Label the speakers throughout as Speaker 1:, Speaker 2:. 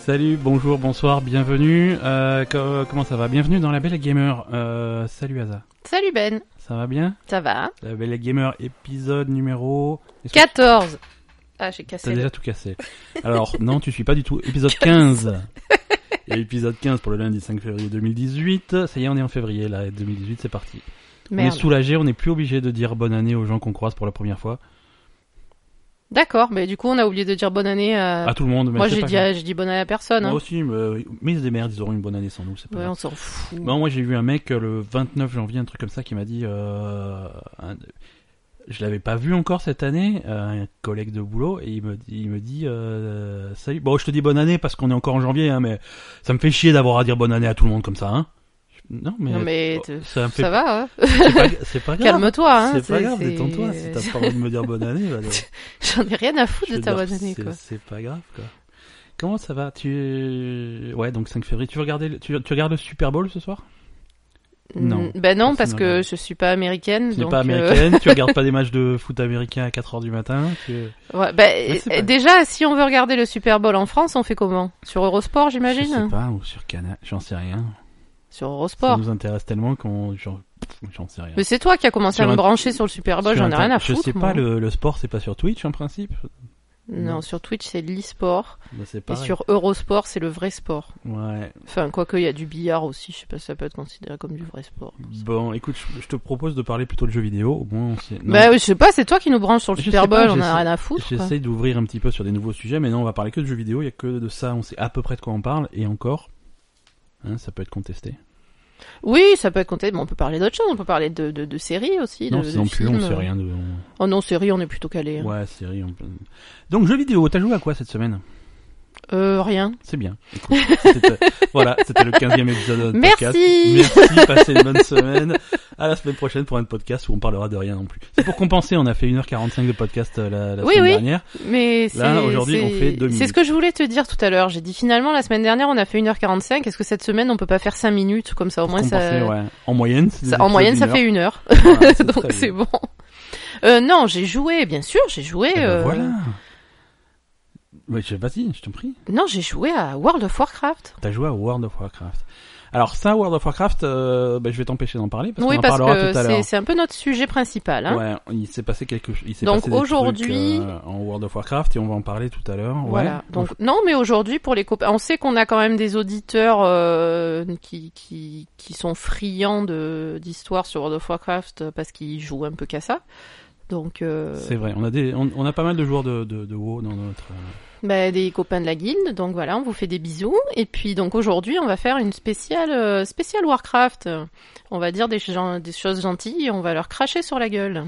Speaker 1: Salut, bonjour, bonsoir, bienvenue. Euh, co- comment ça va Bienvenue dans La Belle et Gamer. Euh, salut Aza.
Speaker 2: Salut Ben,
Speaker 1: Ça va bien
Speaker 2: ça va
Speaker 1: La Belle et Gamer, épisode numéro... Est-ce que
Speaker 2: 14 Ah, j'ai
Speaker 1: T'as
Speaker 2: cassé. le-
Speaker 1: déjà tout cassé. Alors, non, tu suis pas du tout. Épisode 15. Et épisode 15 pour le lundi 5 février 2018. Ça y est, on est en février, là. 2018, c'est parti.
Speaker 2: Merde.
Speaker 1: On est soulagé, on n'est plus obligé de dire bonne année aux gens qu'on croise pour la première fois.
Speaker 2: D'accord, mais du coup, on a oublié de dire bonne année à...
Speaker 1: à tout le monde, Ah, mais
Speaker 2: Euh, Moi,
Speaker 1: c'est
Speaker 2: j'ai
Speaker 1: pas
Speaker 2: dit,
Speaker 1: grave.
Speaker 2: j'ai dit bonne année à personne.
Speaker 1: Moi
Speaker 2: hein.
Speaker 1: aussi, mais, euh, mais ils se démerdent, ils auront une bonne année sans nous, c'est pas
Speaker 2: Ouais,
Speaker 1: grave.
Speaker 2: on s'en fout.
Speaker 1: Bon, moi j'ai vu un mec euh, le 29 janvier, un truc comme ça, qui m'a dit euh, un- Je l'avais pas vu encore cette année, euh, un collègue de boulot, et il me, il me dit euh, Salut, bon, je te dis bonne année parce qu'on est encore en janvier, hein, mais ça me fait chier d'avoir à dire bonne année à tout le monde comme ça, hein. Je- Non, mais.
Speaker 2: non, mais
Speaker 1: oh,
Speaker 2: te-
Speaker 1: ça me fait.
Speaker 2: ça va, hein
Speaker 1: C'est pas, c'est pas grave.
Speaker 2: calme-toi. Hein.
Speaker 1: c'est pas
Speaker 2: c'est-
Speaker 1: grave,
Speaker 2: c'est-
Speaker 1: détends-toi. Si t'as pas envie de me dire bonne année, bah,
Speaker 2: J'en ai rien à
Speaker 1: je
Speaker 2: foutre de
Speaker 1: veux
Speaker 2: ta
Speaker 1: dire,
Speaker 2: bonne année,
Speaker 1: c'est-
Speaker 2: quoi.
Speaker 1: C'est pas grave, quoi. Comment ça va Tu ouais donc 5 février. Tu veux regarder le- tu, tu regardes le Super Bowl ce soir non,
Speaker 2: Mm, Ben non,
Speaker 1: personne
Speaker 2: parce
Speaker 1: n'a
Speaker 2: que
Speaker 1: regardé.
Speaker 2: je suis pas américaine.
Speaker 1: Tu n'es
Speaker 2: donc,
Speaker 1: pas
Speaker 2: euh,
Speaker 1: américaine, tu regardes pas des matchs de foot américain à 4h du matin. Tu...
Speaker 2: ouais, ben,
Speaker 1: Mais c'est pas-
Speaker 2: déjà, si on veut regarder le Super Bowl en France, on fait comment Sur Eurosport,
Speaker 1: Je sais
Speaker 2: j'imagine
Speaker 1: pas, ou sur Canal, j'en sais rien.
Speaker 2: Sur
Speaker 1: Ça
Speaker 2: Eurosport.
Speaker 1: nous intéresse tellement qu'on. J'en pff, j'en sais rien.
Speaker 2: Mais c'est toi qui as commencé à
Speaker 1: Sur
Speaker 2: me
Speaker 1: un-
Speaker 2: brancher sur le Super Bowl,
Speaker 1: Sur
Speaker 2: j'en ai
Speaker 1: Inter-
Speaker 2: rien à
Speaker 1: Je
Speaker 2: foutre.
Speaker 1: sais
Speaker 2: moi.
Speaker 1: pas, le, le sport c'est pas sur Twitch en principe
Speaker 2: Non,
Speaker 1: Non.
Speaker 2: sur Twitch, c'est l'e-sport.
Speaker 1: Bah, C'est
Speaker 2: Et
Speaker 1: pas.
Speaker 2: sur Eurosport, c'est le vrai sport.
Speaker 1: Ouais.
Speaker 2: Enfin, quoique, il y a du billard aussi. Je sais pas si ça peut être considéré comme du vrai sport.
Speaker 1: Bon, écoute, je, je te propose de parler plutôt de jeux vidéo. Au moins, on s'y- non.
Speaker 2: Bah, je sais pas, c'est toi qui nous branches sur le
Speaker 1: Je sais
Speaker 2: Super
Speaker 1: pas,
Speaker 2: Bowl, on a
Speaker 1: j'essaie-
Speaker 2: rien à foutre. quoi.
Speaker 1: J'essaie d'ouvrir un petit peu sur des nouveaux sujets, mais non, on va parler que de jeux vidéo. Il y a que de ça, on sait à peu près de quoi on parle, et encore. Hein, ça peut être contesté.
Speaker 2: Oui, ça peut être compté, mais on peut parler d'autres choses. On peut parler de, de, de séries aussi.
Speaker 1: non,
Speaker 2: de, de
Speaker 1: sinon plus, on
Speaker 2: films.
Speaker 1: sait rien de. on-
Speaker 2: Oh non, séries, on est plutôt calé. hein.
Speaker 1: Ouais, série. on- Donc, jeux vidéo, t'as joué à quoi cette semaine
Speaker 2: Euh, rien.
Speaker 1: C'est bien. Écoute, c'était- voilà, c'était le 15e épisode de
Speaker 2: Merci.
Speaker 1: podcast. Merci, passez une bonne semaine. À la semaine prochaine pour un podcast où on parlera de rien non plus. C'est pour compenser, on a fait 1h45 de podcast euh, la, la
Speaker 2: Oui,
Speaker 1: semaine
Speaker 2: oui.
Speaker 1: dernière.
Speaker 2: Mais
Speaker 1: Là,
Speaker 2: c'est-
Speaker 1: aujourd'hui, on
Speaker 2: c'est-
Speaker 1: fait deux
Speaker 2: C'est
Speaker 1: minutes.
Speaker 2: ce que je voulais te dire tout à l'heure. J'ai dit finalement, la semaine dernière, on a fait 1h45. Est-ce que cette semaine, on peut pas faire 5 minutes Comme ça, au
Speaker 1: Pour
Speaker 2: moins, ça.
Speaker 1: compenser, ouais. En moyenne, c'est des
Speaker 2: Ça- en
Speaker 1: épisodes
Speaker 2: moyenne, ça
Speaker 1: d'une heure.
Speaker 2: fait une heure.
Speaker 1: Voilà, c'est
Speaker 2: Donc
Speaker 1: très
Speaker 2: c'est
Speaker 1: bien.
Speaker 2: bon. Euh, non, j'ai joué, bien sûr, j'ai joué.
Speaker 1: Eh ben,
Speaker 2: euh,
Speaker 1: Voilà. Ouais, je- Vas-y, je t'en prie.
Speaker 2: Non, j'ai joué à World of Warcraft.
Speaker 1: T'as joué à World of Warcraft. Alors ça, World of Warcraft, euh, ben, je vais t'empêcher d'en parler parce
Speaker 2: oui,
Speaker 1: qu'on en
Speaker 2: parce
Speaker 1: parlera
Speaker 2: que
Speaker 1: tout à l'heure.
Speaker 2: c'est- c'est un peu notre sujet principal. Hein.
Speaker 1: Ouais, il s'est passé quelque chose. il s'est
Speaker 2: Donc,
Speaker 1: passé des
Speaker 2: aujourd'hui-
Speaker 1: trucs, euh, en World of Warcraft et on va en parler tout à l'heure. Ouais.
Speaker 2: Voilà. Donc non, mais aujourd'hui pour les copains, on sait qu'on a quand même des auditeurs euh, qui, qui qui sont friands de d'histoire sur World of Warcraft parce qu'ils jouent un peu qu'à ça. Donc euh,
Speaker 1: c'est vrai. On a des, on, on a pas mal de joueurs de de, de WoW dans notre. euh,
Speaker 2: bah, des copains de la guilde. Donc voilà, on vous fait des bisous. Et puis donc aujourd'hui, on va faire une spéciale euh, spéciale Warcraft. On va dire des, gens, des choses gentilles et on va leur cracher sur la gueule.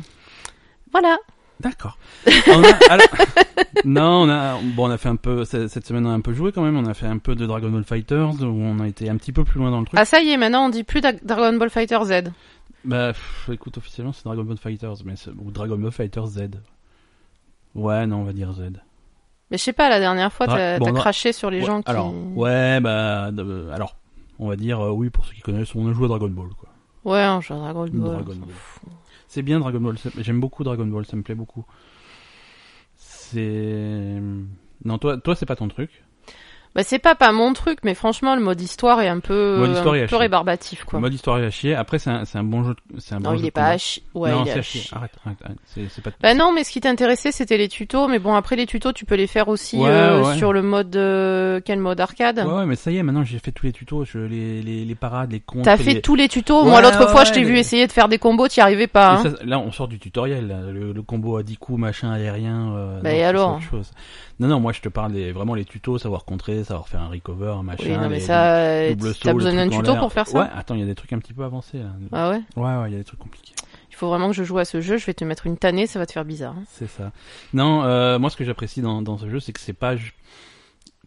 Speaker 2: Voilà.
Speaker 1: D'accord. On a- alors- non, on a bon, on a fait un peu c- cette semaine, on a un peu joué quand même. On a fait un peu de Dragon Ball Fighters où on a été un petit peu plus loin dans le truc.
Speaker 2: Ah ça y est, maintenant on dit plus Dra- Dragon Ball Fighter Z.
Speaker 1: Bah, pff, écoute, officiellement, c'est Dragon Ball Fighters, mais c'est- ou Dragon Ball Fighter Z. Ouais, non, on va dire Z.
Speaker 2: Mais je sais pas, la dernière fois
Speaker 1: Dra-
Speaker 2: t'as
Speaker 1: bon,
Speaker 2: t'as
Speaker 1: non.
Speaker 2: craché sur les
Speaker 1: Ouais,
Speaker 2: gens qui.
Speaker 1: Alors, ouais, bah, euh, alors, on va dire euh, oui pour ceux qui connaissent, on a joué à Dragon Ball, quoi.
Speaker 2: Ouais, on joue à Dragon Ball.
Speaker 1: Dragon
Speaker 2: on s'en
Speaker 1: Ball.
Speaker 2: fout.
Speaker 1: C'est bien Dragon Ball, ça- j'aime beaucoup Dragon Ball, ça me plaît beaucoup. C'est. Non, toi, toi c'est pas ton truc.
Speaker 2: Bah c'est pas pas mon truc, mais franchement le mode histoire est un peu,
Speaker 1: Le mode histoire
Speaker 2: un
Speaker 1: est à
Speaker 2: peu
Speaker 1: chier.
Speaker 2: rébarbatif quoi.
Speaker 1: Le mode histoire est à chier. Après, c'est un, c'est un bon jeu. de- C'est un
Speaker 2: Non,
Speaker 1: bon
Speaker 2: il
Speaker 1: jeu
Speaker 2: est
Speaker 1: de
Speaker 2: pas
Speaker 1: combat.
Speaker 2: à chier. Ouais,
Speaker 1: non,
Speaker 2: il est
Speaker 1: c'est
Speaker 2: à
Speaker 1: à chier.
Speaker 2: chier.
Speaker 1: Arrête, arrête, arrête. C'est c'est pas.
Speaker 2: Bah non, mais ce qui t'intéressait, c'était les tutos. Mais bon, après les tutos, tu peux les faire aussi
Speaker 1: Ouais,
Speaker 2: euh,
Speaker 1: ouais.
Speaker 2: sur le mode euh, quel mode arcade.
Speaker 1: Ouais, ouais, mais ça y est, maintenant j'ai fait tous les tutos, je, les, les, les parades, les comptes.
Speaker 2: T'as fait tous les tutos.
Speaker 1: Ouais,
Speaker 2: Moi, l'autre
Speaker 1: ouais,
Speaker 2: fois, je t'ai
Speaker 1: ouais,
Speaker 2: vu
Speaker 1: les-
Speaker 2: essayer de faire des combos, t'y arrivais pas.
Speaker 1: Et
Speaker 2: Hein.
Speaker 1: ça, là, on sort du tutoriel, là. le, le combo à 10 coups, machin, aérien. Euh, non,
Speaker 2: Bah, et
Speaker 1: ça, c'est
Speaker 2: alors
Speaker 1: autre chose. Non, non, moi je te parle des, vraiment les tutos, savoir contrer, savoir faire un recover, un machin.
Speaker 2: oui, non, mais
Speaker 1: les-
Speaker 2: ça,
Speaker 1: les
Speaker 2: euh,
Speaker 1: doubles sauts,
Speaker 2: t'as
Speaker 1: le
Speaker 2: besoin d'un
Speaker 1: truc en
Speaker 2: tuto
Speaker 1: l'air.
Speaker 2: pour faire ça.
Speaker 1: Ouais, attends, il y a des trucs un petit peu avancés là.
Speaker 2: Ah ouais.
Speaker 1: Ouais, ouais, il y a des trucs compliqués.
Speaker 2: Il faut vraiment que je joue à ce jeu. Je vais te mettre une tannée, ça va te faire bizarre. hein.
Speaker 1: C'est ça. Non, euh, moi ce que j'apprécie dans, dans ce jeu, c'est que c'est pas. ju-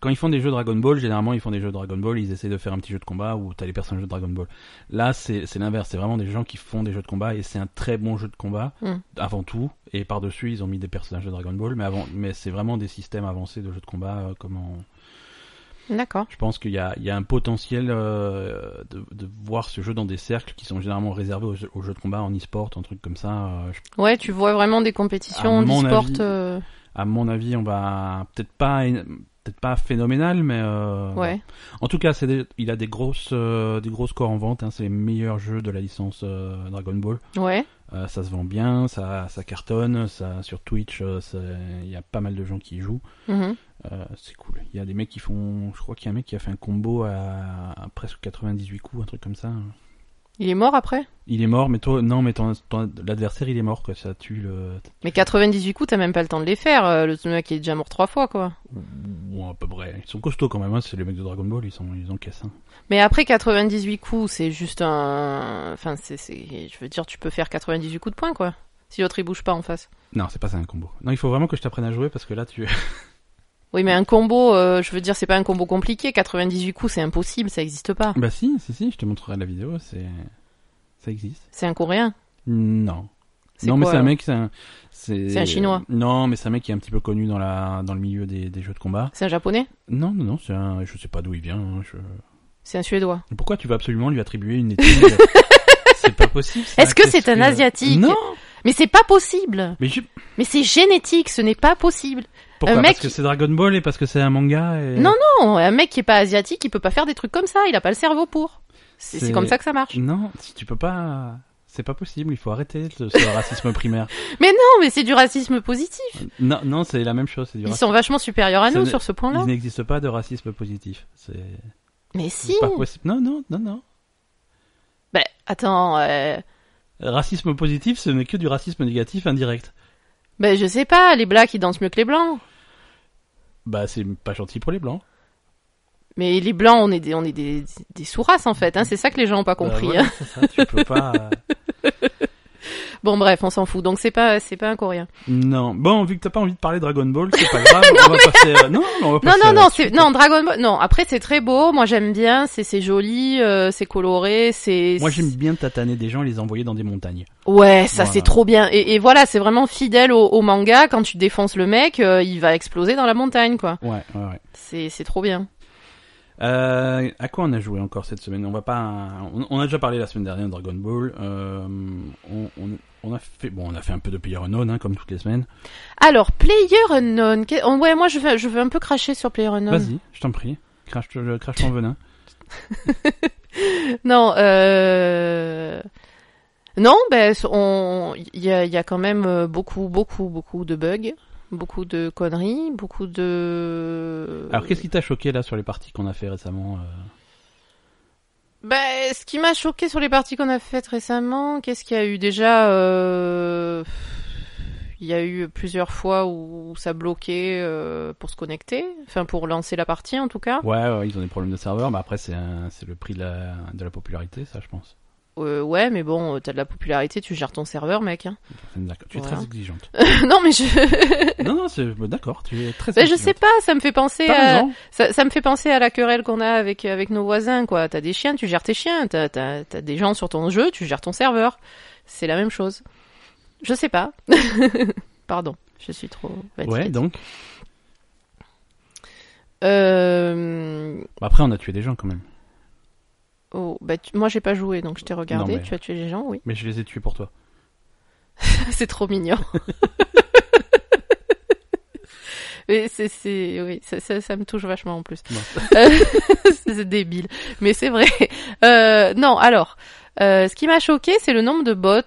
Speaker 1: Quand ils font des jeux Dragon Ball, généralement ils font des jeux Dragon Ball, ils essaient de faire un petit jeu de combat où t'as les personnages de Dragon Ball. Là, c'est c'est l'inverse, c'est vraiment des gens qui font des jeux de combat et c'est un très bon jeu de combat
Speaker 2: Mm.
Speaker 1: avant tout. Et par-dessus, ils ont mis des personnages de Dragon Ball, mais, avant, mais c'est vraiment des systèmes avancés de jeux de combat. euh, comme en-
Speaker 2: D'accord.
Speaker 1: Je pense qu'il y a, il y a un potentiel euh, de, de voir ce jeu dans des cercles qui sont généralement réservés aux, aux jeux de combat en e-sport, un truc comme ça. euh, je
Speaker 2: Ouais, tu vois vraiment des
Speaker 1: À
Speaker 2: compétitions
Speaker 1: mon
Speaker 2: d'e-sport.
Speaker 1: avis,
Speaker 2: euh,
Speaker 1: à mon avis, on va peut-être pas peut-être pas phénoménal, mais euh,
Speaker 2: Ouais.
Speaker 1: en tout cas, c'est des- il a des grosses, euh, des gros scores en vente. hein. c'est les meilleurs jeux de la licence euh, Dragon Ball.
Speaker 2: Ouais.
Speaker 1: Euh, ça se vend bien, ça, ça cartonne, ça sur Twitch, euh, ça- il y a pas mal de gens qui y jouent.
Speaker 2: Mhm.
Speaker 1: Euh, c'est cool. Il y a des mecs qui font, je crois qu'il y a un mec qui a fait un combo à, à presque 98 coups, un truc comme ça. hein.
Speaker 2: Il est mort après
Speaker 1: Il est mort, mais toi, non, mais ton, ton- l'adversaire il est mort, quoi. Ça tue le.
Speaker 2: Mais 98 coups, t'as même pas le temps de les faire. euh, Le mec est déjà mort trois fois, quoi.
Speaker 1: Ou à peu près. Ils sont costauds quand même, hein, c'est les mecs de Dragon Ball, ils, sont, ils encaissent. hein.
Speaker 2: Mais après 98 coups, c'est juste un. Enfin, c'est, c'est- je veux dire, tu peux faire 98 coups de poing, quoi. Si l'autre il bouge pas en face.
Speaker 1: Non, c'est pas ça un combo. Non, il faut vraiment que je t'apprenne à jouer parce que là tu.
Speaker 2: Oui, mais un combo, euh, je veux dire, c'est pas un combo compliqué. 98 coups, c'est impossible, ça existe pas.
Speaker 1: bah si, si, si, je te montrerai la vidéo, c'est. Ça existe.
Speaker 2: C'est un coréen.
Speaker 1: Non.
Speaker 2: C'est
Speaker 1: Non, mais
Speaker 2: quoi,
Speaker 1: c'est un
Speaker 2: alors
Speaker 1: mec, c'est un. C'est
Speaker 2: C'est un Chinois.
Speaker 1: Non, mais c'est un mec qui est un petit peu connu dans, la... dans le milieu des... des jeux de combat.
Speaker 2: euh, C'est un japonais
Speaker 1: Non, non, non, c'est un. Je sais pas d'où il vient. hein, je-
Speaker 2: C'est un suédois.
Speaker 1: Pourquoi tu vas absolument lui attribuer une étude C'est pas possible. ça,
Speaker 2: Est-ce que c'est
Speaker 1: qu'est-ce
Speaker 2: un asiatique
Speaker 1: Ah, Non
Speaker 2: Mais c'est pas possible
Speaker 1: Mais je-
Speaker 2: Mais c'est génétique, ce n'est pas possible
Speaker 1: Pourquoi
Speaker 2: Un Euh, mec
Speaker 1: Parce que c'est Dragon Ball et parce que c'est un manga et...
Speaker 2: Non, Non, un mec qui est pas asiatique, il peut pas faire des trucs comme ça, il a pas le cerveau pour. C'est c'est
Speaker 1: C'est-
Speaker 2: comme ça que ça marche.
Speaker 1: Non, si tu peux pas. C'est pas possible, il faut arrêter ce, ce racisme primaire.
Speaker 2: Non, mais c'est du racisme positif.
Speaker 1: Non, non, c'est la même chose. C'est du
Speaker 2: Ils
Speaker 1: racisme.
Speaker 2: sont vachement supérieurs à
Speaker 1: Ça
Speaker 2: nous
Speaker 1: ne-
Speaker 2: sur ce
Speaker 1: Il
Speaker 2: point-là.
Speaker 1: n'existe pas de racisme positif. C'est
Speaker 2: Mais si
Speaker 1: pas possible. Non, non, non, non.
Speaker 2: Ben, attends, euh,
Speaker 1: Racisme positif, ce n'est que du racisme négatif indirect.
Speaker 2: ben je sais pas, les blacks ils dansent mieux que les blancs.
Speaker 1: Bah, c'est pas gentil pour les blancs.
Speaker 2: Mais les blancs, on est des, on est des, des sous-races en fait, hein, c'est ça que les gens ont pas compris.
Speaker 1: Bah, voilà,
Speaker 2: hein.
Speaker 1: c'est ça, tu peux pas.
Speaker 2: Bon bref, on s'en fout, donc c'est pas, c'est pas un coréen.
Speaker 1: Non. Bon, vu que t'as pas envie de parler Dragon Ball, c'est pas grave. on va passer. à- Non, mais on va
Speaker 2: Non,
Speaker 1: passer à
Speaker 2: non,
Speaker 1: la
Speaker 2: non,
Speaker 1: suite.
Speaker 2: c'est, non, Dragon Ball, non, après c'est très beau, moi j'aime bien, c'est, c'est joli, euh, c'est coloré, c'est...
Speaker 1: Moi, j'aime bien tataner des gens et les envoyer dans des montagnes.
Speaker 2: Ouais, ça
Speaker 1: Voilà.
Speaker 2: c'est trop bien. Et, et voilà, c'est vraiment fidèle au, au manga, quand tu défonces le mec, euh, il va exploser dans la montagne, quoi.
Speaker 1: Ouais, ouais, ouais.
Speaker 2: C'est, c'est trop bien.
Speaker 1: Euh, à quoi on a joué encore cette semaine On va pas. On, on a déjà parlé la semaine dernière de Dragon Ball. Euh, on, on- on a fait. Bon, on a fait un peu de PlayerUnknown hein, comme toutes les semaines.
Speaker 2: Alors, PlayerUnknown, que- oh, ouais, moi je veux, je veux un peu cracher sur PlayerUnknown.
Speaker 1: Vas-y, je t'en prie. Crache, je- crache ton venin.
Speaker 2: Non, euh... non, ben on, il y a, il y a quand même euh, beaucoup, beaucoup, beaucoup de bugs, beaucoup de conneries, beaucoup de.
Speaker 1: Alors, qu'est-ce qui t'a choqué là sur les parties qu'on a fait récemment euh
Speaker 2: Ben, ce qui m'a choqué sur les parties qu'on a faites récemment, qu'est-ce qu'il y a eu déjà euh, Il y a eu plusieurs fois où ça bloquait euh, pour se connecter, enfin pour lancer la partie en tout cas.
Speaker 1: ouais, ouais, ils ont des problèmes de serveur, mais après c'est un- c'est le prix de la, de la popularité, ça, je pense.
Speaker 2: Euh, ouais, mais bon, euh, t'as de la popularité, tu gères ton serveur, mec. hein.
Speaker 1: D'accord. Tu es
Speaker 2: Voilà.
Speaker 1: très exigeante.
Speaker 2: non, mais je,
Speaker 1: non, non, c'est bah, d'accord. Tu es très.
Speaker 2: ben, je
Speaker 1: exigeante.
Speaker 2: sais euh, pas, ça me fait penser
Speaker 1: T'as
Speaker 2: à.
Speaker 1: raison.
Speaker 2: Ça, ça me fait penser à la querelle qu'on a avec avec nos voisins, quoi. T'as des chiens, tu gères tes chiens. T'as t'as t'as des gens sur ton jeu, tu gères ton serveur. C'est la même chose. Je sais pas. Pardon, je suis trop. fatiguée.
Speaker 1: Ouais, donc.
Speaker 2: Euh...
Speaker 1: Bah, après, on a tué des gens quand même.
Speaker 2: Oh, bah tu- moi j'ai pas joué, donc je t'ai regardé.
Speaker 1: Non, mais-
Speaker 2: Tu as tué les gens, oui.
Speaker 1: Mais je les ai tués pour toi.
Speaker 2: c'est trop mignon. Mais c'est c'est oui, ça, ça ça me touche vachement en plus. Euh,
Speaker 1: Bon.
Speaker 2: c'est débile, mais c'est vrai. Euh, non, alors, euh, ce qui m'a choqué, c'est le nombre de bots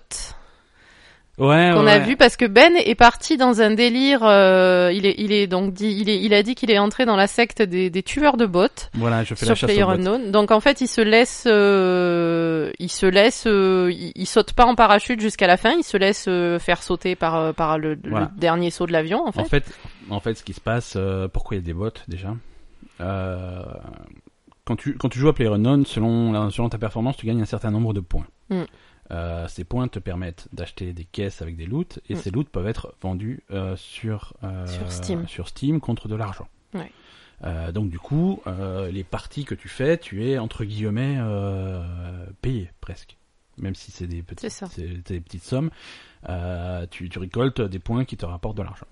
Speaker 1: Ouais.
Speaker 2: qu'on
Speaker 1: ouais,
Speaker 2: a
Speaker 1: ouais.
Speaker 2: vu parce que Ben est parti dans un délire. euh, il est, il est donc dit, il est, il a dit qu'il est entré dans la secte des, des tueurs de bots
Speaker 1: Voilà, je fais la
Speaker 2: sur
Speaker 1: chasse aux bottes.
Speaker 2: PlayerUnknown. Donc en fait, il se laisse, euh, il se laisse, euh, il, il saute pas en parachute jusqu'à la fin. Il se laisse euh, faire sauter par euh, par le, le
Speaker 1: Voilà.
Speaker 2: dernier saut de l'avion en fait.
Speaker 1: En fait, en fait, ce qui se passe, euh, pourquoi il y a des bots déjà Euh, quand, tu, quand tu joues à PlayerUnknown, selon, la- selon ta performance, tu gagnes un certain nombre de points.
Speaker 2: Mm.
Speaker 1: Euh, ces points te permettent d'acheter des caisses avec des loots et
Speaker 2: Mm.
Speaker 1: ces loots peuvent être vendus euh, sur, euh,
Speaker 2: Sur Steam.
Speaker 1: sur Steam contre de l'argent.
Speaker 2: Ouais.
Speaker 1: Euh, donc du coup, euh, les parties que tu fais, tu es entre guillemets euh, payé presque, même si c'est des petites,
Speaker 2: C'est ça.
Speaker 1: c'est- c'est des petites sommes. Euh, tu, tu récoltes des points qui te rapportent de l'argent.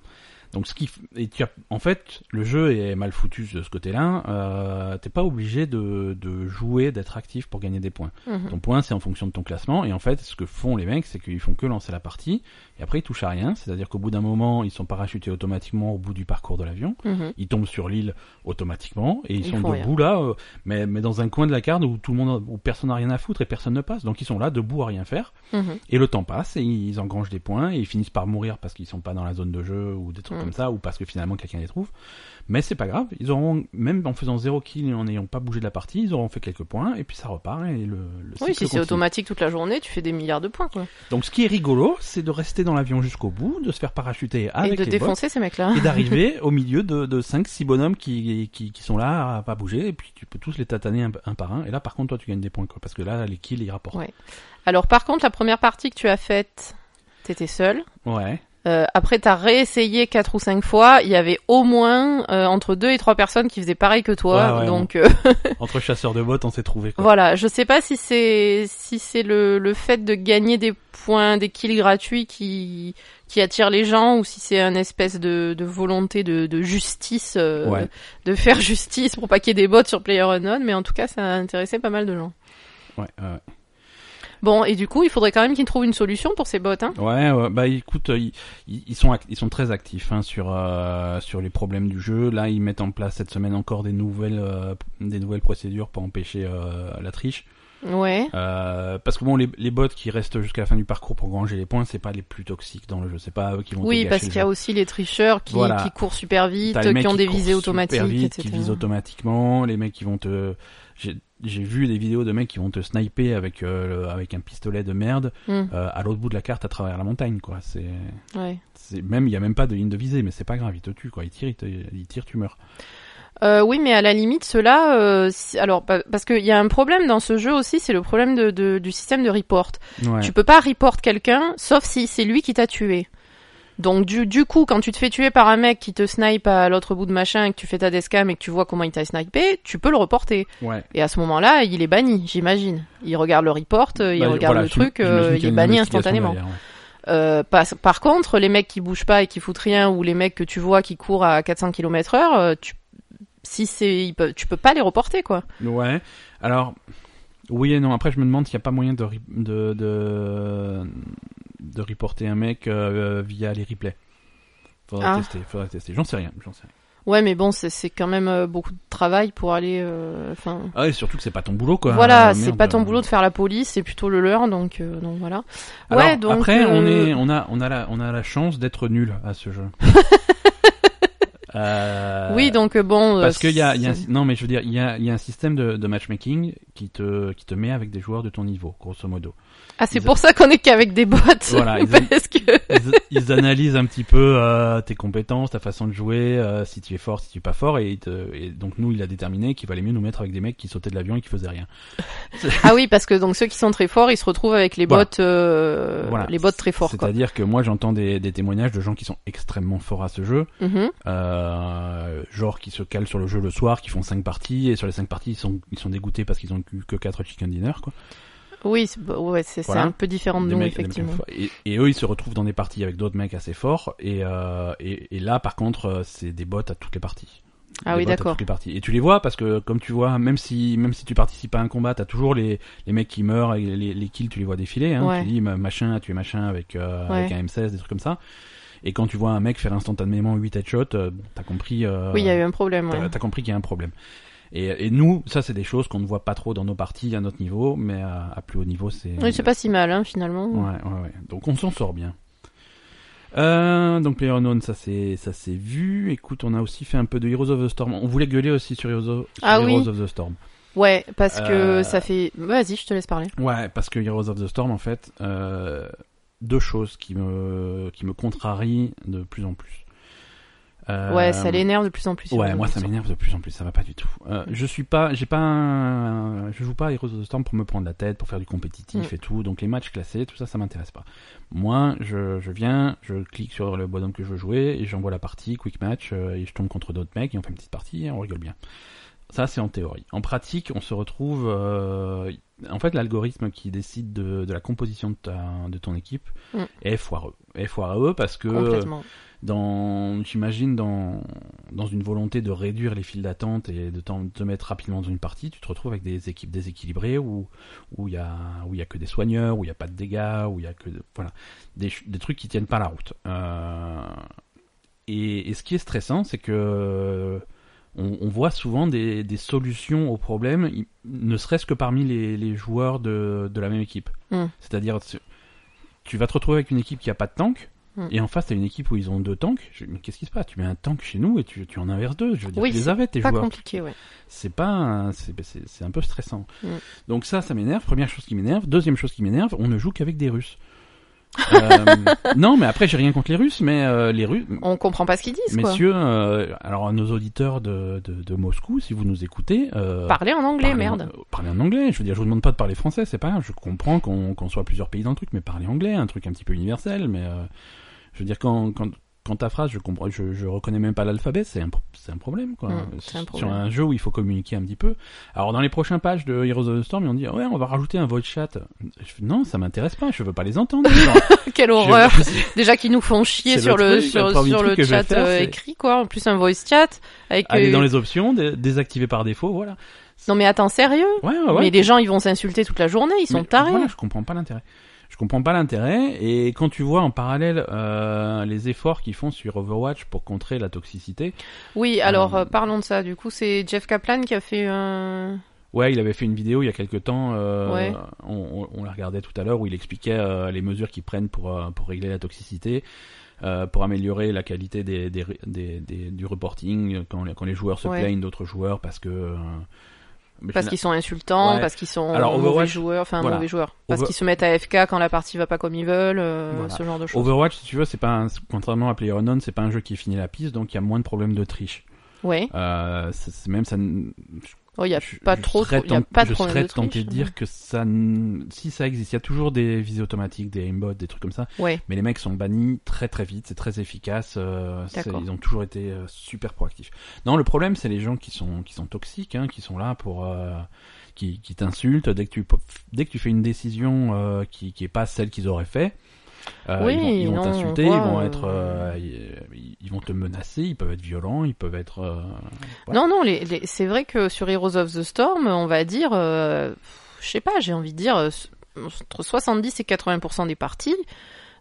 Speaker 1: Donc ce qui f- et tu as- en fait le jeu est mal foutu de ce côté-là. Euh, T'es pas obligé de, de jouer, d'être actif pour gagner des points.
Speaker 2: Mhm.
Speaker 1: Ton point c'est en fonction de ton classement et en fait ce que font les mecs c'est qu'ils font que lancer la partie et après ils touchent à rien. C'est-à-dire qu'au bout d'un moment ils sont parachutés automatiquement au bout du parcours de l'avion.
Speaker 2: Mhm.
Speaker 1: Ils tombent sur l'île automatiquement et ils,
Speaker 2: Ils
Speaker 1: sont
Speaker 2: font rien.
Speaker 1: debout là, euh, mais, mais dans un coin de la carte où tout le monde où personne n'a rien à foutre et personne ne passe. Donc ils sont là debout à rien faire.
Speaker 2: Mhm.
Speaker 1: Et le temps passe et ils engrangent des points et ils finissent par mourir parce qu'ils sont pas dans la zone de jeu ou des trucs
Speaker 2: Mm.
Speaker 1: comme ça ou parce que finalement quelqu'un les trouve. Mais c'est pas grave, ils auront même en faisant zéro kill et en n'ayant pas bougé de la partie, ils auront fait quelques points et puis ça repart et le, le cycle
Speaker 2: Oui, si c'est
Speaker 1: continue.
Speaker 2: automatique toute la journée, tu fais des milliards de points, quoi.
Speaker 1: Donc ce qui est rigolo, c'est de rester dans l'avion jusqu'au bout, de se faire parachuter avec
Speaker 2: Et de
Speaker 1: les
Speaker 2: défoncer ces mecs-là.
Speaker 1: bots, et d'arriver au milieu de, de 5 six bonhommes qui, qui, qui sont là à pas bouger et puis tu peux tous les tataner un, un par un et là par contre toi tu gagnes des points quoi parce que là les kills ils rapportent.
Speaker 2: Ouais. Alors, par contre, la première partie que tu as faite, t'étais seule.
Speaker 1: ouais.
Speaker 2: Euh, après, t'as réessayé quatre ou cinq fois. Il y avait au moins euh, entre deux et trois personnes qui faisaient pareil que toi.
Speaker 1: Ouais, ouais,
Speaker 2: donc, euh,
Speaker 1: Entre chasseurs de bots on s'est trouvé quoi.
Speaker 2: voilà. Je sais pas si c'est si c'est le, le fait de gagner des points, des kills gratuits qui qui attire les gens, ou si c'est un espèce de, de volonté de, de justice, euh,
Speaker 1: Ouais.
Speaker 2: de faire justice pour pas qu'il y ait des bots sur PlayerUnknown. Mais en tout cas, ça a intéressé pas mal de gens.
Speaker 1: Ouais, ouais. ouais.
Speaker 2: Bon, et du coup, il faudrait quand même qu'ils trouvent une solution pour ces bots. Hein.
Speaker 1: Ouais, ouais, bah écoute, euh, ils, ils- ils sont act- ils sont très actifs hein, sur euh, sur les problèmes du jeu. Là, ils mettent en place cette semaine encore des nouvelles euh, des nouvelles procédures pour empêcher euh, la triche.
Speaker 2: Ouais.
Speaker 1: Euh, parce que bon, les, les bots qui restent jusqu'à la fin du parcours pour granger les points, c'est pas les plus toxiques dans le jeu. C'est pas eux qui vont. te
Speaker 2: Oui,
Speaker 1: gâcher
Speaker 2: parce
Speaker 1: le
Speaker 2: qu'il y
Speaker 1: jeu.
Speaker 2: a aussi les tricheurs qui,
Speaker 1: Voilà.
Speaker 2: qui courent super vite,
Speaker 1: T'as les mecs
Speaker 2: qui ont des
Speaker 1: courent
Speaker 2: visées
Speaker 1: super
Speaker 2: automatiques,
Speaker 1: vite,
Speaker 2: etc.
Speaker 1: qui visent automatiquement, les mecs qui vont te. J'ai j'ai vu des vidéos de mecs qui vont te sniper avec euh, le- avec un pistolet de merde
Speaker 2: Hmm,
Speaker 1: euh, à l'autre bout de la carte à travers la montagne, quoi. C'est
Speaker 2: ouais.
Speaker 1: C'est même il y a même pas de ligne de visée, mais c'est pas grave, il te tue quoi, il tire, il, te- il tire, tu meurs.
Speaker 2: Euh, oui, mais à la limite, cela, euh, si- alors pa- parce qu'il y a un problème dans ce jeu aussi, c'est le problème de, de- du système de report.
Speaker 1: Ouais.
Speaker 2: Tu peux pas report quelqu'un, sauf si c'est lui qui t'a tué. Donc du, du coup, quand tu te fais tuer par un mec qui te snipe à l'autre bout de machin, et que tu fais ta descam et que tu vois comment il t'a snipé, tu peux le reporter.
Speaker 1: Ouais.
Speaker 2: Et à ce moment-là, il est banni, j'imagine. Il regarde le report, euh, il
Speaker 1: Bah,
Speaker 2: regarde
Speaker 1: voilà,
Speaker 2: le
Speaker 1: j'im-
Speaker 2: truc, euh,
Speaker 1: j'imagine qu'il
Speaker 2: il
Speaker 1: y a
Speaker 2: est
Speaker 1: une
Speaker 2: banni
Speaker 1: investigation
Speaker 2: instantanément.
Speaker 1: derrière, ouais.
Speaker 2: Euh, par, par contre, les mecs qui bougent pas et qui foutent rien, ou les mecs que tu vois qui courent à 400 km heure, euh, tu, si c'est, ils peuvent- tu peux pas les reporter, quoi.
Speaker 1: Ouais. Alors, oui et non. Après, je me demande s'il n'y a pas moyen de, ri- de, de, de reporter un mec euh, via les replays. Faudrait
Speaker 2: Ah.
Speaker 1: tester, faudrait tester. J'en sais rien, j'en sais rien.
Speaker 2: Ouais, mais bon, c'est, c'est quand même euh, beaucoup de travail pour aller, euh, enfin.
Speaker 1: Ah, et surtout que c'est pas ton boulot, quoi.
Speaker 2: voilà,
Speaker 1: Euh,
Speaker 2: c'est
Speaker 1: merde.
Speaker 2: pas ton boulot de faire la police, c'est plutôt le leur, donc, euh, donc voilà.
Speaker 1: Alors,
Speaker 2: ouais, donc.
Speaker 1: Après, on,
Speaker 2: euh,
Speaker 1: est, on, a, on, a la, on a la chance d'être nul à ce jeu. Euh,
Speaker 2: Oui, donc euh, bon. euh,
Speaker 1: Parce qu'il y a, il y a un-
Speaker 2: c'est-
Speaker 1: non mais je veux dire, il y a, il y a un système de, de matchmaking qui te, qui te met avec des joueurs de ton niveau, grosso modo.
Speaker 2: Ah, c'est
Speaker 1: ils-
Speaker 2: pour ça qu'on est qu'avec des bots.
Speaker 1: Voilà, ils-
Speaker 2: parce que.
Speaker 1: Ils, ils analysent un petit peu euh, tes compétences, ta façon de jouer, euh, si tu es fort, si tu es pas fort, et, ils te- et donc nous, il a déterminé qu'il valait mieux nous mettre avec des mecs qui sautaient de l'avion et qui faisaient rien.
Speaker 2: Ah oui, parce que donc ceux qui sont très forts, ils se retrouvent avec les
Speaker 1: Voilà.
Speaker 2: bots, euh,
Speaker 1: Voilà.
Speaker 2: les bots très forts, quoi.
Speaker 1: C'est-à-dire que moi, j'entends des, des témoignages de gens qui sont extrêmement forts à ce jeu,
Speaker 2: Mhm.
Speaker 1: euh, genre qui se calent sur le jeu le soir, qui font cinq parties, et sur les cinq parties, ils sont, ils sont dégoûtés parce qu'ils ont eu que quatre chicken dinner, quoi.
Speaker 2: Oui, c'est bah, ouais, c'est c'est
Speaker 1: Voilà.
Speaker 2: un peu différent de
Speaker 1: Des
Speaker 2: nous,
Speaker 1: mecs- des mecs
Speaker 2: Oh effectivement.
Speaker 1: comme ça. et, et eux, ils se retrouvent dans des parties avec d'autres mecs assez forts. Et, euh, et, et là, par contre, euh, c'est des bots à toutes les parties.
Speaker 2: Ah
Speaker 1: Des
Speaker 2: oui,
Speaker 1: bots à
Speaker 2: d'accord.
Speaker 1: toutes les parties. Et tu les vois parce que, comme tu vois, même si même si tu participes à un combat, t'as toujours les les mecs qui meurent et les, les kills, tu les vois défiler. Hein.
Speaker 2: Ouais.
Speaker 1: Tu dis ma- machin a tué machin avec euh, avec
Speaker 2: Ouais.
Speaker 1: un M16, des trucs comme ça. Et quand tu vois un mec faire instantanément 8 headshots, euh, bon, t'as compris. euh,
Speaker 2: Oui, il y a eu un problème. ouais.
Speaker 1: T'as t'as compris qu'il y a un problème. Et, et nous, ça, c'est des choses qu'on ne voit pas trop dans nos parties à notre niveau, mais à, à plus haut niveau, c'est.
Speaker 2: Oui, c'est pas si mal, hein, finalement.
Speaker 1: Ouais, ouais, ouais. Donc on s'en sort bien. Euh, donc PlayerUnknown, ça c'est ça c'est vu. Écoute, on a aussi fait un peu de Heroes of the Storm. On voulait gueuler aussi sur Heroes of, sur
Speaker 2: Ah
Speaker 1: Heroes
Speaker 2: oui.
Speaker 1: of the Storm.
Speaker 2: Ouais, parce que
Speaker 1: Euh,
Speaker 2: ça fait. Vas-y, je te laisse parler.
Speaker 1: Ouais, parce que Heroes of the Storm, en fait, euh, deux choses qui me qui me contrarient de plus en plus. Euh,
Speaker 2: Ouais, ça l'énerve de plus en plus.
Speaker 1: Ouais,
Speaker 2: sur-
Speaker 1: moi ça m'énerve de plus en plus, ça va pas du tout. Euh, je suis pas, j'ai pas, un- je joue pas à Heroes of the Storm pour me prendre la tête, pour faire du
Speaker 2: Mm.
Speaker 1: compétitif et tout. Donc les matchs classés, tout ça, ça m'intéresse pas. Moi, je, je viens, je clique sur le bonhomme que je veux jouer et j'envoie la partie, quick match, euh, et je tombe contre d'autres mecs et on fait une petite partie, et on rigole bien. Ça, c'est en théorie. En pratique, on se retrouve. euh, en fait, l'algorithme qui décide de, de la composition de, ta- de ton équipe
Speaker 2: Mm.
Speaker 1: est foireux. Est foireux parce que,
Speaker 2: Complètement.
Speaker 1: dans, j'imagine, dans, dans une volonté de réduire les files d'attente et de t'en- te mettre rapidement dans une partie, tu te retrouves avec des équipes déséquilibrées où où il y a où il y a que des soigneurs, où il n'y a pas de dégâts, où il y a que de- voilà des, ch- des trucs qui tiennent pas la route. Euh, et, et ce qui est stressant, c'est que on, on voit souvent des, des solutions aux problèmes, i- ne serait-ce que parmi les, les joueurs de, de la même équipe.
Speaker 2: Mm.
Speaker 1: C'est-à-dire, tu- tu vas te retrouver avec une équipe qui a pas de tank,
Speaker 2: Mm.
Speaker 1: et en face, t'as une équipe où ils ont deux tanks. Je- mais qu'est-ce qui se passe Tu mets un tank chez nous et tu, tu en inverses deux. Je veux dire,
Speaker 2: Oui,
Speaker 1: tu les avais, tes
Speaker 2: Pas
Speaker 1: joueurs.
Speaker 2: compliqué, ouais.
Speaker 1: C'est pas, un- c'est ben, c'est- c'est un peu stressant.
Speaker 2: Mm.
Speaker 1: Donc ça, ça m'énerve. Première chose qui m'énerve. Deuxième chose qui m'énerve, on ne joue qu'avec des Russes. Euh, non, mais après, j'ai rien contre les Russes, mais euh, les Russes,
Speaker 2: On comprend pas ce qu'ils disent, quoi.
Speaker 1: Messieurs, euh, alors à nos auditeurs de, de, de Moscou, si vous nous écoutez, euh,
Speaker 2: Parler en anglais,
Speaker 1: parlez
Speaker 2: merde.
Speaker 1: En, parlez en anglais. Je veux dire, je vous demande pas de parler français, c'est pas grave. Je comprends qu'on qu'on soit plusieurs pays dans le truc, mais parlez anglais, un truc un petit peu universel. Mais euh, je veux dire, quand, quand, quand ta phrase, je comprends, je, je reconnais même pas l'alphabet, c'est un, pro- c'est un problème, quoi.
Speaker 2: Mm, c'est un problème.
Speaker 1: Sur un jeu où il faut communiquer un petit peu. Alors dans les prochains pages de Heroes of the Storm, ils ont dit ouais, on va rajouter un voice chat. Je fais, non, ça m'intéresse pas. Je veux pas les entendre. Genre,
Speaker 2: Quelle
Speaker 1: je-
Speaker 2: horreur. Déjà qu'ils nous font chier
Speaker 1: C'est
Speaker 2: sur
Speaker 1: le
Speaker 2: le,
Speaker 1: truc,
Speaker 2: sur,
Speaker 1: le premier
Speaker 2: sur
Speaker 1: truc
Speaker 2: le
Speaker 1: que je vais
Speaker 2: chat
Speaker 1: faire,
Speaker 2: euh,
Speaker 1: c'est-
Speaker 2: écrit, quoi. En plus, un voice chat avec.
Speaker 1: Aller
Speaker 2: euh,
Speaker 1: dans les options, dé- désactiver par défaut, voilà.
Speaker 2: Non, mais attends, sérieux
Speaker 1: Ouais, Ah ouais, ouais.
Speaker 2: Mais les gens, ils vont s'insulter toute la journée, ils sont
Speaker 1: Mais
Speaker 2: tarés.
Speaker 1: Voilà, je comprends pas l'intérêt. Je comprends pas l'intérêt. Et quand tu vois en parallèle euh, les efforts qu'ils font sur Overwatch pour contrer la toxicité,
Speaker 2: Oui, alors
Speaker 1: Euh,
Speaker 2: euh, parlons de ça. Du coup, c'est Jeff Kaplan qui a fait un.
Speaker 1: ouais, il avait fait une vidéo il y a quelque temps. euh,
Speaker 2: Ouais.
Speaker 1: on, on- on la regardait tout à l'heure où il expliquait euh, les mesures qu'ils prennent pour euh, pour régler la toxicité. euh, pour améliorer la qualité des, des, des- des- du reporting euh, quand, les- quand les joueurs se
Speaker 2: Ouais.
Speaker 1: plaignent d'autres joueurs parce que euh, mais
Speaker 2: Parce
Speaker 1: fina-
Speaker 2: qu'ils sont insultants,
Speaker 1: Ouais.
Speaker 2: parce qu'ils sont
Speaker 1: Alors,
Speaker 2: mauvais
Speaker 1: Overwatch-
Speaker 2: joueurs, enfin
Speaker 1: voilà.
Speaker 2: mauvais joueurs. Parce
Speaker 1: Over-
Speaker 2: qu'ils se mettent à FK quand la partie va pas comme ils veulent, euh,
Speaker 1: Voilà.
Speaker 2: ce genre de choses.
Speaker 1: Overwatch si tu veux c'est pas un, contrairement à PlayerUnknown c'est pas un jeu qui finit la piste donc il y a moins de problèmes de triche
Speaker 2: Ouais.
Speaker 1: euh, c'est- c'est même ça n-
Speaker 2: Oh, il y a
Speaker 1: Je-
Speaker 2: pas
Speaker 1: je
Speaker 2: trop,
Speaker 1: serais
Speaker 2: il y a
Speaker 1: tent-
Speaker 2: pas de
Speaker 1: Je
Speaker 2: problème
Speaker 1: serais
Speaker 2: de
Speaker 1: tenté
Speaker 2: triche. hein.
Speaker 1: de dire que ça, n- si ça existe, il y a toujours des visées automatiques, des aimbots, des trucs comme ça.
Speaker 2: Ouais.
Speaker 1: Mais les mecs sont bannis très très vite, c'est très efficace. euh, c'est-
Speaker 2: D'accord.
Speaker 1: ils ont toujours été euh, super proactifs. Non, le problème c'est les gens qui sont qui sont toxiques, hein, qui sont là pour euh, qui, qui t'insultent dès que tu po- dès que tu fais une décision euh, qui qui est pas celle qu'ils auraient fait. euh,
Speaker 2: Oui,
Speaker 1: ils vont- ils
Speaker 2: non,
Speaker 1: vont
Speaker 2: on
Speaker 1: t'insulter,
Speaker 2: voit,
Speaker 1: ils vont
Speaker 2: euh,
Speaker 1: être, euh, ils, ils vont te menacer, ils peuvent être violents, ils peuvent être. euh, Ouais.
Speaker 2: Non, non, les, les- c'est vrai que sur Heroes of the Storm, on va dire, euh, je sais pas, j'ai envie de dire, euh, entre 70 et 80% des parties,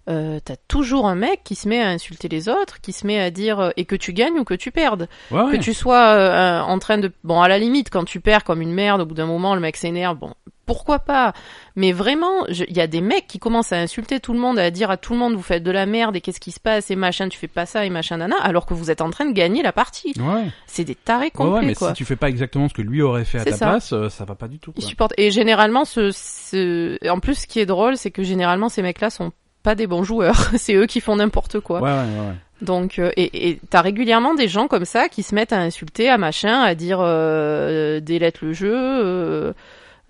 Speaker 2: euh, t'as toujours un mec qui se met à insulter les autres, qui se met à dire, euh, et que tu gagnes ou que tu perdes.
Speaker 1: ouais, ouais.
Speaker 2: Que tu sois euh, un- en train de... Bon, à la limite, quand tu perds comme une merde, au bout d'un moment, le mec s'énerve, bon, pourquoi pas Mais vraiment, je- il y a des mecs qui commencent à insulter tout le monde, à dire à tout le monde, vous faites de la merde, et qu'est-ce qui se passe, et machin, tu fais pas ça, et machin, nana, alors que vous êtes en train de gagner la partie.
Speaker 1: ouais.
Speaker 2: C'est des tarés
Speaker 1: Ouais,
Speaker 2: complets,
Speaker 1: ouais, mais
Speaker 2: quoi.
Speaker 1: si tu fais pas exactement ce que lui aurait fait à
Speaker 2: C'est
Speaker 1: ta
Speaker 2: ça.
Speaker 1: place, euh, ça va pas du tout.
Speaker 2: Ils
Speaker 1: Quoi.
Speaker 2: supportent. Et généralement, ce, ce... en plus, ce qui est drôle, c'est que généralement, ces mecs-là sont pas des bons joueurs. c'est eux qui font n'importe quoi.
Speaker 1: Ouais, ouais, ouais, ouais.
Speaker 2: Donc, euh, et et t'as régulièrement des gens comme ça qui se mettent à insulter, à machin, à dire euh, délète le jeu. euh,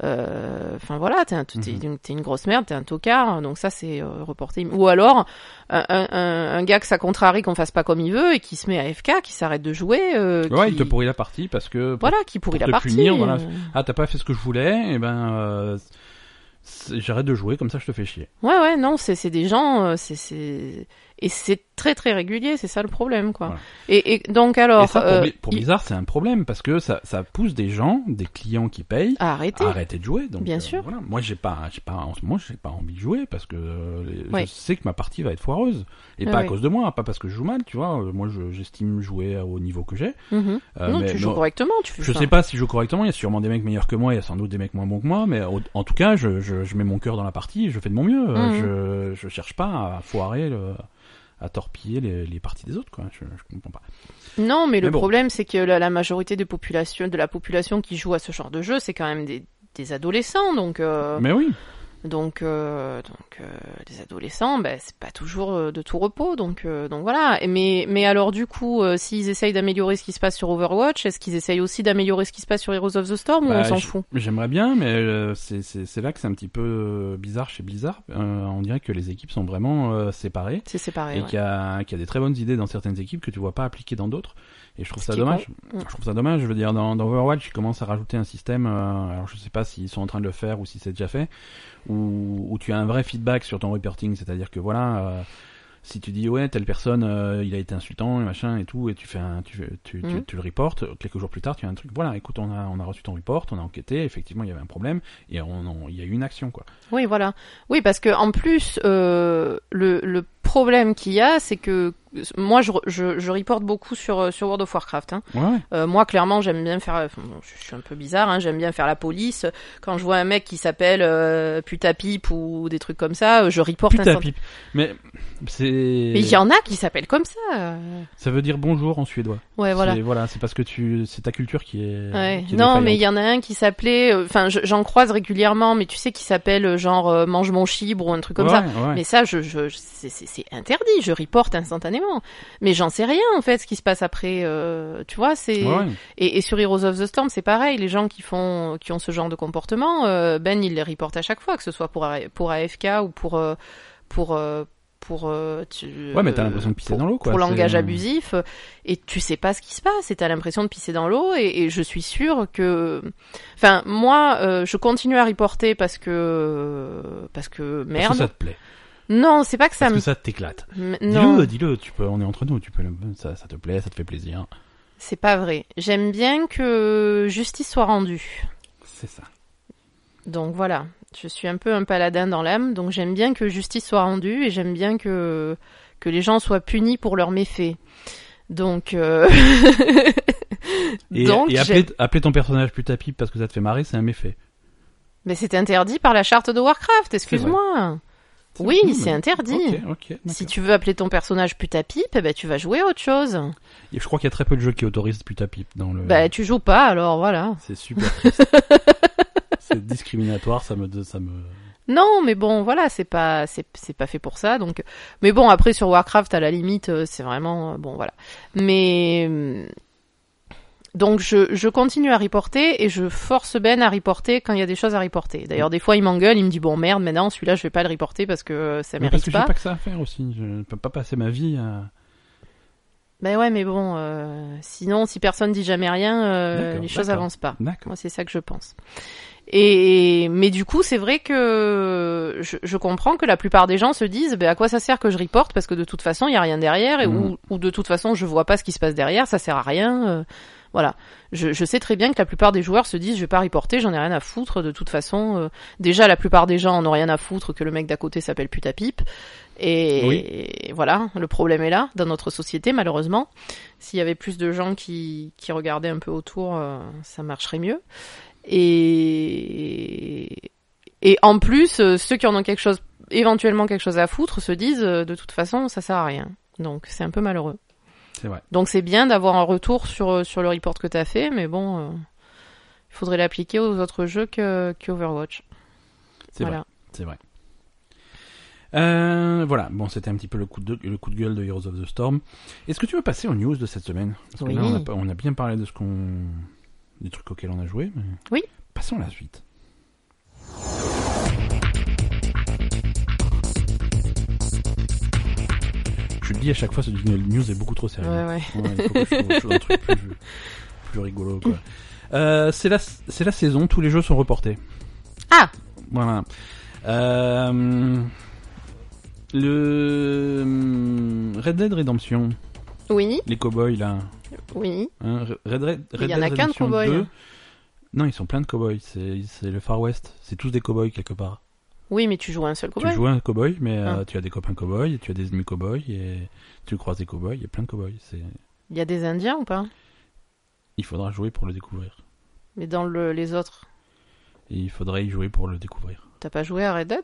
Speaker 2: euh, Enfin voilà, t'es un- t'es-
Speaker 1: Mhm.
Speaker 2: t'es une- t'es une grosse merde, t'es un tocard, donc ça c'est euh, reporté. Ou alors un, un- un- un gars que ça contrarie qu'on fasse pas comme il veut et qui se met à FK, qui s'arrête de jouer, euh,
Speaker 1: Ouais,
Speaker 2: qui,
Speaker 1: il te pourrit la partie parce que
Speaker 2: voilà, qui pourrit
Speaker 1: pour
Speaker 2: la
Speaker 1: te
Speaker 2: partie.
Speaker 1: punir, voilà.
Speaker 2: euh.
Speaker 1: ah t'as pas fait ce que je voulais, et ben euh, c'est- j'arrête de jouer comme ça je te fais chier.
Speaker 2: Ouais, ouais, non, c'est c'est des gens, euh, c'est c'est et c'est très très régulier, c'est ça le problème quoi.
Speaker 1: Voilà.
Speaker 2: Et, et donc alors,
Speaker 1: et ça pour,
Speaker 2: euh,
Speaker 1: Bli- pour
Speaker 2: il-
Speaker 1: Blizzard c'est un problème parce que ça ça pousse des gens, des clients qui payent.
Speaker 2: Ah, arrêtez.
Speaker 1: à Arrêter de jouer, donc
Speaker 2: Bien
Speaker 1: euh,
Speaker 2: sûr.
Speaker 1: voilà. Moi, j'ai pas, j'ai pas, en ce moment, j'ai pas envie de jouer parce que euh, les-
Speaker 2: Ouais.
Speaker 1: je sais que ma partie va être foireuse et
Speaker 2: Ouais,
Speaker 1: pas à
Speaker 2: ouais.
Speaker 1: cause de moi, pas parce que je joue mal, tu vois. Euh, Moi, je- j'estime jouer au niveau que j'ai.
Speaker 2: Mhm.
Speaker 1: Euh,
Speaker 2: non,
Speaker 1: mais-
Speaker 2: tu joues
Speaker 1: mais-
Speaker 2: correctement, tu fais
Speaker 1: Je
Speaker 2: ça.
Speaker 1: sais pas si je joue correctement, il y a sûrement des mecs meilleurs que moi, il y a sans doute des mecs moins bons que moi, mais au- en tout cas, je, je, je mets mon cœur dans la partie, je fais de mon mieux, euh, je, je cherche pas à foirer, le- à torpiller les, les parties des autres, quoi. Je, je comprends pas.
Speaker 2: Non, mais,
Speaker 1: Mais
Speaker 2: le
Speaker 1: bon.
Speaker 2: problème, c'est que la, la majorité des populations, de la population qui joue à ce genre de jeu, c'est quand même des, des adolescents, donc euh,
Speaker 1: Mais oui,
Speaker 2: Donc, euh, donc euh, les adolescents, ben, c'est pas toujours euh, de tout repos. Donc, euh, donc voilà. Et mais, mais alors du coup, euh, s'ils essayent d'améliorer ce qui se passe sur Overwatch, est-ce qu'ils essayent aussi d'améliorer ce qui se passe sur Heroes of the Storm ou
Speaker 1: Bah,
Speaker 2: on s'en
Speaker 1: j-
Speaker 2: fout
Speaker 1: J'aimerais bien, mais euh, c'est- c'est c'est là que c'est un petit peu euh, bizarre chez Blizzard. Euh, on dirait que les équipes sont vraiment euh, séparées
Speaker 2: C'est séparé.
Speaker 1: et
Speaker 2: ouais.
Speaker 1: qu'il y, a, qu'il y a des très bonnes idées dans certaines équipes que tu vois pas appliquées dans d'autres. Et je trouve
Speaker 2: Ce
Speaker 1: ça
Speaker 2: qui est
Speaker 1: dommage.
Speaker 2: Mm.
Speaker 1: Je trouve ça dommage. Je veux dire, dans, dans Overwatch, ils commencent à rajouter un système. euh, alors, je sais pas s'ils sont en train de le faire ou si c'est déjà fait, où, où tu as un vrai feedback sur ton reporting. C'est-à-dire que voilà, euh, si tu dis ouais, telle personne, euh, il a été insultant et machin et tout, et tu fais un, tu, tu, tu-
Speaker 2: Mm.
Speaker 1: tu le reportes. Quelques jours plus tard, tu as un truc. Voilà, écoute, on a, on a reçu ton report, on a enquêté. Effectivement, il y avait un problème et on, on- il y a eu une action quoi.
Speaker 2: Oui, voilà. Oui, parce que en plus, euh, le, le problème qu'il y a, c'est que moi, je, re- je, je reporte beaucoup sur, euh, sur World of Warcraft. hein.
Speaker 1: Ouais, ouais.
Speaker 2: Euh, moi, clairement, j'aime bien faire. euh, enfin, bon, je suis un peu bizarre. hein, j'aime bien faire la police. Quand je vois un mec qui s'appelle euh, putapipe ou des trucs comme ça, euh, je reporte.
Speaker 1: Putain,
Speaker 2: instant-
Speaker 1: pipe. Mais c'est.
Speaker 2: Mais il y en a qui s'appellent comme ça. euh.
Speaker 1: Ça veut dire bonjour en suédois.
Speaker 2: Ouais, Ben voilà.
Speaker 1: C'est- Voilà, c'est parce que tu, c'est ta culture qui est.
Speaker 2: Ouais.
Speaker 1: qui est
Speaker 2: Non, mais il
Speaker 1: défaillante.
Speaker 2: y en a un qui s'appelait. euh, Enfin, je- j'en croise régulièrement, mais tu sais qui s'appelle euh, genre euh, mange mon chibre ou un truc comme ça.
Speaker 1: Ouais, ouais.
Speaker 2: Mais ça, je, je, je- c'est- c'est c'est interdit, je reporte instantanément. Mais j'en sais rien, en fait, ce qui se passe après. euh, tu vois, c'est.
Speaker 1: Ouais, ouais.
Speaker 2: Et, et sur Heroes of the Storm, c'est pareil. Les gens qui font, qui ont ce genre de comportement, euh, ben, ils les reportent à chaque fois, que ce soit pour, A- E, pour AFK ou pour. euh, pour euh, pour, euh, tu-
Speaker 1: Ouais, mais t'as
Speaker 2: euh,
Speaker 1: l'impression de pisser
Speaker 2: pour-
Speaker 1: dans l'eau, quoi.
Speaker 2: Pour
Speaker 1: C'est-
Speaker 2: langage abusif, euh, et tu sais pas ce qui se passe, et t'as l'impression de pisser dans l'eau, et, et je suis sûre que. Enfin, moi, euh, je continue à reporter parce que. Parce que
Speaker 1: Parce
Speaker 2: merde.
Speaker 1: que ça te plaît.
Speaker 2: Non, c'est pas que ça
Speaker 1: Parce
Speaker 2: me
Speaker 1: que ça t'éclate.
Speaker 2: M- Non,
Speaker 1: Dis-le, dis-le. Tu peux, on est entre nous. Tu peux, le- ça, ça te plaît, ça te fait plaisir.
Speaker 2: c'est pas vrai. J'aime bien que justice soit rendue.
Speaker 1: C'est ça.
Speaker 2: Donc voilà, je suis un peu un paladin dans l'âme, donc j'aime bien que justice soit rendue et j'aime bien que que les gens soient punis pour leurs méfaits. Donc euh,
Speaker 1: Et,
Speaker 2: donc
Speaker 1: et
Speaker 2: j'aime-
Speaker 1: appeler, appeler ton personnage putapipe parce que ça te fait marrer, c'est un méfait.
Speaker 2: mais c'est interdit par la charte de Warcraft, excuse-moi. Oui,
Speaker 1: Non, mais-
Speaker 2: c'est interdit.
Speaker 1: Ok, ok.
Speaker 2: Si
Speaker 1: d'accord. Euh.
Speaker 2: tu veux appeler ton personnage putapipe, eh ben tu vas jouer à autre chose.
Speaker 1: Et Je crois qu'il y a très peu de jeux qui autorisent putapipe dans le.
Speaker 2: Bah tu joues pas alors voilà.
Speaker 1: C'est super triste. c'est discriminatoire. Ça me, ça me.
Speaker 2: Non, mais bon, voilà, c'est pas, c'est, c'est pas fait pour ça. Donc, mais bon, après sur Warcraft, à la limite, euh, c'est vraiment, euh, bon, voilà. Mais euh, donc, je, je continue à reporter et je force Ben à reporter quand il y a des choses à reporter. D'ailleurs, des fois, il m'engueule, il me dit bon merde, maintenant celui-là, je vais pas le reporter parce que euh, ça
Speaker 1: Mais parce
Speaker 2: mérite
Speaker 1: que j'ai
Speaker 2: pas.
Speaker 1: pas que ça à faire aussi. Je peux pas passer ma vie à.
Speaker 2: Ben ouais, mais bon, euh, sinon, si personne dit jamais rien, euh,
Speaker 1: D'accord,
Speaker 2: les choses
Speaker 1: d'accord.
Speaker 2: avancent pas.
Speaker 1: D'accord.
Speaker 2: Moi, c'est ça que je pense. Et mais du coup, c'est vrai que je, je comprends que la plupart des gens se disent ben à quoi ça sert que je reporte parce que de toute façon, il y a rien derrière et
Speaker 1: Mhm.
Speaker 2: ou, ou de toute façon, je vois pas ce qui se passe derrière, ça sert à rien. euh, voilà. Je, je sais très bien que la plupart des joueurs se disent je vais pas reporter, j'en ai rien à foutre de toute façon. euh, déjà la plupart des gens en ont rien à foutre que le mec d'à côté s'appelle putapipe. Et,
Speaker 1: Oui.
Speaker 2: et voilà, le problème est là dans notre société malheureusement. S'il y avait plus de gens qui, qui regardaient un peu autour, euh, ça marcherait mieux. Et, et en plus, euh, ceux qui en ont quelque chose, éventuellement quelque chose à foutre, se disent euh, de toute façon, ça sert à rien. Donc c'est un peu malheureux.
Speaker 1: C'est vrai.
Speaker 2: Donc c'est bien d'avoir un retour sur, euh, sur le report que t'as fait, mais bon, euh, il faudrait l'appliquer aux autres jeux que, que Overwatch.
Speaker 1: C'est vrai.
Speaker 2: Voilà.
Speaker 1: C'est vrai. Euh, voilà, bon, c'était un petit peu le coup, de, le coup de gueule de Heroes of the Storm. Est-ce que tu veux passer aux news de cette semaine Parce que
Speaker 2: Oui.
Speaker 1: là, on a, pas- on a bien parlé de ce qu'on, des trucs auxquels on a joué. Mais...
Speaker 2: Oui.
Speaker 1: Passons à la suite. Je le dis à chaque fois, ce news est beaucoup trop sérieux.
Speaker 2: Ouais, ouais.
Speaker 1: Ouais, il faut que je trouve autre chose, un truc plus, plus rigolo, quoi. Euh, c'est la, c'est la saison, tous les jeux sont reportés.
Speaker 2: Ah
Speaker 1: Voilà. Euh, le hmm, Red Dead Redemption,
Speaker 2: Oui,
Speaker 1: les cowboys là.
Speaker 2: oui.
Speaker 1: hein, Red, Red, Red
Speaker 2: Il y en
Speaker 1: Dead
Speaker 2: a qu'un de
Speaker 1: Redemption
Speaker 2: cowboy.
Speaker 1: 2. Non, ils sont plein de cowboys. C'est c'est le Far West. C'est tous des cowboys quelque part.
Speaker 2: Oui, mais tu joues à un seul cowboy.
Speaker 1: Tu joues à un cowboy, mais euh,
Speaker 2: Ah.
Speaker 1: tu as des copains cowboys, et tu as des ennemis cowboys, et tu croises des cowboys. Il y a plein de cowboys. C'est-
Speaker 2: Il y a des Indiens ou pas
Speaker 1: Il faudra jouer pour le découvrir.
Speaker 2: Mais dans le, les autres,
Speaker 1: Et il faudrait y jouer pour le découvrir.
Speaker 2: t'as pas joué à Red Dead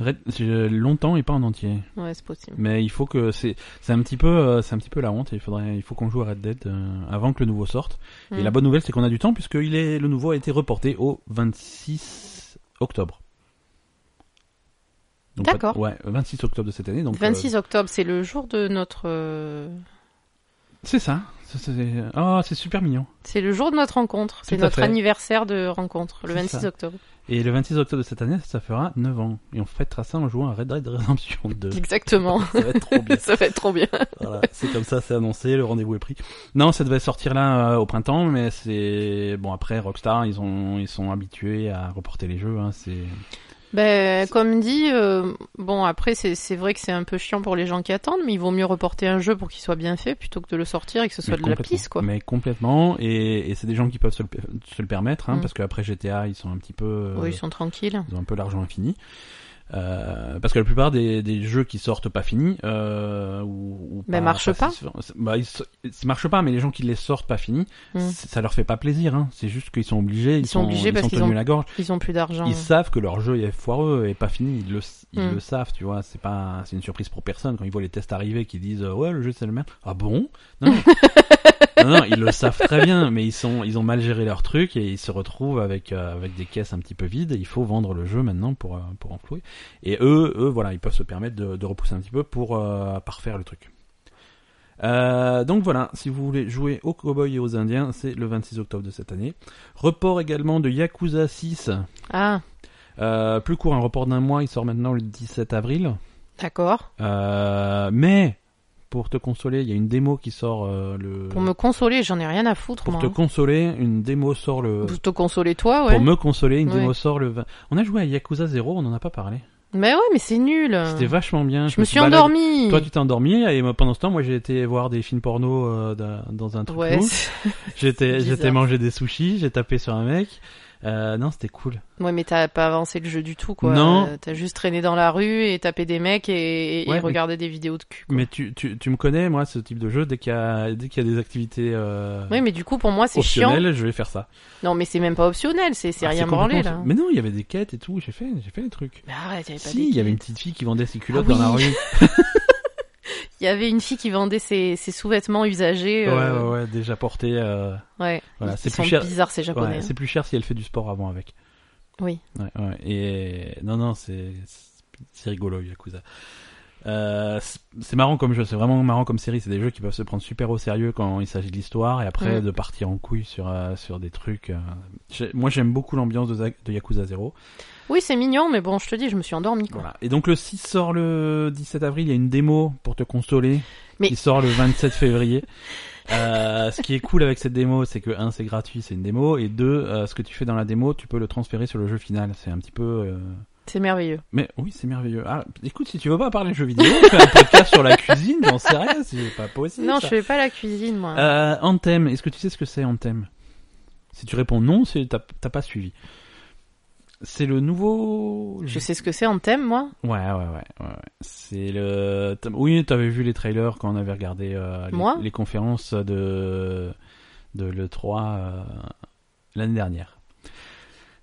Speaker 1: Red- c'est longtemps et pas en entier.
Speaker 2: Ouais, c'est possible.
Speaker 1: Mais il faut que c'est c'est un petit peu euh, c'est un petit peu la honte. Il faudrait il faut qu'on joue à Red Dead euh, avant que le nouveau sorte. Et
Speaker 2: Hmm.
Speaker 1: la bonne nouvelle c'est qu'on a du temps puisque il est le nouveau a été reporté au 26 octobre. Donc,
Speaker 2: D'accord.
Speaker 1: pas- Ouais, 26 octobre de cette année. Donc, euh,
Speaker 2: 26 octobre, c'est le jour de notre. euh,
Speaker 1: c'est ça. C'est- c'est- Oh, c'est super mignon.
Speaker 2: C'est le jour de notre rencontre. C'est
Speaker 1: à
Speaker 2: notre
Speaker 1: fait.
Speaker 2: anniversaire de rencontre, le
Speaker 1: C'est
Speaker 2: 26
Speaker 1: ça.
Speaker 2: octobre.
Speaker 1: Et le 26 octobre de cette année, ça fera 9 ans. Et on fêtera ça en jouant à Red Dead Redemption 2.
Speaker 2: Exactement.
Speaker 1: ça va être trop bien.
Speaker 2: Ça va être trop bien.
Speaker 1: Voilà, c'est comme ça, c'est annoncé, le rendez-vous est pris. Non, ça devait sortir là euh, au printemps, mais c'est bon après Rockstar, ils ont ils sont habitués à reporter les jeux. Hein, c'est
Speaker 2: Ben, comme dit, euh, bon, après, c'est c'est vrai que c'est un peu chiant pour les gens qui attendent, mais il vaut mieux reporter un jeu pour qu'il soit bien fait plutôt que de le sortir et que ce
Speaker 1: mais
Speaker 2: soit de la
Speaker 1: complètement.
Speaker 2: pisse, quoi.
Speaker 1: Mais complètement, et, et c'est des gens qui peuvent se le, per- se le permettre, hein,
Speaker 2: Mm.
Speaker 1: parce qu'après GTA, ils sont un petit peu euh,
Speaker 2: Oui, ils sont tranquilles.
Speaker 1: ils ont un peu l'argent infini. Euh, parce que la plupart des, des jeux qui sortent pas finis euh, ou, ou
Speaker 2: Ben, marchent pas.
Speaker 1: satisfaisants- bah, ils, so- ils marchent pas, mais les gens qui les sortent pas finis,
Speaker 2: Mm.
Speaker 1: c- ça leur fait pas plaisir. Hein. C'est juste qu'ils sont obligés, ils,
Speaker 2: sont obligés parce qu'ils
Speaker 1: tenus
Speaker 2: ont-
Speaker 1: la gorge.
Speaker 2: Ils ont plus d'argent.
Speaker 1: Ils savent que leur jeu est foireux et pas fini, ils le, ils
Speaker 2: Mm.
Speaker 1: le savent, tu vois, c'est pas c'est une surprise pour personne quand ils voient les tests arriver qui disent euh, ouais, le jeu c'est le merde. Ah bon Non. non non, ils le savent très bien mais ils sont ils ont mal géré leur truc et ils se retrouvent avec euh, avec des caisses un petit peu vides, il faut vendre le jeu maintenant pour euh, pour enflouer. Et eux eux voilà, ils peuvent se permettre de, de repousser un petit peu pour euh, parfaire le truc. Euh, donc voilà, si vous voulez jouer aux cowboys et aux indiens, c'est le 26 octobre de cette année. Report également de Yakuza 6
Speaker 2: Ah,
Speaker 1: euh, plus court, un report d'un mois, il sort maintenant le 17 avril.
Speaker 2: d'accord.
Speaker 1: Euh, mais, pour te consoler, il y a une démo qui sort euh, le...
Speaker 2: Pour me consoler, j'en ai rien à foutre,
Speaker 1: Pour
Speaker 2: moi.
Speaker 1: te
Speaker 2: hein.
Speaker 1: consoler, une démo sort le...
Speaker 2: Pour te consoler, toi, ouais.
Speaker 1: Pour me consoler, une
Speaker 2: Ouais.
Speaker 1: démo sort le... 20 On a joué à Yakuza 0, on en a pas parlé.
Speaker 2: Mais ouais, mais c'est nul.
Speaker 1: C'était hein, vachement bien.
Speaker 2: Euh, Je me suis
Speaker 1: baladé-
Speaker 2: endormie.
Speaker 1: Toi, tu t'es endormi et moi, pendant ce temps, moi, j'ai été voir des films porno euh, d'un- dans un truc.
Speaker 2: Ouais,
Speaker 1: louche.
Speaker 2: c'est-
Speaker 1: J'étais,
Speaker 2: bizarre.
Speaker 1: j'étais mangé des sushis, j'ai tapé sur un mec. Euh, non, c'était cool.
Speaker 2: ouais, mais t'as pas avancé le jeu du tout, quoi.
Speaker 1: Non.
Speaker 2: Euh, T'as juste traîné dans la rue et tapé des mecs et, et- et
Speaker 1: Ouais, mais-
Speaker 2: regardé des vidéos de cul. quoi.
Speaker 1: Mais tu, tu, tu me connais, moi, ce type de jeu, dès qu'il y a, dès qu'il y a des activités euh,
Speaker 2: Oui, mais du coup, pour moi, c'est chiant.
Speaker 1: optionnelles, je vais faire ça.
Speaker 2: Non, mais c'est même pas optionnel, c'est c'est
Speaker 1: Ah,
Speaker 2: rien
Speaker 1: complètement-
Speaker 2: branlé, là.
Speaker 1: Mais non, il y avait des quêtes et tout, j'ai fait, j'ai fait les trucs.
Speaker 2: Mais arrête, il y avait pas
Speaker 1: Si,
Speaker 2: des
Speaker 1: il y
Speaker 2: quilles.
Speaker 1: avait une petite fille qui vendait ses culottes
Speaker 2: Ah oui.
Speaker 1: dans la rue.
Speaker 2: Il y avait une fille qui vendait ses, ses sous-vêtements usagés.
Speaker 1: Ouais,
Speaker 2: euh,
Speaker 1: ouais, ouais, déjà portées. euh,
Speaker 2: ouais.
Speaker 1: Voilà,
Speaker 2: Ils-
Speaker 1: c'est plus
Speaker 2: ils sont
Speaker 1: cher.
Speaker 2: bizarres, ces japonais.
Speaker 1: ouais, c'est plus cher si elle fait du sport avant avec.
Speaker 2: Oui.
Speaker 1: Ouais, ouais. Et non, non, c'est c'est rigolo Yakuza. Euh, c'est- c'est marrant comme jeu, c'est vraiment marrant comme série. C'est des jeux qui peuvent se prendre super au sérieux quand il s'agit de l'histoire et après
Speaker 2: Mm.
Speaker 1: de partir en couille sur euh, sur des trucs. euh. J'ai- Moi, j'aime beaucoup l'ambiance de, Za- de Yakuza 0.
Speaker 2: Oui, c'est mignon, mais bon, je te dis, je me suis endormie. Quoi.
Speaker 1: Voilà. Et donc le 6 sort le 17 avril, il y a une démo pour te consoler
Speaker 2: Mais-
Speaker 1: qui sort le 27 février. Euh, ce qui est cool avec cette démo, c'est que un c'est gratuit, c'est une démo, et deux, euh, ce que tu fais dans la démo, tu peux le transférer sur le jeu final. C'est un petit peu. euh,
Speaker 2: C'est merveilleux.
Speaker 1: Mais oui, c'est merveilleux. Ah, écoute, si tu veux pas parler jeux vidéo, fais un podcast sur la cuisine, j'en sais rien, c'est pas possible.
Speaker 2: non,
Speaker 1: ça.
Speaker 2: je fais pas la cuisine, moi.
Speaker 1: Euh, Anthem, est-ce que tu sais ce que c'est Anthem Si tu réponds non, c'est t'as t'as pas suivi. C'est le nouveau.
Speaker 2: Je sais ce que c'est en thème, moi.
Speaker 1: Ouais, ouais, ouais. ouais, ouais. C'est le. t'as- Oui, t'avais vu les trailers quand on avait regardé euh, les,
Speaker 2: Moi
Speaker 1: les conférences de, de l'E3 euh, l'année dernière.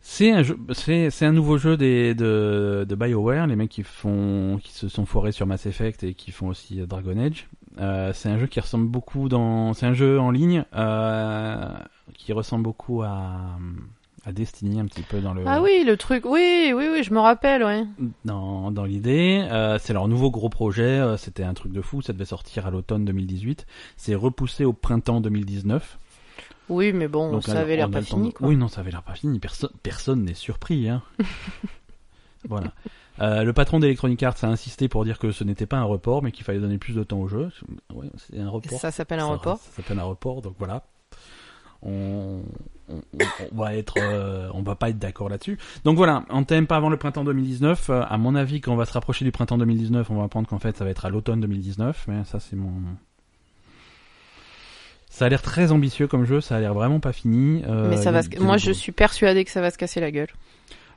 Speaker 1: C'est un, jeu... c'est c'est un nouveau jeu des, de, de BioWare, les mecs qui, font, qui se sont foirés sur Mass Effect et qui font aussi Dragon Age. Euh, c'est un jeu qui ressemble beaucoup dans. C'est un jeu en ligne euh, qui ressemble beaucoup à, à Destiny un petit peu dans le
Speaker 2: Ah oui, le truc. Oui, oui, oui, je me rappelle, ouais.
Speaker 1: dans, dans l'idée. Euh, c'est leur nouveau gros projet. euh, C'était un truc de fou. Ça devait sortir à l'automne 2018. C'est repoussé au printemps 2019.
Speaker 2: Oui, mais bon,
Speaker 1: Donc,
Speaker 2: Oh, ça avait
Speaker 1: on
Speaker 2: l'air
Speaker 1: a
Speaker 2: pas
Speaker 1: le temps
Speaker 2: fini,
Speaker 1: de-
Speaker 2: quoi.
Speaker 1: Oui, non, ça avait l'air pas fini. Personne, personne n'est surpris. Hein. voilà. Euh, le patron d'Electronic Arts a insisté pour dire que ce n'était pas un report, mais qu'il fallait donner plus de temps au jeu. Ouais, c'est un report.
Speaker 2: Ça s'appelle un
Speaker 1: Ça-
Speaker 2: report.
Speaker 1: Ça s'appelle un report, donc voilà. On, on- on- on va être, euh, on va pas être d'accord là-dessus. Donc voilà, on t'aime pas avant le printemps 2019. Euh, à mon avis, quand on va se rapprocher du printemps 2019, on va apprendre qu'en fait, ça va être à l'automne 2019. Mais ça, c'est mon. Ça a l'air très ambitieux comme jeu. Ça a l'air vraiment pas fini. Euh,
Speaker 2: Mais ça
Speaker 1: il y
Speaker 2: va
Speaker 1: a
Speaker 2: se-
Speaker 1: des-
Speaker 2: Moi, je suis persuadée que ça va se casser la gueule.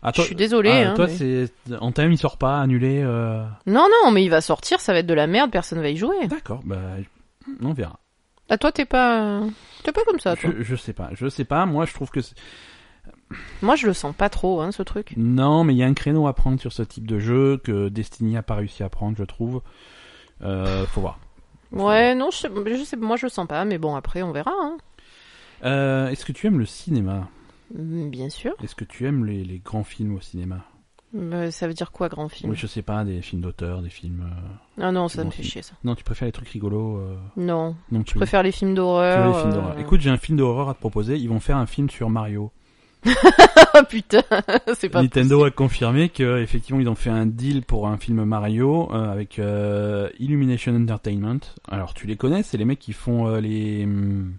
Speaker 1: Ah,
Speaker 2: Je
Speaker 1: toi,
Speaker 2: suis désolée.
Speaker 1: ah,
Speaker 2: hein,
Speaker 1: toi,
Speaker 2: mais-
Speaker 1: c'est en thème, il sort pas annulé. euh,
Speaker 2: Non, non, mais il va sortir, ça va être de la merde, personne va y jouer.
Speaker 1: D'accord, bah, on verra.
Speaker 2: Ah, toi, t'es pas. T'es pas comme ça, toi.
Speaker 1: Je, je sais pas, je sais pas. Moi, je trouve que c'est-
Speaker 2: Moi, je le sens pas trop, hein, ce truc.
Speaker 1: Non, mais il y a un créneau à prendre sur ce type de jeu que Destiny a pas réussi à prendre, je trouve. Euh, faut voir.
Speaker 2: Ouais, non, je sais, je sais- moi je le sens pas, mais bon, après on verra. Hein.
Speaker 1: Euh, Est-ce que tu aimes le cinéma
Speaker 2: Mm, Bien sûr.
Speaker 1: Est-ce que tu aimes les, les grands films au cinéma
Speaker 2: Mais ça veut dire quoi, grand film
Speaker 1: Oui, je sais pas, des films d'auteur, des films. euh,
Speaker 2: Ah non, ça
Speaker 1: Grand
Speaker 2: me fait
Speaker 1: film.
Speaker 2: chier, ça.
Speaker 1: Non, tu préfères les trucs rigolos euh,
Speaker 2: Non,
Speaker 1: Non,
Speaker 2: je
Speaker 1: tu
Speaker 2: préfère les films
Speaker 1: tu
Speaker 2: d'horreur.
Speaker 1: veux les films d'horreur.
Speaker 2: euh,
Speaker 1: Écoute, j'ai un film d'horreur à te proposer. Ils vont faire un film sur Mario.
Speaker 2: Ah putain, c'est pas
Speaker 1: Nintendo
Speaker 2: possible.
Speaker 1: a confirmé que effectivement ils ont fait un deal pour un film Mario euh, avec euh, Illumination Entertainment. Alors tu les connais, c'est les mecs qui font euh, les hum,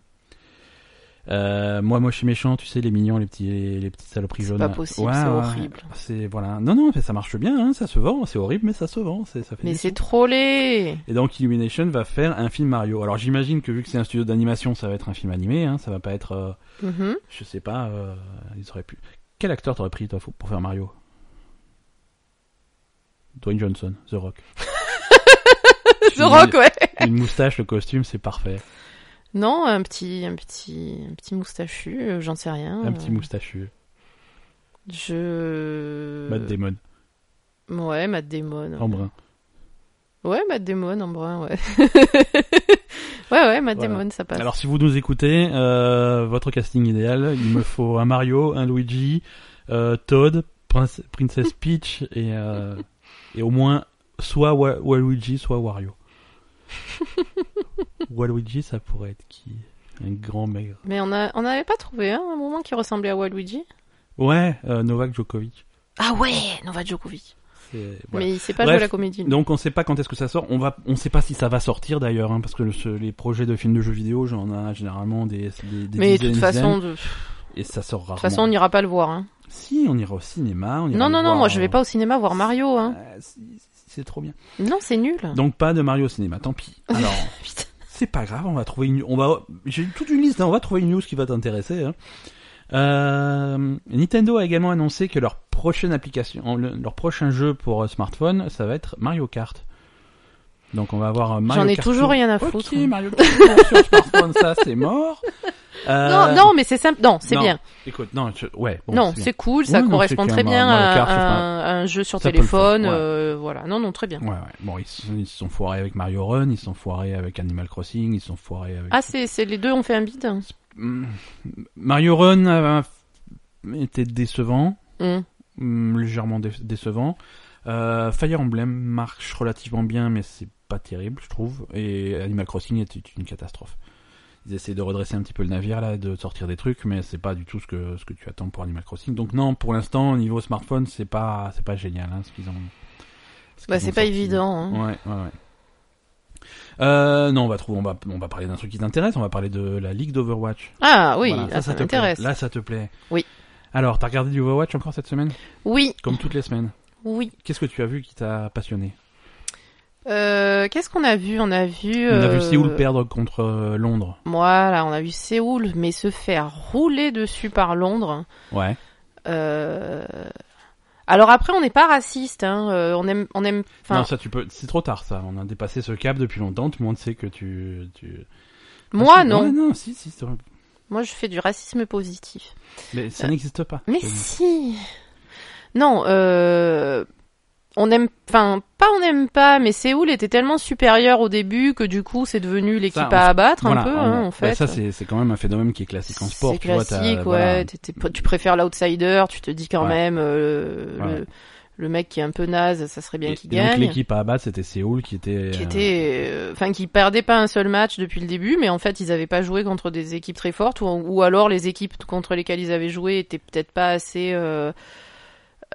Speaker 1: euh, moi moche et méchant, tu sais les mignons, les petits les, les petites saloperies
Speaker 2: C'est
Speaker 1: jaunes.
Speaker 2: pas possible,
Speaker 1: Ouais,
Speaker 2: c'est
Speaker 1: ouais,
Speaker 2: horrible.
Speaker 1: C'est voilà. Non non, mais ça marche bien, hein, ça se vend, c'est horrible mais ça se vend, c'est ça fait.
Speaker 2: Mais
Speaker 1: du-
Speaker 2: c'est trop laid
Speaker 1: Et donc Illumination va faire un film Mario. Alors j'imagine que vu que c'est un studio d'animation, ça va être un film animé, hein, ça va pas être, euh,
Speaker 2: Mhm.
Speaker 1: je sais pas, euh, ils auraient pu. Quel acteur t'aurais pris toi pour faire Mario Dwayne Johnson, The Rock.
Speaker 2: The
Speaker 1: euh,
Speaker 2: Rock, ouais
Speaker 1: Une moustache, le costume, c'est parfait.
Speaker 2: Non, un petit, un petit, un petit moustachu, euh, j'en sais rien.
Speaker 1: Un petit
Speaker 2: euh,
Speaker 1: moustachu,
Speaker 2: Je...
Speaker 1: Matt Damon,
Speaker 2: euh, Ouais, Matt Damon.
Speaker 1: en brun.
Speaker 2: Ouais, Matt Damon en brun, ouais. ouais, ouais, Matt
Speaker 1: Voilà.
Speaker 2: Damon, ça passe.
Speaker 1: Alors si vous nous écoutez, euh, votre casting idéal, il me faut un Mario, un Luigi, euh, Todd, Prince- Princess Peach et, euh, et au moins soit Wa- Waluigi, soit Wario. Waluigi, ça pourrait être qui Un grand maigre.
Speaker 2: Mais on a, on n'avait pas trouvé hein, un moment qui ressemblait à Waluigi
Speaker 1: Ouais, euh, Novak Djokovic.
Speaker 2: Ah ouais, Novak Djokovic.
Speaker 1: C'est- voilà.
Speaker 2: Mais il sait pas
Speaker 1: Bref.
Speaker 2: jouer à la comédie.
Speaker 1: Donc on sait pas quand est-ce que ça sort. On va, on sait pas si ça va sortir d'ailleurs, hein, parce que le- ce- les projets de films de jeux vidéo, j'en ai généralement des, des, des dizaines,
Speaker 2: Mais de toute
Speaker 1: dizaines,
Speaker 2: façon, de de toute
Speaker 1: et ça sort rarement.
Speaker 2: façon, on n'ira pas le voir. hein.
Speaker 1: Si, on ira au cinéma. On ira
Speaker 2: Non,
Speaker 1: le
Speaker 2: non, non,
Speaker 1: voir,
Speaker 2: moi je vais
Speaker 1: euh,
Speaker 2: pas au cinéma voir Mario. Hein.
Speaker 1: euh, si- si- c'est trop bien.
Speaker 2: Non, c'est nul.
Speaker 1: Donc pas de Mario au cinéma, tant pis. Alors,
Speaker 2: Putain.
Speaker 1: c'est pas grave, on va trouver une. On va, j'ai toute une liste. hein, on va trouver une news qui va t'intéresser. hein. Euh, Nintendo a également annoncé que leur prochaine application, le- leur prochain jeu pour euh, smartphone, ça va être Mario Kart. Donc on va avoir un Mario
Speaker 2: J'en ai
Speaker 1: Kart
Speaker 2: toujours rien à foutre.
Speaker 1: Ok, Mario Kart Tour sur smartphone, ça c'est mort. Euh,
Speaker 2: Non, non, mais c'est simple. Non, c'est
Speaker 1: non,
Speaker 2: bien.
Speaker 1: Écoute, non, je- ouais, bon,
Speaker 2: non,
Speaker 1: c'est bien.
Speaker 2: c'est cool, ça
Speaker 1: Oui, non,
Speaker 2: correspond
Speaker 1: c'est
Speaker 2: très
Speaker 1: qu'un
Speaker 2: bien
Speaker 1: Mario
Speaker 2: à,
Speaker 1: Kart sur
Speaker 2: à
Speaker 1: un-
Speaker 2: un, à un jeu sur
Speaker 1: Ça peut le
Speaker 2: téléphone.
Speaker 1: faire, ouais.
Speaker 2: euh, voilà, non, non, très bien.
Speaker 1: Ouais, ouais. Bon, ils, se- ils se sont foirés avec Mario Run, ils se sont foirés avec Animal Crossing, ils se sont foirés avec...
Speaker 2: Ah, c'est c'est- les deux ont fait un bid
Speaker 1: Hmm. Mario Run euh, était décevant,
Speaker 2: Hum.
Speaker 1: hmm, légèrement dé- décevant. Euh, Fire Emblem marche relativement bien, mais c'est pas terrible, je trouve. Et Animal Crossing était une catastrophe. Ils essaient de redresser un petit peu le navire, là, de sortir des trucs, mais c'est pas du tout ce que, ce que tu attends pour Animal Crossing. Donc non, pour l'instant, au niveau smartphone, c'est pas, c'est pas génial, hein, ce qu'ils ont... ce
Speaker 2: Bah,
Speaker 1: qu'ils
Speaker 2: c'est
Speaker 1: ont
Speaker 2: pas
Speaker 1: sorti.
Speaker 2: évident. hein.
Speaker 1: Ouais, ouais, ouais. Euh, non, on va trouver, on va, on va parler d'un truc qui t'intéresse. On va parler de la ligue d'Overwatch.
Speaker 2: Ah oui,
Speaker 1: Voilà,
Speaker 2: ah, ça,
Speaker 1: te plaît.
Speaker 2: m'intéresse.
Speaker 1: Là, ça te plaît.
Speaker 2: Oui.
Speaker 1: Alors, t'as regardé du Overwatch encore cette semaine,
Speaker 2: Oui,
Speaker 1: comme toutes les semaines.
Speaker 2: oui.
Speaker 1: Qu'est-ce que tu as vu qui t'a passionné
Speaker 2: Euh, Qu'est-ce qu'on a vu On a vu.
Speaker 1: On a vu
Speaker 2: euh,
Speaker 1: Séoul perdre contre euh, Londres.
Speaker 2: Voilà, on a vu Séoul, mais se faire rouler dessus par Londres.
Speaker 1: Ouais.
Speaker 2: euh, Alors après, on n'est pas raciste. Hein. euh, on aime, on aime. Enfin,
Speaker 1: Non, ça, tu peux. C'est trop tard, ça. On a dépassé ce cap depuis longtemps. Tout le monde sait que tu. tu...
Speaker 2: moi
Speaker 1: Ah, si,
Speaker 2: non.
Speaker 1: ouais, non, si, si. c'est vrai.
Speaker 2: Moi, je fais du racisme positif.
Speaker 1: Mais ça
Speaker 2: Euh,
Speaker 1: n'existe pas.
Speaker 2: Mais
Speaker 1: C'est-
Speaker 2: si. Non, euh... on aime. Enfin, pas on n'aime pas, mais Séoul était tellement supérieur au début que du coup, c'est devenu l'équipe
Speaker 1: Ça, en
Speaker 2: à
Speaker 1: fait-
Speaker 2: abattre
Speaker 1: Voilà,
Speaker 2: un peu,
Speaker 1: on-
Speaker 2: hein, en
Speaker 1: bah,
Speaker 2: fait.
Speaker 1: ça, c'est c'est quand même un phénomène qui est classique en sport.
Speaker 2: C'est
Speaker 1: tu vois,
Speaker 2: classique,
Speaker 1: t'as-
Speaker 2: ouais.
Speaker 1: voilà.
Speaker 2: t'es- t'es pas- tu préfères l'outsider, tu te dis quand
Speaker 1: Ouais.
Speaker 2: même euh,
Speaker 1: Ouais.
Speaker 2: le, le mec qui est un peu naze, ça serait bien
Speaker 1: Et-
Speaker 2: qu'il
Speaker 1: et donc
Speaker 2: gagne.
Speaker 1: l'équipe à abattre, c'était Séoul qui était.
Speaker 2: qui
Speaker 1: euh,
Speaker 2: était, euh, enfin, qui perdait pas un seul match depuis le début, mais en fait, ils avaient pas joué contre des équipes très fortes, ou, ou alors les équipes contre lesquelles ils avaient joué étaient peut-être pas assez euh,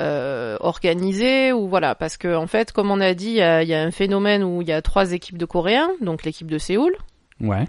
Speaker 2: euh, organisées, ou voilà, parce que en fait, comme on a dit, il y a, il y a un phénomène où il y a trois équipes de Coréens, donc l'équipe de Séoul,
Speaker 1: Ouais.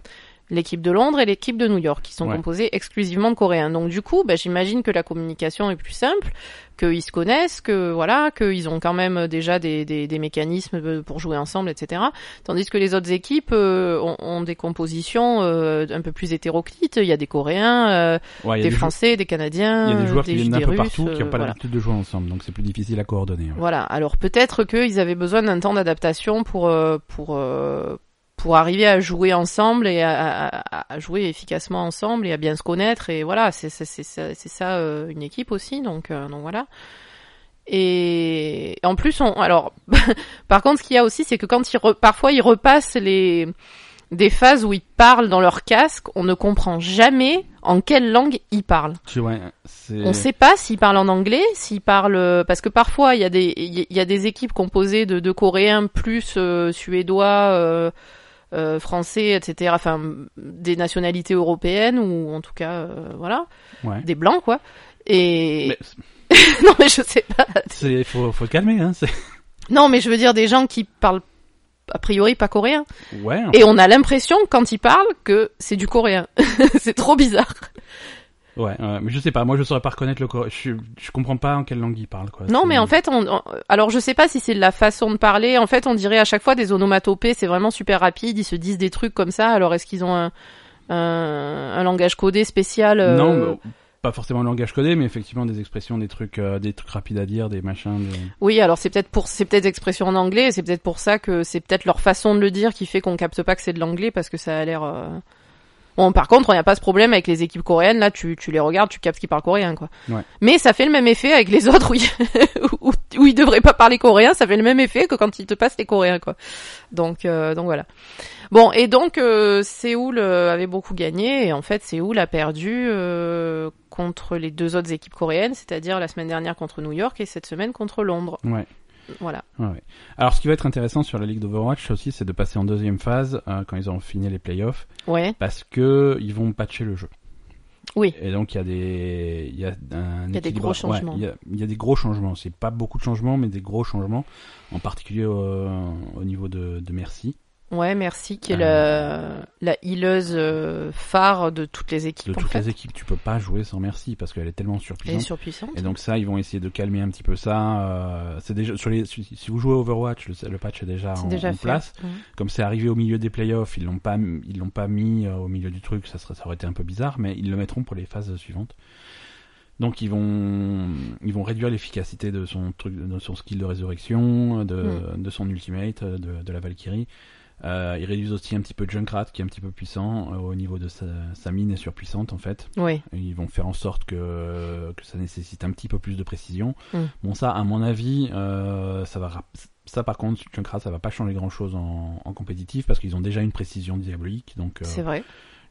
Speaker 2: l'équipe de Londres et l'équipe de New York, qui sont
Speaker 1: Ouais.
Speaker 2: composées exclusivement de Coréens. Donc du coup, bah, j'imagine que la communication est plus simple, qu'ils se connaissent, que voilà, qu'ils ont quand même déjà des, des, des mécanismes euh, pour jouer ensemble, etc. Tandis que les autres équipes euh, ont, ont des compositions euh, un peu plus hétéroclites. Il y a des Coréens, euh,
Speaker 1: Ouais, il y a
Speaker 2: des
Speaker 1: des jou-
Speaker 2: Français, des Canadiens,
Speaker 1: il y a des joueurs
Speaker 2: des,
Speaker 1: qui viennent d'un
Speaker 2: des
Speaker 1: peu
Speaker 2: Russes,
Speaker 1: partout, qui
Speaker 2: euh,
Speaker 1: n'ont pas
Speaker 2: voilà.
Speaker 1: l'habitude de jouer ensemble, donc c'est plus difficile à coordonner. ouais.
Speaker 2: Voilà. Alors peut-être qu'ils avaient besoin d'un temps d'adaptation pour euh, pour euh, pour arriver à jouer ensemble et à, à- à jouer efficacement ensemble et à bien se connaître et voilà c'est c'est c'est ça, c'est ça, euh, une équipe aussi donc euh, donc voilà. Et en plus, on, alors, par contre, ce qu'il y a aussi, c'est que quand ils re- parfois ils repassent les des phases où ils parlent dans leur casque, on ne comprend jamais en quelle langue ils parlent.
Speaker 1: Tu vois, c'est.
Speaker 2: On ne sait pas s'ils parlent en anglais, s'ils parlent parce que parfois il y a des il y a des équipes composées de, de coréens plus euh, suédois, euh, euh, français, etc. Enfin des nationalités européennes ou en tout cas euh, voilà
Speaker 1: Ouais.
Speaker 2: des blancs quoi. Et
Speaker 1: Mais
Speaker 2: non mais je sais pas.
Speaker 1: c'est faut faut calmer hein. c'est-
Speaker 2: Non mais je veux dire des gens qui parlent a priori pas coréen.
Speaker 1: Ouais. hein.
Speaker 2: Et on a l'impression quand ils parlent que c'est du coréen. c'est trop bizarre.
Speaker 1: Ouais, ouais, mais je sais pas, moi je saurais pas reconnaître le coré- je, suis- je comprends pas en quelle langue il parle quoi.
Speaker 2: Non,
Speaker 1: C'est-
Speaker 2: mais en fait, on, on- alors je sais pas si c'est de la façon de parler. En fait, on dirait à chaque fois des onomatopées. C'est vraiment super rapide. Ils se disent des trucs comme ça. Alors, est-ce qu'ils ont un, un, un langage codé spécial euh,
Speaker 1: Non, mais pas forcément le langage codé, mais effectivement des expressions, des trucs, euh, des trucs rapides à dire, des machins. des-
Speaker 2: Oui, alors c'est peut-être pour, c'est peut-être expression en anglais. et C'est peut-être pour ça que c'est peut-être leur façon de le dire qui fait qu'on capte pas que c'est de l'anglais parce que ça a l'air. euh, Bon, par contre, il n'y a pas ce problème avec les équipes coréennes. Là, tu, tu les regardes, tu captes qu'ils parlent coréen, quoi.
Speaker 1: Ouais.
Speaker 2: Mais ça fait le même effet avec les autres où ils, où, où ils devraient pas parler coréen. Ça fait le même effet que quand ils te passent les coréens, quoi. Donc, euh, donc voilà. Bon, et donc euh, Séoul euh, avait beaucoup gagné et en fait Séoul a perdu euh, contre les deux autres équipes coréennes, c'est-à-dire la semaine dernière contre New York et cette semaine contre Londres.
Speaker 1: Ouais.
Speaker 2: Voilà.
Speaker 1: Ouais, ouais. Alors, ce qui va être intéressant sur la ligue d'Overwatch aussi, c'est de passer en deuxième phase euh, quand ils auront fini les playoffs,
Speaker 2: Ouais.
Speaker 1: parce que ils vont patcher le jeu.
Speaker 2: Oui.
Speaker 1: Et donc, il y a des, il y a un
Speaker 2: Il y a des
Speaker 1: équilibre-
Speaker 2: gros changements.
Speaker 1: ouais, il, y a, il y a des gros changements. C'est pas beaucoup de changements, mais des gros changements, en particulier euh, au niveau de, de Merci,
Speaker 2: Ouais, merci, qui est
Speaker 1: Euh.
Speaker 2: la, la healeuse euh, phare de toutes les
Speaker 1: de
Speaker 2: équipes. en
Speaker 1: toutes
Speaker 2: fait.
Speaker 1: les équipes. Tu peux pas jouer sans Merci parce qu'elle est tellement
Speaker 2: Elle est
Speaker 1: surpuissante.
Speaker 2: surpuissante.
Speaker 1: Et donc ça, ils vont essayer de calmer un petit peu ça. euh, c'est déjà sur les, si, si vous jouez à Overwatch, le, le patch est déjà
Speaker 2: C'est
Speaker 1: en,
Speaker 2: déjà
Speaker 1: en
Speaker 2: fait.
Speaker 1: place.
Speaker 2: Mhm.
Speaker 1: Comme c'est arrivé au milieu des playoffs, ils l'ont pas, ils l'ont pas mis euh, au milieu du truc. Ça serait, ça aurait été un peu bizarre, mais ils le mettront pour les phases suivantes. Donc ils vont, ils vont réduire l'efficacité de son truc, de son skill de résurrection, de, de son ultimate, euh, de, de la Valkyrie. Euh, ils réduisent aussi un petit peu Junkrat, qui est un petit peu puissant euh, au niveau de sa, sa mine est surpuissante en fait.
Speaker 2: Oui.
Speaker 1: Ils vont faire en sorte que, que ça nécessite un petit peu plus de précision.
Speaker 2: Mm.
Speaker 1: Bon, ça, à mon avis, euh, ça va. rap- Ça, par contre, Junkrat, ça va pas changer grand chose en, en compétitif parce qu'ils ont déjà une précision diabolique. Donc, euh,
Speaker 2: C'est vrai.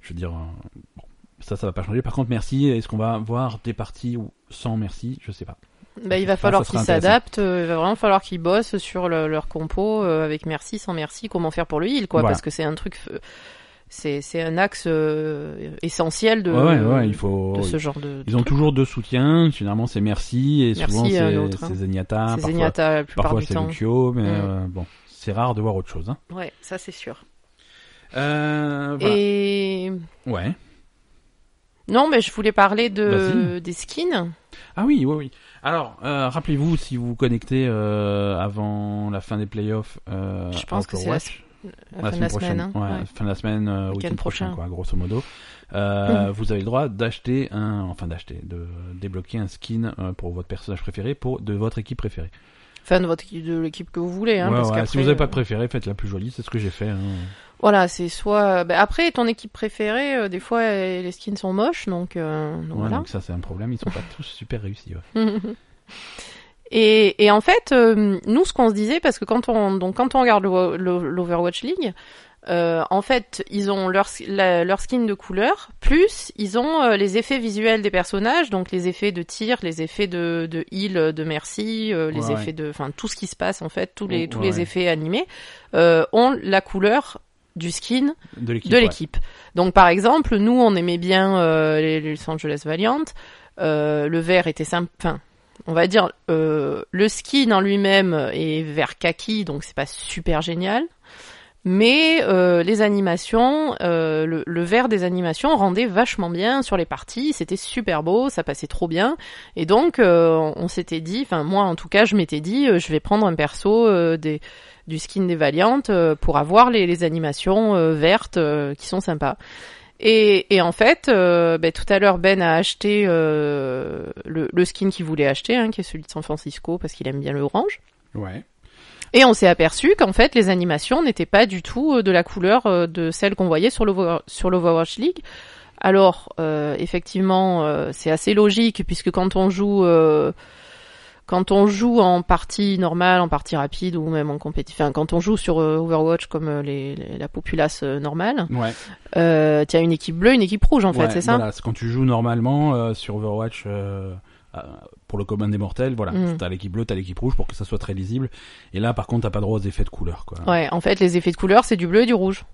Speaker 1: je veux dire, euh, bon, ça, ça va pas changer. Par contre, merci. Est-ce qu'on va voir des parties où- sans merci Je sais pas.
Speaker 2: Bah, il va
Speaker 1: ça,
Speaker 2: falloir
Speaker 1: ça
Speaker 2: qu'ils
Speaker 1: sera intéressant.
Speaker 2: s'adaptent, euh, il va vraiment falloir qu'ils bossent sur le- leur compo euh, avec merci, sans merci, comment faire pour le heal, quoi,
Speaker 1: Voilà.
Speaker 2: parce que c'est un truc, euh, c'est c'est un axe euh, essentiel de,
Speaker 1: ouais, ouais, ouais, il faut.
Speaker 2: de ce genre de.
Speaker 1: Ils ont toujours deux soutiens. Généralement, c'est merci et
Speaker 2: Merci,
Speaker 1: souvent
Speaker 2: euh,
Speaker 1: c'est
Speaker 2: l'autre, hein.
Speaker 1: c'est Zenyatta.
Speaker 2: c'est
Speaker 1: parfois-
Speaker 2: Zenyatta la plupart
Speaker 1: Parfois,
Speaker 2: du
Speaker 1: c'est
Speaker 2: temps.
Speaker 1: Lucio, mais
Speaker 2: Mm.
Speaker 1: euh, bon, c'est rare de voir autre chose. Hein.
Speaker 2: Ouais, ça c'est sûr.
Speaker 1: Euh, voilà.
Speaker 2: Et
Speaker 1: Ouais.
Speaker 2: non, mais je voulais parler de
Speaker 1: Vas-y.
Speaker 2: des skins.
Speaker 1: Ah oui, oui, oui. Alors, euh, rappelez-vous, si vous vous connectez euh, avant la fin des playoffs, euh,
Speaker 2: Je pense
Speaker 1: à
Speaker 2: que c'est la
Speaker 1: Overwatch,
Speaker 2: La fin de la semaine. hein.
Speaker 1: ouais,
Speaker 2: Ouais.
Speaker 1: fin de la semaine, euh,
Speaker 2: Week-end
Speaker 1: week-end prochain,
Speaker 2: prochain. Hmm.
Speaker 1: quoi, grosso modo, euh, vous avez le droit d'acheter un, enfin d'acheter, de débloquer un skin euh, pour votre personnage préféré, pour de votre équipe préférée.
Speaker 2: Enfin, de votre de l'équipe que vous voulez. Hein,
Speaker 1: Ouais,
Speaker 2: parce
Speaker 1: ouais,
Speaker 2: qu'après,
Speaker 1: si vous n'avez
Speaker 2: euh,
Speaker 1: pas de préféré, faites la plus jolie, c'est ce que j'ai fait. hein.
Speaker 2: Voilà, c'est soit. ben, après, ton équipe préférée, euh, des fois, euh, les skins sont moches, donc, euh, donc
Speaker 1: Ouais,
Speaker 2: voilà.
Speaker 1: Donc ça, c'est un problème, ils sont pas tous super réussis. ouais.
Speaker 2: Et, et en fait, euh, nous, ce qu'on se disait, parce que quand on, donc, quand on regarde le- le- l'Overwatch League, euh, en fait, ils ont leur, sk- la- leur skin de couleur, plus ils ont euh, les effets visuels des personnages, donc les effets de tir, les effets de, de heal, de merci, euh, les
Speaker 1: Ouais, ouais.
Speaker 2: effets de, enfin, tout ce qui se passe en fait, tous les, tous
Speaker 1: Ouais,
Speaker 2: les
Speaker 1: ouais.
Speaker 2: effets animés euh, ont la couleur du skin
Speaker 1: De l'équipe.
Speaker 2: de
Speaker 1: ouais.
Speaker 2: l'équipe. Donc par exemple, nous on aimait bien euh, les les Los Angeles Valiant. Euh, le vert était sympa. Enfin, on va dire euh, le skin en lui-même est vert kaki, donc c'est pas super génial. Mais euh, les animations, euh, le, le vert des animations rendait vachement bien sur les parties. C'était super beau, ça passait trop bien. Et donc euh, on s'était dit, enfin moi en tout cas, je m'étais dit, euh, je vais prendre un perso euh, des du skin des Valiantes euh, pour avoir les, les animations euh, vertes euh, qui sont sympas. Et, et en fait, euh, ben, tout à l'heure, Ben a acheté euh, le, le skin qu'il voulait acheter, hein, qui est celui de San Francisco, parce qu'il aime bien le orange.
Speaker 1: Ouais.
Speaker 2: Et on s'est aperçu qu'en fait, les animations n'étaient pas du tout euh, de la couleur euh, de celle qu'on voyait sur l'Over- sur l'Overwatch League. Alors, euh, effectivement, euh, c'est assez logique, puisque quand on joue... euh, quand on joue en partie normale, en partie rapide ou même en compétitif, enfin, quand on joue sur euh, Overwatch comme euh, les, les- la populace euh, normale,
Speaker 1: Ouais.
Speaker 2: euh, tu as une équipe bleue, une équipe rouge en
Speaker 1: Ouais,
Speaker 2: fait, c'est ça
Speaker 1: voilà, c'est quand tu joues normalement euh, sur Overwatch euh, euh, pour le commun des mortels, voilà,
Speaker 2: Mm.
Speaker 1: t'as l'équipe bleue, t'as l'équipe rouge pour que ça soit très lisible. Et là, par contre, t'as pas droit aux effets de couleur, quoi.
Speaker 2: Ouais, en fait, les effets de couleur, c'est du bleu et du rouge.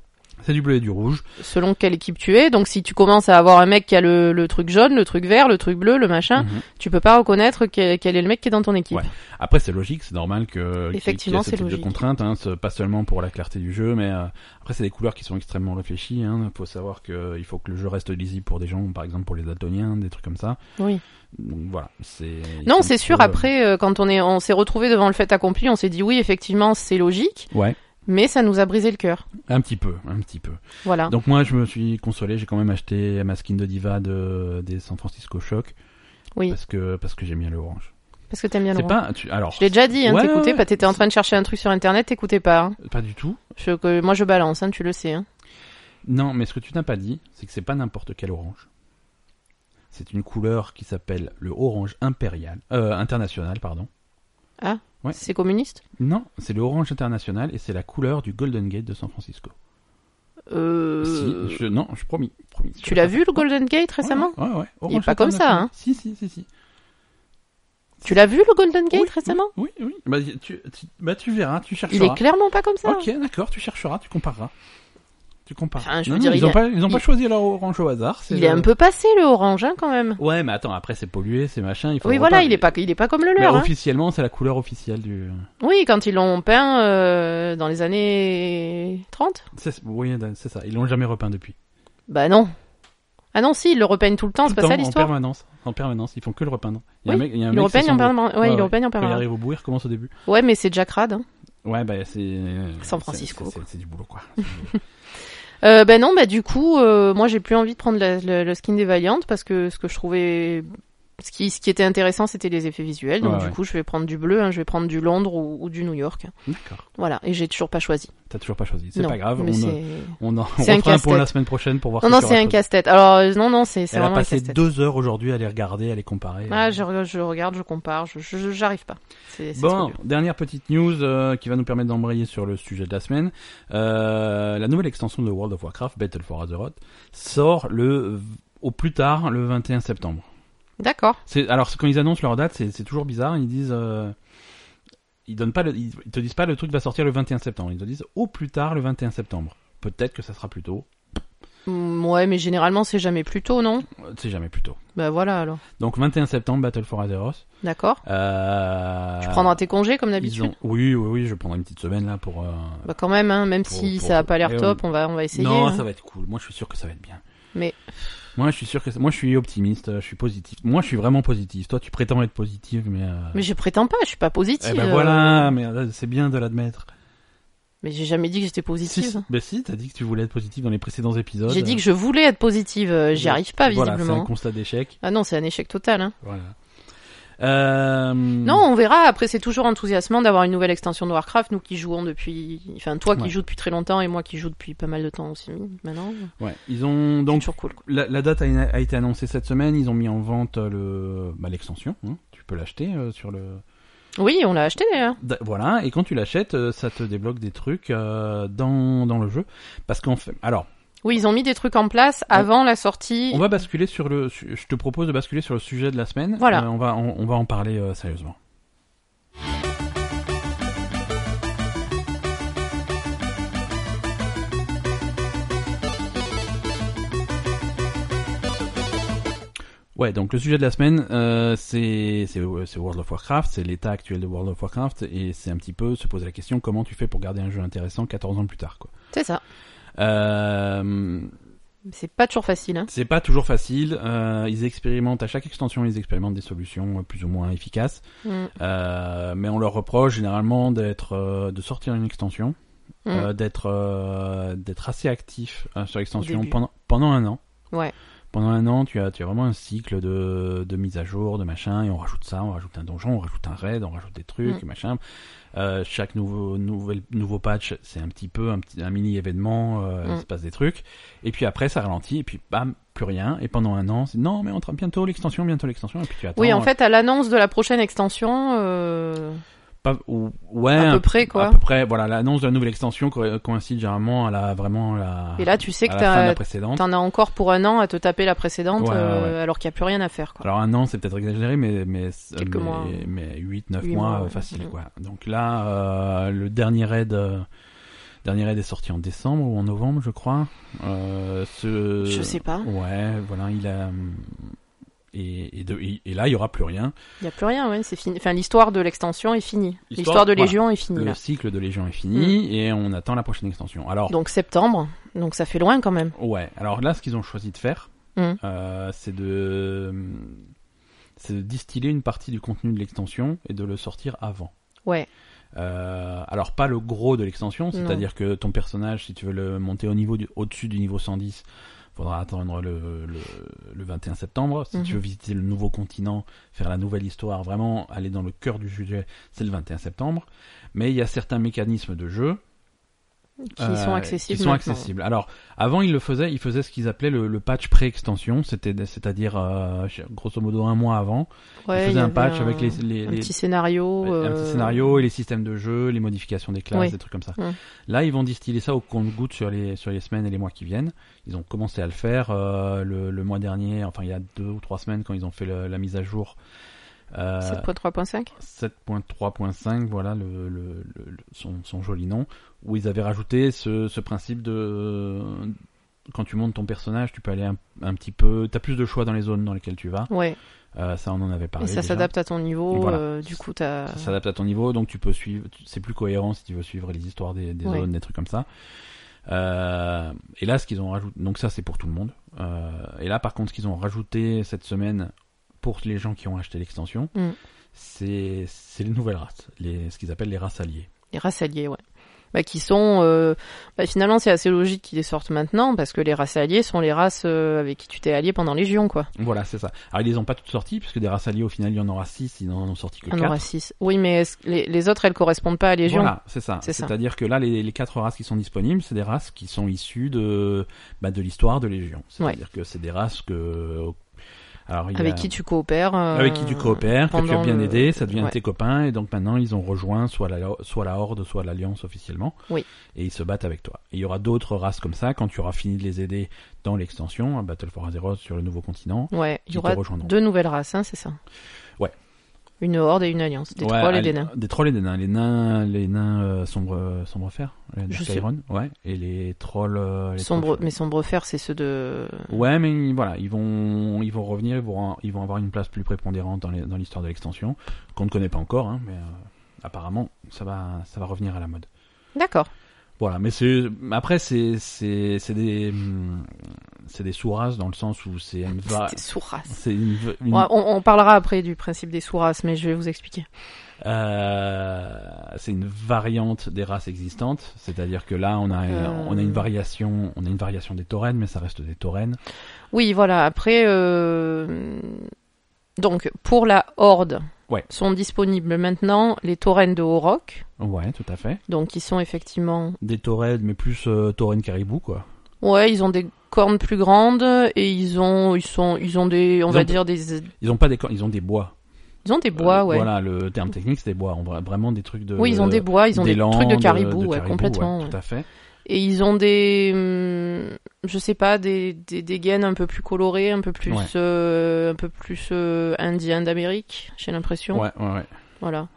Speaker 1: C'est du bleu et du rouge.
Speaker 2: Selon quelle équipe tu es, donc si tu commences à avoir un mec qui a le, le truc jaune, le truc vert, le truc bleu, le machin,
Speaker 1: Mhm.
Speaker 2: tu peux pas reconnaître quel, quel est le mec qui est dans ton équipe.
Speaker 1: Ouais. Après, c'est logique, c'est normal que qu'il-
Speaker 2: Effectivement,
Speaker 1: qu'il y ait
Speaker 2: c'est
Speaker 1: ce type de
Speaker 2: logique.
Speaker 1: contraintes, hein, ce- pas seulement pour la clarté du jeu, mais euh, après, c'est des couleurs qui sont extrêmement réfléchies. Hein. Faut savoir que il faut que le jeu reste lisible pour des gens, par exemple pour les daltoniens, des trucs comme ça.
Speaker 2: Oui.
Speaker 1: Donc voilà, c'est.
Speaker 2: Non,
Speaker 1: un
Speaker 2: c'est
Speaker 1: petit
Speaker 2: sûr.
Speaker 1: peu, euh,
Speaker 2: Après, euh, quand on est, on s'est retrouvé devant le fait accompli, on s'est dit oui, effectivement, c'est logique,
Speaker 1: Ouais,
Speaker 2: mais ça nous a brisé le cœur.
Speaker 1: un petit peu, un petit peu.
Speaker 2: Voilà.
Speaker 1: Donc moi, je me suis consolé, j'ai quand même acheté ma skin de diva de, des San Francisco Shock.
Speaker 2: Oui.
Speaker 1: Parce que, parce que j'aime bien le orange.
Speaker 2: Parce que t'aimes bien le
Speaker 1: C'est
Speaker 2: rond.
Speaker 1: pas, tu- alors,
Speaker 2: Je l'ai déjà dit, hein,
Speaker 1: Ouais,
Speaker 2: t'écoutais
Speaker 1: ouais,
Speaker 2: pas, t'étais en train de chercher un truc sur internet, t'écoutais pas. hein.
Speaker 1: pas du tout.
Speaker 2: Je, que, moi je balance, hein, tu le sais. Hein.
Speaker 1: Non, mais ce que tu n'as pas dit, c'est que c'est pas n'importe quel orange. C'est une couleur qui s'appelle le orange impérial, euh, international, pardon. Ouais.
Speaker 2: C'est communiste
Speaker 1: Non, c'est le orange international et c'est la couleur du Golden Gate de San Francisco.
Speaker 2: euh...
Speaker 1: Si, je, non, je promis, promis.
Speaker 2: Tu l'as vu le Golden Gate récemment
Speaker 1: Ouais, ouais, ouais,
Speaker 2: est
Speaker 1: orange
Speaker 2: pas comme ça,
Speaker 1: international.
Speaker 2: hein.
Speaker 1: Si, si, si, si.
Speaker 2: Tu l'as vu le Golden Gate
Speaker 1: Oui,
Speaker 2: récemment
Speaker 1: Oui, oui. Bah tu, tu- bah, tu verras, tu chercheras.
Speaker 2: Il est clairement pas comme ça.
Speaker 1: Ok, d'accord, tu chercheras, tu compareras. Tu compares.
Speaker 2: Enfin, je
Speaker 1: Non,
Speaker 2: veux
Speaker 1: non,
Speaker 2: dire,
Speaker 1: ils
Speaker 2: il
Speaker 1: n'ont
Speaker 2: a-
Speaker 1: pas, ils ont pas
Speaker 2: il-
Speaker 1: choisi leur orange au hasard. c'est
Speaker 2: Il
Speaker 1: le-
Speaker 2: est un peu passé le orange hein, quand même.
Speaker 1: Ouais, mais attends, après c'est pollué, c'est machin. Il faut
Speaker 2: Oui,
Speaker 1: le
Speaker 2: voilà,
Speaker 1: repeindre.
Speaker 2: il est pas, il est pas comme le
Speaker 1: Mais
Speaker 2: leur. hein.
Speaker 1: officiellement, c'est la couleur officielle du.
Speaker 2: Oui, quand ils l'ont peint euh, dans les années 30
Speaker 1: C'est... Oui, c'est ça. Ils l'ont jamais repeint depuis.
Speaker 2: Bah non. Ah non, si, ils le repeignent tout le temps,
Speaker 1: Tout
Speaker 2: Ah, c'est
Speaker 1: le
Speaker 2: pas ça
Speaker 1: temps, en
Speaker 2: l'histoire
Speaker 1: permanence, en permanence, ils font que le repeindre. Il y a
Speaker 2: Oui,
Speaker 1: un mec, il y a un
Speaker 2: Ils le
Speaker 1: mec, c'est
Speaker 2: repeignent
Speaker 1: son
Speaker 2: en
Speaker 1: boulot.
Speaker 2: permanence. Ouais,
Speaker 1: Ouais,
Speaker 2: ils le
Speaker 1: ouais.
Speaker 2: repeignent en
Speaker 1: Quand il
Speaker 2: permanence.
Speaker 1: arrive au bout, il recommence au début.
Speaker 2: Ouais, mais c'est Jack Rad. hein.
Speaker 1: Ouais, bah c'est.
Speaker 2: San Francisco,
Speaker 1: C'est, c'est-
Speaker 2: quoi.
Speaker 1: c'est du boulot, quoi.
Speaker 2: Euh, ben non, bah du coup, euh, moi j'ai plus envie de prendre la- le- le skin des Valiant parce que ce que je trouvais, ce qui, ce qui était intéressant, c'était les effets visuels. Donc
Speaker 1: Ouais,
Speaker 2: du
Speaker 1: ouais.
Speaker 2: coup, je vais prendre du bleu, hein, je vais prendre du Londres ou, ou du New York.
Speaker 1: D'accord.
Speaker 2: Voilà, et j'ai toujours pas choisi.
Speaker 1: T'as toujours pas choisi. C'est
Speaker 2: Non,
Speaker 1: pas grave.
Speaker 2: mais
Speaker 1: on,
Speaker 2: c'est-
Speaker 1: euh, on en on
Speaker 2: c'est
Speaker 1: refera
Speaker 2: un
Speaker 1: un point la
Speaker 2: casse-tête.
Speaker 1: semaine prochaine pour voir.
Speaker 2: Non,
Speaker 1: si
Speaker 2: non,
Speaker 1: tu
Speaker 2: c'est
Speaker 1: auras
Speaker 2: un
Speaker 1: choisi.
Speaker 2: casse-tête. Alors euh, non, non, c'est c'est
Speaker 1: Elle a
Speaker 2: vraiment un
Speaker 1: passé
Speaker 2: casse-tête.
Speaker 1: deux heures aujourd'hui à les regarder, à les comparer.
Speaker 2: Ah, je, re- je regarde, je compare, je, je- je- j'arrive pas. C'est c'est trop
Speaker 1: Bon,
Speaker 2: dur.
Speaker 1: dernière petite news euh, qui va nous permettre d'embrayer sur le sujet de la semaine. Euh, la nouvelle extension de World of Warcraft, Battle for Azeroth, sort le au plus tard le 21 septembre.
Speaker 2: D'accord.
Speaker 1: C'est alors c'est- quand ils annoncent leur date, c'est c'est toujours bizarre. Ils disent, euh, ils donnent pas, le- ils ils te disent pas le truc va sortir le 21 septembre. Ils te disent au plus tard le 21 septembre. Peut-être que ça sera plus tôt.
Speaker 2: Mm, ouais, mais généralement c'est jamais plus tôt, non
Speaker 1: Euh, C'est jamais plus tôt.
Speaker 2: Bah voilà alors.
Speaker 1: Donc 21 septembre, Battle for Azeroth.
Speaker 2: D'accord.
Speaker 1: Euh,
Speaker 2: Tu prendras tes congés comme
Speaker 1: ils
Speaker 2: d'habitude.
Speaker 1: ont- Oui, oui, oui. Je prendrai une petite semaine là pour. euh,
Speaker 2: Bah quand même, hein, même
Speaker 1: Pour-
Speaker 2: si
Speaker 1: pour-
Speaker 2: ça a pas l'air
Speaker 1: Eh,
Speaker 2: top, on va, on va essayer.
Speaker 1: Non,
Speaker 2: hein.
Speaker 1: ça va être cool. Moi, je suis sûr que ça va être bien.
Speaker 2: Mais-
Speaker 1: Moi, je suis sûr que ça- moi, je suis optimiste. euh, Je suis positif. Moi, je suis vraiment positif. Toi, tu prétends être positif, mais. euh,
Speaker 2: Mais je prétends pas, je suis pas positive.
Speaker 1: eh ben
Speaker 2: euh,
Speaker 1: voilà, mais euh, c'est bien de l'admettre.
Speaker 2: Mais j'ai jamais dit que j'étais
Speaker 1: Si,
Speaker 2: positive. hein.
Speaker 1: si, ben si, t'as dit que tu voulais être positif dans les précédents épisodes.
Speaker 2: J'ai dit que je voulais être positive, euh, j'y
Speaker 1: Ouais.
Speaker 2: arrive pas
Speaker 1: Voilà, c'est
Speaker 2: visiblement.
Speaker 1: un constat d'échec.
Speaker 2: Ah non, c'est un échec total. Hein.
Speaker 1: Voilà. Euh...
Speaker 2: Non, on verra. Après, c'est toujours enthousiasmant d'avoir une nouvelle extension de Warcraft. Nous qui jouons depuis, enfin toi qui
Speaker 1: Ouais.
Speaker 2: joues depuis très longtemps et moi qui joue depuis pas mal de temps aussi. Maintenant,
Speaker 1: Ouais, ils ont
Speaker 2: c'est
Speaker 1: donc
Speaker 2: toujours cool. quoi.
Speaker 1: La, la date a, a été annoncée cette semaine. Ils ont mis en vente euh, le bah, l'extension. hein. Tu peux l'acheter euh, sur le.
Speaker 2: Oui, on l'a acheté d'ailleurs.
Speaker 1: Da- Voilà. Et quand tu l'achètes, euh, ça te débloque des trucs euh, dans dans le jeu. Parce qu'en fait, alors,
Speaker 2: Oui, ils ont mis des trucs en place avant la sortie.
Speaker 1: on va basculer sur le. su- Je te propose de basculer sur le sujet de la semaine.
Speaker 2: Voilà.
Speaker 1: Euh, on va on, on va en parler euh, sérieusement. Ouais, donc le sujet de la semaine, euh, c'est c'est- euh, c'est World of Warcraft, c'est l'état actuel de World of Warcraft, et c'est un petit peu se poser la question comment tu fais pour garder un jeu intéressant 14 ans plus tard, quoi.
Speaker 2: C'est ça.
Speaker 1: Euh,
Speaker 2: C'est pas toujours facile. Hein.
Speaker 1: c'est pas toujours facile. euh, ils expérimentent à chaque extension, ils expérimentent des solutions euh, plus ou moins efficaces,
Speaker 2: Mm.
Speaker 1: euh, mais on leur reproche généralement d'être, euh, de sortir une extension,
Speaker 2: Mm.
Speaker 1: euh, d'être, euh, d'être assez actif euh, sur l'extension
Speaker 2: début.
Speaker 1: pendant pendant un an.
Speaker 2: Ouais.
Speaker 1: pendant un an, tu as, tu as vraiment un cycle de, de mise à jour, de machin, et on rajoute ça, on rajoute un donjon, on rajoute un raid, on rajoute des trucs,
Speaker 2: Mm.
Speaker 1: machin. Euh, chaque nouveau, nouvel, nouveau patch, c'est un petit peu un, petit- un mini événement, euh, il
Speaker 2: Mm.
Speaker 1: se passe des trucs. Et puis après, ça ralentit, et puis bam, plus rien. Et pendant un an, c'est non, mais on tra- bientôt l'extension, bientôt l'extension, et puis tu attends.
Speaker 2: Oui, en fait, à l'annonce de la prochaine extension, euh,
Speaker 1: Pas, ou- ouais, un-
Speaker 2: à peu près, quoi.
Speaker 1: à peu près, voilà, l'annonce de la nouvelle extension co- coïncide généralement à la, vraiment à la,
Speaker 2: Et là, tu sais
Speaker 1: à la
Speaker 2: que
Speaker 1: fin de la
Speaker 2: t'as-
Speaker 1: précédente.
Speaker 2: t'en as encore pour un an à te taper la précédente,
Speaker 1: Ouais, ouais,
Speaker 2: euh, alors qu'il n'y a plus rien à faire, quoi.
Speaker 1: Alors un an, c'est peut-être exagéré, mais mais
Speaker 2: Quelques
Speaker 1: mais,
Speaker 2: mois.
Speaker 1: mais 8 9
Speaker 2: Huit
Speaker 1: mois,
Speaker 2: mois,
Speaker 1: euh,
Speaker 2: ouais.
Speaker 1: facile
Speaker 2: Mhm.
Speaker 1: quoi. Donc là euh, le dernier raid euh, dernier raid est sorti en décembre ou en novembre, je crois. Euh, ce
Speaker 2: Je sais pas,
Speaker 1: Ouais, voilà, il a hum, et, et, de, et, et là, il y aura plus rien.
Speaker 2: il n'y a plus rien, ouais, c'est fini. Enfin, l'histoire de l'extension est finie.
Speaker 1: L'histoire-
Speaker 2: L'histoire de
Speaker 1: voilà.
Speaker 2: Légion est finie,
Speaker 1: Le
Speaker 2: là. Mm.
Speaker 1: cycle de Légion est fini et on attend la prochaine extension. Alors,
Speaker 2: Donc septembre, donc ça fait loin quand même.
Speaker 1: Ouais, alors là, ce qu'ils ont choisi de faire,
Speaker 2: Mm.
Speaker 1: euh, c'est de c'est de distiller une partie du contenu de l'extension et de le sortir avant.
Speaker 2: Ouais.
Speaker 1: Euh, alors pas le gros de l'extension, c'est-à-dire que ton personnage, si tu veux le monter au niveau du, au-dessus du niveau 110, faudra attendre le, le, le 21 septembre. Si
Speaker 2: Mhm.
Speaker 1: tu veux visiter le nouveau continent, faire la nouvelle histoire, vraiment aller dans le cœur du sujet, c'est le 21 septembre. Mais il y a certains mécanismes de jeu
Speaker 2: Qui
Speaker 1: euh,
Speaker 2: sont accessibles.
Speaker 1: qui sont
Speaker 2: maintenant.
Speaker 1: accessibles. Alors, avant, ils le faisaient, ils faisaient ce qu'ils appelaient le, le patch pré-extension, c'était, c'est-à-dire euh, grosso modo un mois avant. ils
Speaker 2: Ouais, il y
Speaker 1: faisaient un
Speaker 2: avait
Speaker 1: patch
Speaker 2: un-
Speaker 1: avec les, les,
Speaker 2: un
Speaker 1: les-
Speaker 2: petit scénario.
Speaker 1: un petit
Speaker 2: euh,
Speaker 1: scénario et les systèmes de jeu, les modifications des classes,
Speaker 2: Oui.
Speaker 1: des trucs comme ça.
Speaker 2: Mm.
Speaker 1: Là, ils vont distiller ça au compte-goutte sur les sur les semaines et les mois qui viennent. Ils ont commencé à le faire euh, le, le mois dernier, enfin il y a deux ou trois semaines quand ils ont fait le- la mise à jour. Euh,
Speaker 2: 7.3.5
Speaker 1: 7.3.5, voilà le, le- le- le- son, son joli nom, où ils avaient rajouté ce, ce principe de quand tu montes ton personnage, tu peux aller un, un petit peu, t'as plus de choix dans les zones dans lesquelles tu vas.
Speaker 2: Ouais,
Speaker 1: Euh, ça, on en avait
Speaker 2: et
Speaker 1: parlé.
Speaker 2: ça
Speaker 1: déjà.
Speaker 2: s'adapte à ton niveau,
Speaker 1: Voilà.
Speaker 2: euh, du coup t'as...
Speaker 1: Ça s'adapte à ton niveau, donc tu peux suivre. tu- C'est plus cohérent si tu veux suivre les histoires des, des
Speaker 2: Ouais.
Speaker 1: zones, des trucs comme ça. Euh, et là, ce qu'ils ont rajouté, donc ça, c'est pour tout le monde. Euh, et là, par contre, ce qu'ils ont rajouté cette semaine pour les gens qui ont acheté l'extension,
Speaker 2: Mm.
Speaker 1: c'est c'est les nouvelles races, les, ce qu'ils appellent les races alliées.
Speaker 2: les races alliées, ouais. Bah, qui sont... euh, bah, finalement c'est assez logique qu'ils les sortent maintenant, parce que les races alliées sont les races euh, avec qui tu t'es allié pendant Légion, quoi.
Speaker 1: Voilà, c'est ça. Alors, ils les ont pas toutes sorties, puisque des races alliées, au final, il y en aura 6, ils n'en ont sorti que
Speaker 2: On
Speaker 1: 4.
Speaker 2: aura 6. Oui, mais est-ce que les, les autres, elles correspondent pas à Légion.
Speaker 1: Voilà, c'est ça.
Speaker 2: C'est ça.
Speaker 1: C'est-à-dire que là, les, les quatre races qui sont disponibles, c'est des races qui sont issues de, bah, de l'histoire de Légion. C'est-à-dire que c'est des races que. Alors, il y a-
Speaker 2: Avec qui tu coopères. euh,
Speaker 1: avec qui tu coopères, que tu as
Speaker 2: pendant
Speaker 1: bien
Speaker 2: le-
Speaker 1: aidé, ça devient
Speaker 2: Ouais.
Speaker 1: tes copains, et donc maintenant ils ont rejoint soit la, soit la Horde, soit l'Alliance officiellement,
Speaker 2: Oui.
Speaker 1: et ils se battent avec toi. Et il y aura d'autres races comme ça, quand tu auras fini de les aider dans l'extension, à Battle for Azeroth sur le nouveau continent,
Speaker 2: Ouais, il
Speaker 1: qui
Speaker 2: y aura
Speaker 1: te rejoindront.
Speaker 2: deux nouvelles races, hein, c'est ça
Speaker 1: Ouais.
Speaker 2: Une horde et une alliance, des
Speaker 1: Ouais,
Speaker 2: trolls et
Speaker 1: allez,
Speaker 2: des nains.
Speaker 1: Des trolls et des nains. Les nains, les nains euh, sombre, sombre fer, euh,
Speaker 2: Je
Speaker 1: Skyron, ouais. Et les trolls. euh, les
Speaker 2: Sombre,
Speaker 1: trolls-
Speaker 2: mais sombre fer, c'est ceux de...
Speaker 1: Ouais, mais voilà, ils vont, ils vont revenir, ils vont, ils vont avoir une place plus prépondérante dans les- dans l'histoire de l'extension, qu'on ne connaît pas encore, hein, mais euh, apparemment, ça va, ça va revenir à la mode.
Speaker 2: D'accord.
Speaker 1: Voilà, mais c'est, après, c'est, c'est, c'est des, hum, c'est des sous-races dans le sens où c'est une, va-
Speaker 2: C'était sous-race.
Speaker 1: c'est une, v- Bah, une-
Speaker 2: Ouais, on, on parlera après du principe des sous-races, mais je vais vous expliquer.
Speaker 1: Euh, c'est une variante des races existantes, c'est-à-dire que là on a
Speaker 2: Euh.
Speaker 1: on a une variation, on a une variation des taurennes, mais ça reste des taurennes.
Speaker 2: Oui, voilà, après... euh, Donc, pour la horde,
Speaker 1: Ouais.
Speaker 2: sont disponibles maintenant les taurennes de Horok,
Speaker 1: Ouais, tout à fait.
Speaker 2: donc qui sont effectivement...
Speaker 1: Des taurennes, mais plus euh, taurennes caribou quoi.
Speaker 2: Ouais, ils ont des cornes plus grandes et ils ont, ils sont, ils ont des, on
Speaker 1: Ils
Speaker 2: va
Speaker 1: ont-
Speaker 2: dire des,
Speaker 1: Ils ont pas des cor- ils ont des bois.
Speaker 2: ils ont des bois,
Speaker 1: Euh,
Speaker 2: ouais.
Speaker 1: Voilà, le terme technique c'est des bois. On voit vraiment des trucs de.
Speaker 2: oui, ils ont des bois, ils ont des
Speaker 1: d'élan,
Speaker 2: trucs de caribou, ouais,
Speaker 1: caribou,
Speaker 2: complètement.
Speaker 1: ouais,
Speaker 2: ouais.
Speaker 1: Tout à fait.
Speaker 2: Et ils ont des, hum, je sais pas, des, des, des gaines un peu plus colorées, un peu plus,
Speaker 1: Ouais.
Speaker 2: euh, un peu plus euh, indien d'Amérique, j'ai l'impression.
Speaker 1: Ouais, ouais, ouais.
Speaker 2: Voilà.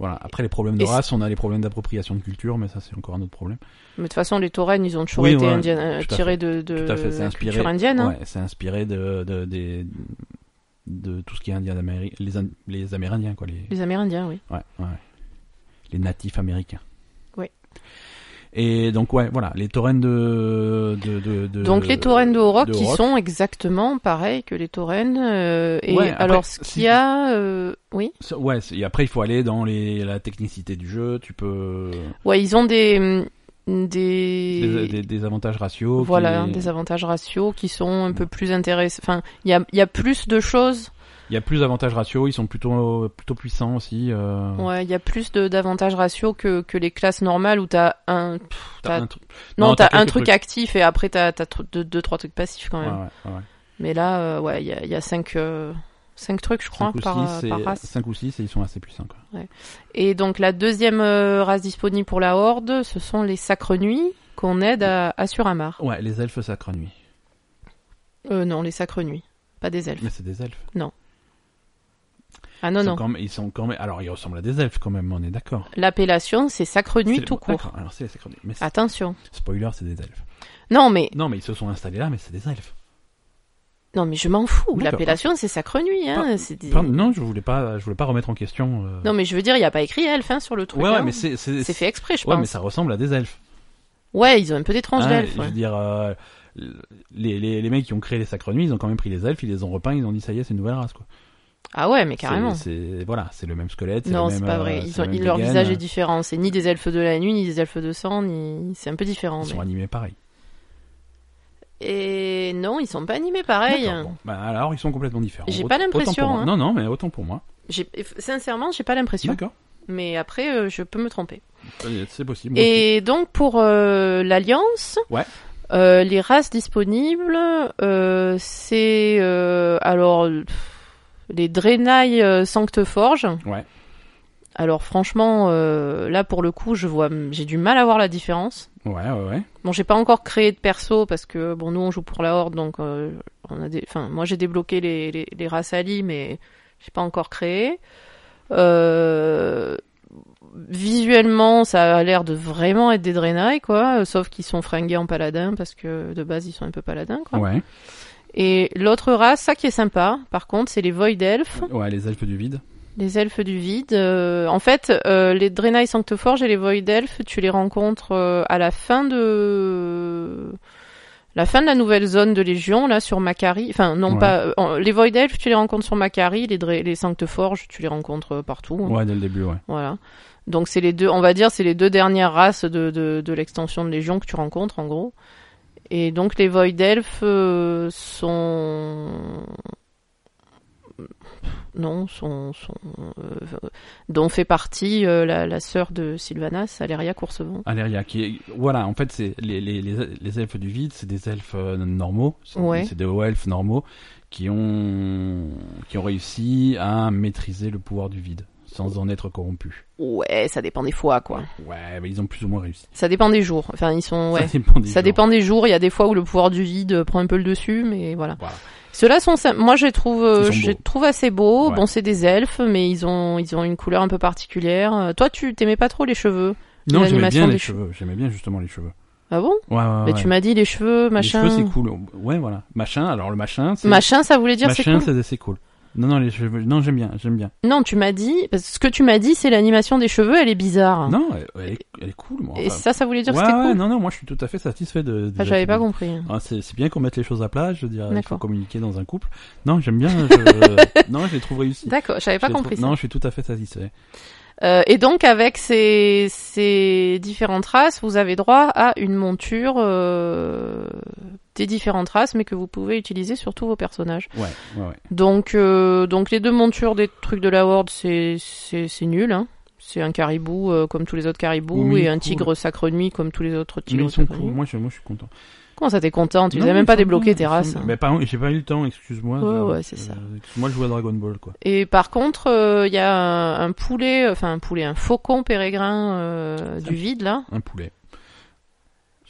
Speaker 1: Voilà. Après les problèmes de
Speaker 2: Et
Speaker 1: race, on a les problèmes d'appropriation de culture, mais ça c'est encore un autre problème.
Speaker 2: Mais de toute façon, les taurennes, ils ont toujours
Speaker 1: Oui,
Speaker 2: été
Speaker 1: ouais,
Speaker 2: indiennes, euh,
Speaker 1: tout à
Speaker 2: tirés de, de
Speaker 1: Tout à fait, c'est
Speaker 2: la
Speaker 1: inspiré.
Speaker 2: culture indienne. hein.
Speaker 1: Ouais, c'est inspiré de, de, des- de tout ce qui est indien d'Amérique, les, Ind- les Amérindiens, quoi. Les,
Speaker 2: Les Amérindiens, oui.
Speaker 1: ouais, ouais. les natifs américains.
Speaker 2: Ouais.
Speaker 1: Et donc, ouais, voilà, les taurennes de. de, de, de-
Speaker 2: Donc les taurennes de Horok
Speaker 1: de
Speaker 2: qui
Speaker 1: Horok.
Speaker 2: sont exactement pareils que les taurennes. euh, et
Speaker 1: Ouais, après,
Speaker 2: alors ce
Speaker 1: si-
Speaker 2: qu'il y a, euh, oui,
Speaker 1: Ça, Ouais, c'est- et après, il faut aller dans les, la technicité du jeu, tu peux.
Speaker 2: ouais, ils ont des hum, des,
Speaker 1: Des, euh, des- des avantages ratios. qui-
Speaker 2: voilà, des avantages ratios qui sont un peu plus intéressants. Enfin, il y a, il y a plus de choses.
Speaker 1: Il y a plus d'avantages ratios, ils sont plutôt, plutôt puissants aussi. euh,
Speaker 2: Ouais, il y a plus de- d'avantages ratios que, que les classes normales où t'as un. pff,
Speaker 1: t'as
Speaker 2: t'as-
Speaker 1: un truc-
Speaker 2: non,
Speaker 1: non,
Speaker 2: t'as
Speaker 1: t'as
Speaker 2: un
Speaker 1: quelques
Speaker 2: truc
Speaker 1: trucs.
Speaker 2: actif et après t'as t'as tr- deux, deux, trois trucs passifs quand
Speaker 1: ouais,
Speaker 2: même.
Speaker 1: ouais, ouais.
Speaker 2: Mais là, euh, ouais, il y a, il y a cinq, euh, cinq trucs, je crois,
Speaker 1: Cinq ou
Speaker 2: par,
Speaker 1: six,
Speaker 2: euh,
Speaker 1: et-
Speaker 2: par race.
Speaker 1: cinq ou six, et ils sont assez puissants. Quoi.
Speaker 2: Et donc la deuxième euh, race disponible pour la Horde, ce sont les Sacres Nuits qu'on aide à, à Suramar.
Speaker 1: Ouais, les elfes sacres nuit.
Speaker 2: Euh, non, les Sacres Nuits, pas des elfes.
Speaker 1: Mais c'est des elfes.
Speaker 2: Ah non,
Speaker 1: Ils sont
Speaker 2: non.
Speaker 1: quand même- ils sont quand même. Alors, ils ressemblent à des elfes quand même, on est d'accord.
Speaker 2: L'appellation, c'est Sacres
Speaker 1: C'est
Speaker 2: Nuits
Speaker 1: les-
Speaker 2: tout court.
Speaker 1: D'accord, Alors, c'est les sacres nuits. Mais c'est-
Speaker 2: Attention.
Speaker 1: spoiler, c'est des elfes.
Speaker 2: Non, mais
Speaker 1: Non, mais ils se sont installés là, mais c'est des elfes.
Speaker 2: non, mais je m'en fous.
Speaker 1: D'accord.
Speaker 2: L'appellation, c'est Sacres Nuits. Hein. c'est des-
Speaker 1: Enfin, non, je voulais pas, je voulais pas remettre en question. euh,
Speaker 2: Non, mais je veux dire, il n'y a pas écrit elfe hein, sur le truc.
Speaker 1: ouais, ouais,
Speaker 2: hein.
Speaker 1: mais c'est. c'est-
Speaker 2: C'est fait exprès, je
Speaker 1: Ouais, mais
Speaker 2: pense.
Speaker 1: ça ressemble à des elfes.
Speaker 2: Ouais, ils ont un peu des tranches
Speaker 1: Hein,
Speaker 2: d'elfes.
Speaker 1: Je
Speaker 2: ouais.
Speaker 1: veux dire, euh, les, les, les mecs qui ont créé les sacres nuits, ils ont quand même pris les elfes, ils les ont repeints, ils ont dit ça y est, c'est une nouvelle race. Quoi.
Speaker 2: Ah ouais, mais carrément.
Speaker 1: C'est, c'est- voilà, c'est le même squelette.
Speaker 2: Non,
Speaker 1: le
Speaker 2: c'est
Speaker 1: même,
Speaker 2: pas
Speaker 1: euh,
Speaker 2: vrai. Ils
Speaker 1: c'est
Speaker 2: ont...
Speaker 1: la même
Speaker 2: Leur
Speaker 1: dégaine,
Speaker 2: visage
Speaker 1: euh,
Speaker 2: est différent. C'est ni des elfes de la nuit, ni des elfes de sang, ni. C'est un peu différent.
Speaker 1: Ils sont
Speaker 2: mais-
Speaker 1: animés pareil.
Speaker 2: Et non, ils sont pas animés pareil.
Speaker 1: D'accord, bon. Bah, alors ils sont complètement différents.
Speaker 2: J'ai
Speaker 1: Aut-
Speaker 2: pas
Speaker 1: autant
Speaker 2: l'impression,
Speaker 1: pour moi.
Speaker 2: hein.
Speaker 1: Non, non, mais autant pour moi.
Speaker 2: J'ai- Sincèrement, j'ai pas l'impression.
Speaker 1: D'accord,
Speaker 2: Mais après, euh, je peux me tromper.
Speaker 1: Euh, c'est possible.
Speaker 2: Et donc, pour euh, l'Alliance,
Speaker 1: Ouais.
Speaker 2: euh, les races disponibles, euh, c'est. euh, alors. pff, Les Draenei euh, Sancteforge.
Speaker 1: Ouais.
Speaker 2: Alors, franchement, euh, là, pour le coup, je vois. J'ai du mal à voir la différence.
Speaker 1: Ouais, ouais, ouais.
Speaker 2: Bon, j'ai pas encore créé de perso parce que bon, nous on joue pour la horde, donc euh, on a des. Enfin, moi j'ai débloqué les les, les races Ali, mais j'ai pas encore créé. Euh... Visuellement, ça a l'air de vraiment être des Draenei, quoi. euh, Sauf qu'ils sont fringués en paladin parce que de base ils sont un peu paladins, quoi.
Speaker 1: Ouais.
Speaker 2: Et l'autre race, ça qui est sympa, par contre, c'est les Void Elf,
Speaker 1: Ouais, les elfes du vide.
Speaker 2: les elfes du vide. Euh, en fait, euh, les Draenei Sancteforge et les Void Elf, tu les rencontres euh, à la fin de la fin de la nouvelle zone de Légion, là sur Macari. Enfin, non
Speaker 1: Ouais.
Speaker 2: pas euh, en- les Void Elf, tu les rencontres sur Macari, les Dra- les Sancteforge, tu les rencontres euh, partout. hein.
Speaker 1: Ouais, dès le début, ouais.
Speaker 2: Voilà. Donc c'est les deux, on va dire, c'est les deux dernières races de, de, de l'extension de Légion que tu rencontres en gros. Et donc les Void Elf sont non, sont, sont euh, dont fait partie euh, la, la sœur de Sylvanas, Aléria Coursevant.
Speaker 1: Aléria, qui est... Voilà, en fait, c'est les, les, les, les elfes du vide, c'est des elfes euh, normaux. C'est,
Speaker 2: Ouais.
Speaker 1: c'est des hauts elfes normaux qui ont... qui ont réussi à maîtriser le pouvoir du vide sans en être corrompus.
Speaker 2: Ouais, ça dépend des fois quoi.
Speaker 1: Ouais, mais ils ont plus ou moins réussi.
Speaker 2: Ça dépend des jours. Enfin, ils sont ouais.
Speaker 1: Ça dépend des
Speaker 2: Ça
Speaker 1: jours.
Speaker 2: dépend des jours, il y a des fois où le pouvoir du vide euh, prend un peu le dessus, mais voilà.
Speaker 1: Voilà.
Speaker 2: Ceux-là sont, sym- moi je les trouve, euh,
Speaker 1: Ils sont
Speaker 2: je les
Speaker 1: beaux.
Speaker 2: trouve assez beaux.
Speaker 1: Ouais.
Speaker 2: Bon, c'est des elfes, mais ils ont, ils ont une couleur un peu particulière. Euh, Toi, tu t'aimais pas trop les cheveux.
Speaker 1: Non, j'aimais
Speaker 2: l'animation
Speaker 1: bien
Speaker 2: des
Speaker 1: les
Speaker 2: cheveux.
Speaker 1: cheveux. J'aimais bien justement les cheveux.
Speaker 2: Ah bon
Speaker 1: Ouais, ouais,
Speaker 2: Mais
Speaker 1: ouais.
Speaker 2: tu m'as dit les cheveux, machin.
Speaker 1: Les cheveux, c'est cool. Ouais, voilà. Machin, alors le machin, c'est.
Speaker 2: Machin, ça voulait dire c'est
Speaker 1: machin,
Speaker 2: cool.
Speaker 1: c'est c'est cool. Non, non, les cheveux. Non, j'aime bien, j'aime bien.
Speaker 2: Non, tu m'as dit, parce que ce que tu m'as dit, c'est l'animation des cheveux, elle est bizarre.
Speaker 1: Non, elle, elle est, elle est cool, moi.
Speaker 2: Ah. Et
Speaker 1: Enfin,
Speaker 2: ça, ça voulait dire
Speaker 1: ouais,
Speaker 2: que c'était
Speaker 1: ouais,
Speaker 2: cool.
Speaker 1: non, non, moi je suis tout à fait satisfait de. des
Speaker 2: Ah, J'avais pas
Speaker 1: attributs.
Speaker 2: compris.
Speaker 1: Ah, c'est c'est bien qu'on mette les choses à plat, je veux dire, il faut
Speaker 2: D'accord.
Speaker 1: communiquer dans un couple. Non, j'aime bien, je... non, je les trouve réussis.
Speaker 2: D'accord, j'avais
Speaker 1: Je
Speaker 2: pas
Speaker 1: les
Speaker 2: compris
Speaker 1: trouve- Non, je suis tout à fait satisfait.
Speaker 2: ça. Euh, et donc, avec ces, ces différentes races, vous avez droit à une monture euh, des différentes races, mais que vous pouvez utiliser sur tous vos personnages.
Speaker 1: Ouais, ouais, ouais.
Speaker 2: Donc, euh, donc les deux montures des trucs de la Horde, c'est c'est c'est nul. Hein. C'est un caribou euh, comme tous les autres caribous
Speaker 1: Oui,
Speaker 2: et un
Speaker 1: cool.
Speaker 2: tigre sacre nuit comme tous les autres
Speaker 1: Mais
Speaker 2: tigres
Speaker 1: ils sont
Speaker 2: sacre
Speaker 1: cool.
Speaker 2: nuit.
Speaker 1: Moi, je, moi, je suis content.
Speaker 2: Comment ça t'es content Tu les
Speaker 1: Non,
Speaker 2: as même
Speaker 1: ils
Speaker 2: pas
Speaker 1: sont
Speaker 2: débloqués
Speaker 1: cool,
Speaker 2: tes
Speaker 1: ils sont
Speaker 2: races. hein.
Speaker 1: cool. Mais pardon, j'ai pas eu le temps, excuse-moi.
Speaker 2: Ouais,
Speaker 1: de-
Speaker 2: ouais, c'est ça.
Speaker 1: euh, Excuse-moi, je jouais à Dragon Ball, quoi.
Speaker 2: Et par contre, euh, il y a un, un poulet, enfin un poulet, un faucon pérégrin euh, du vide là.
Speaker 1: Un poulet.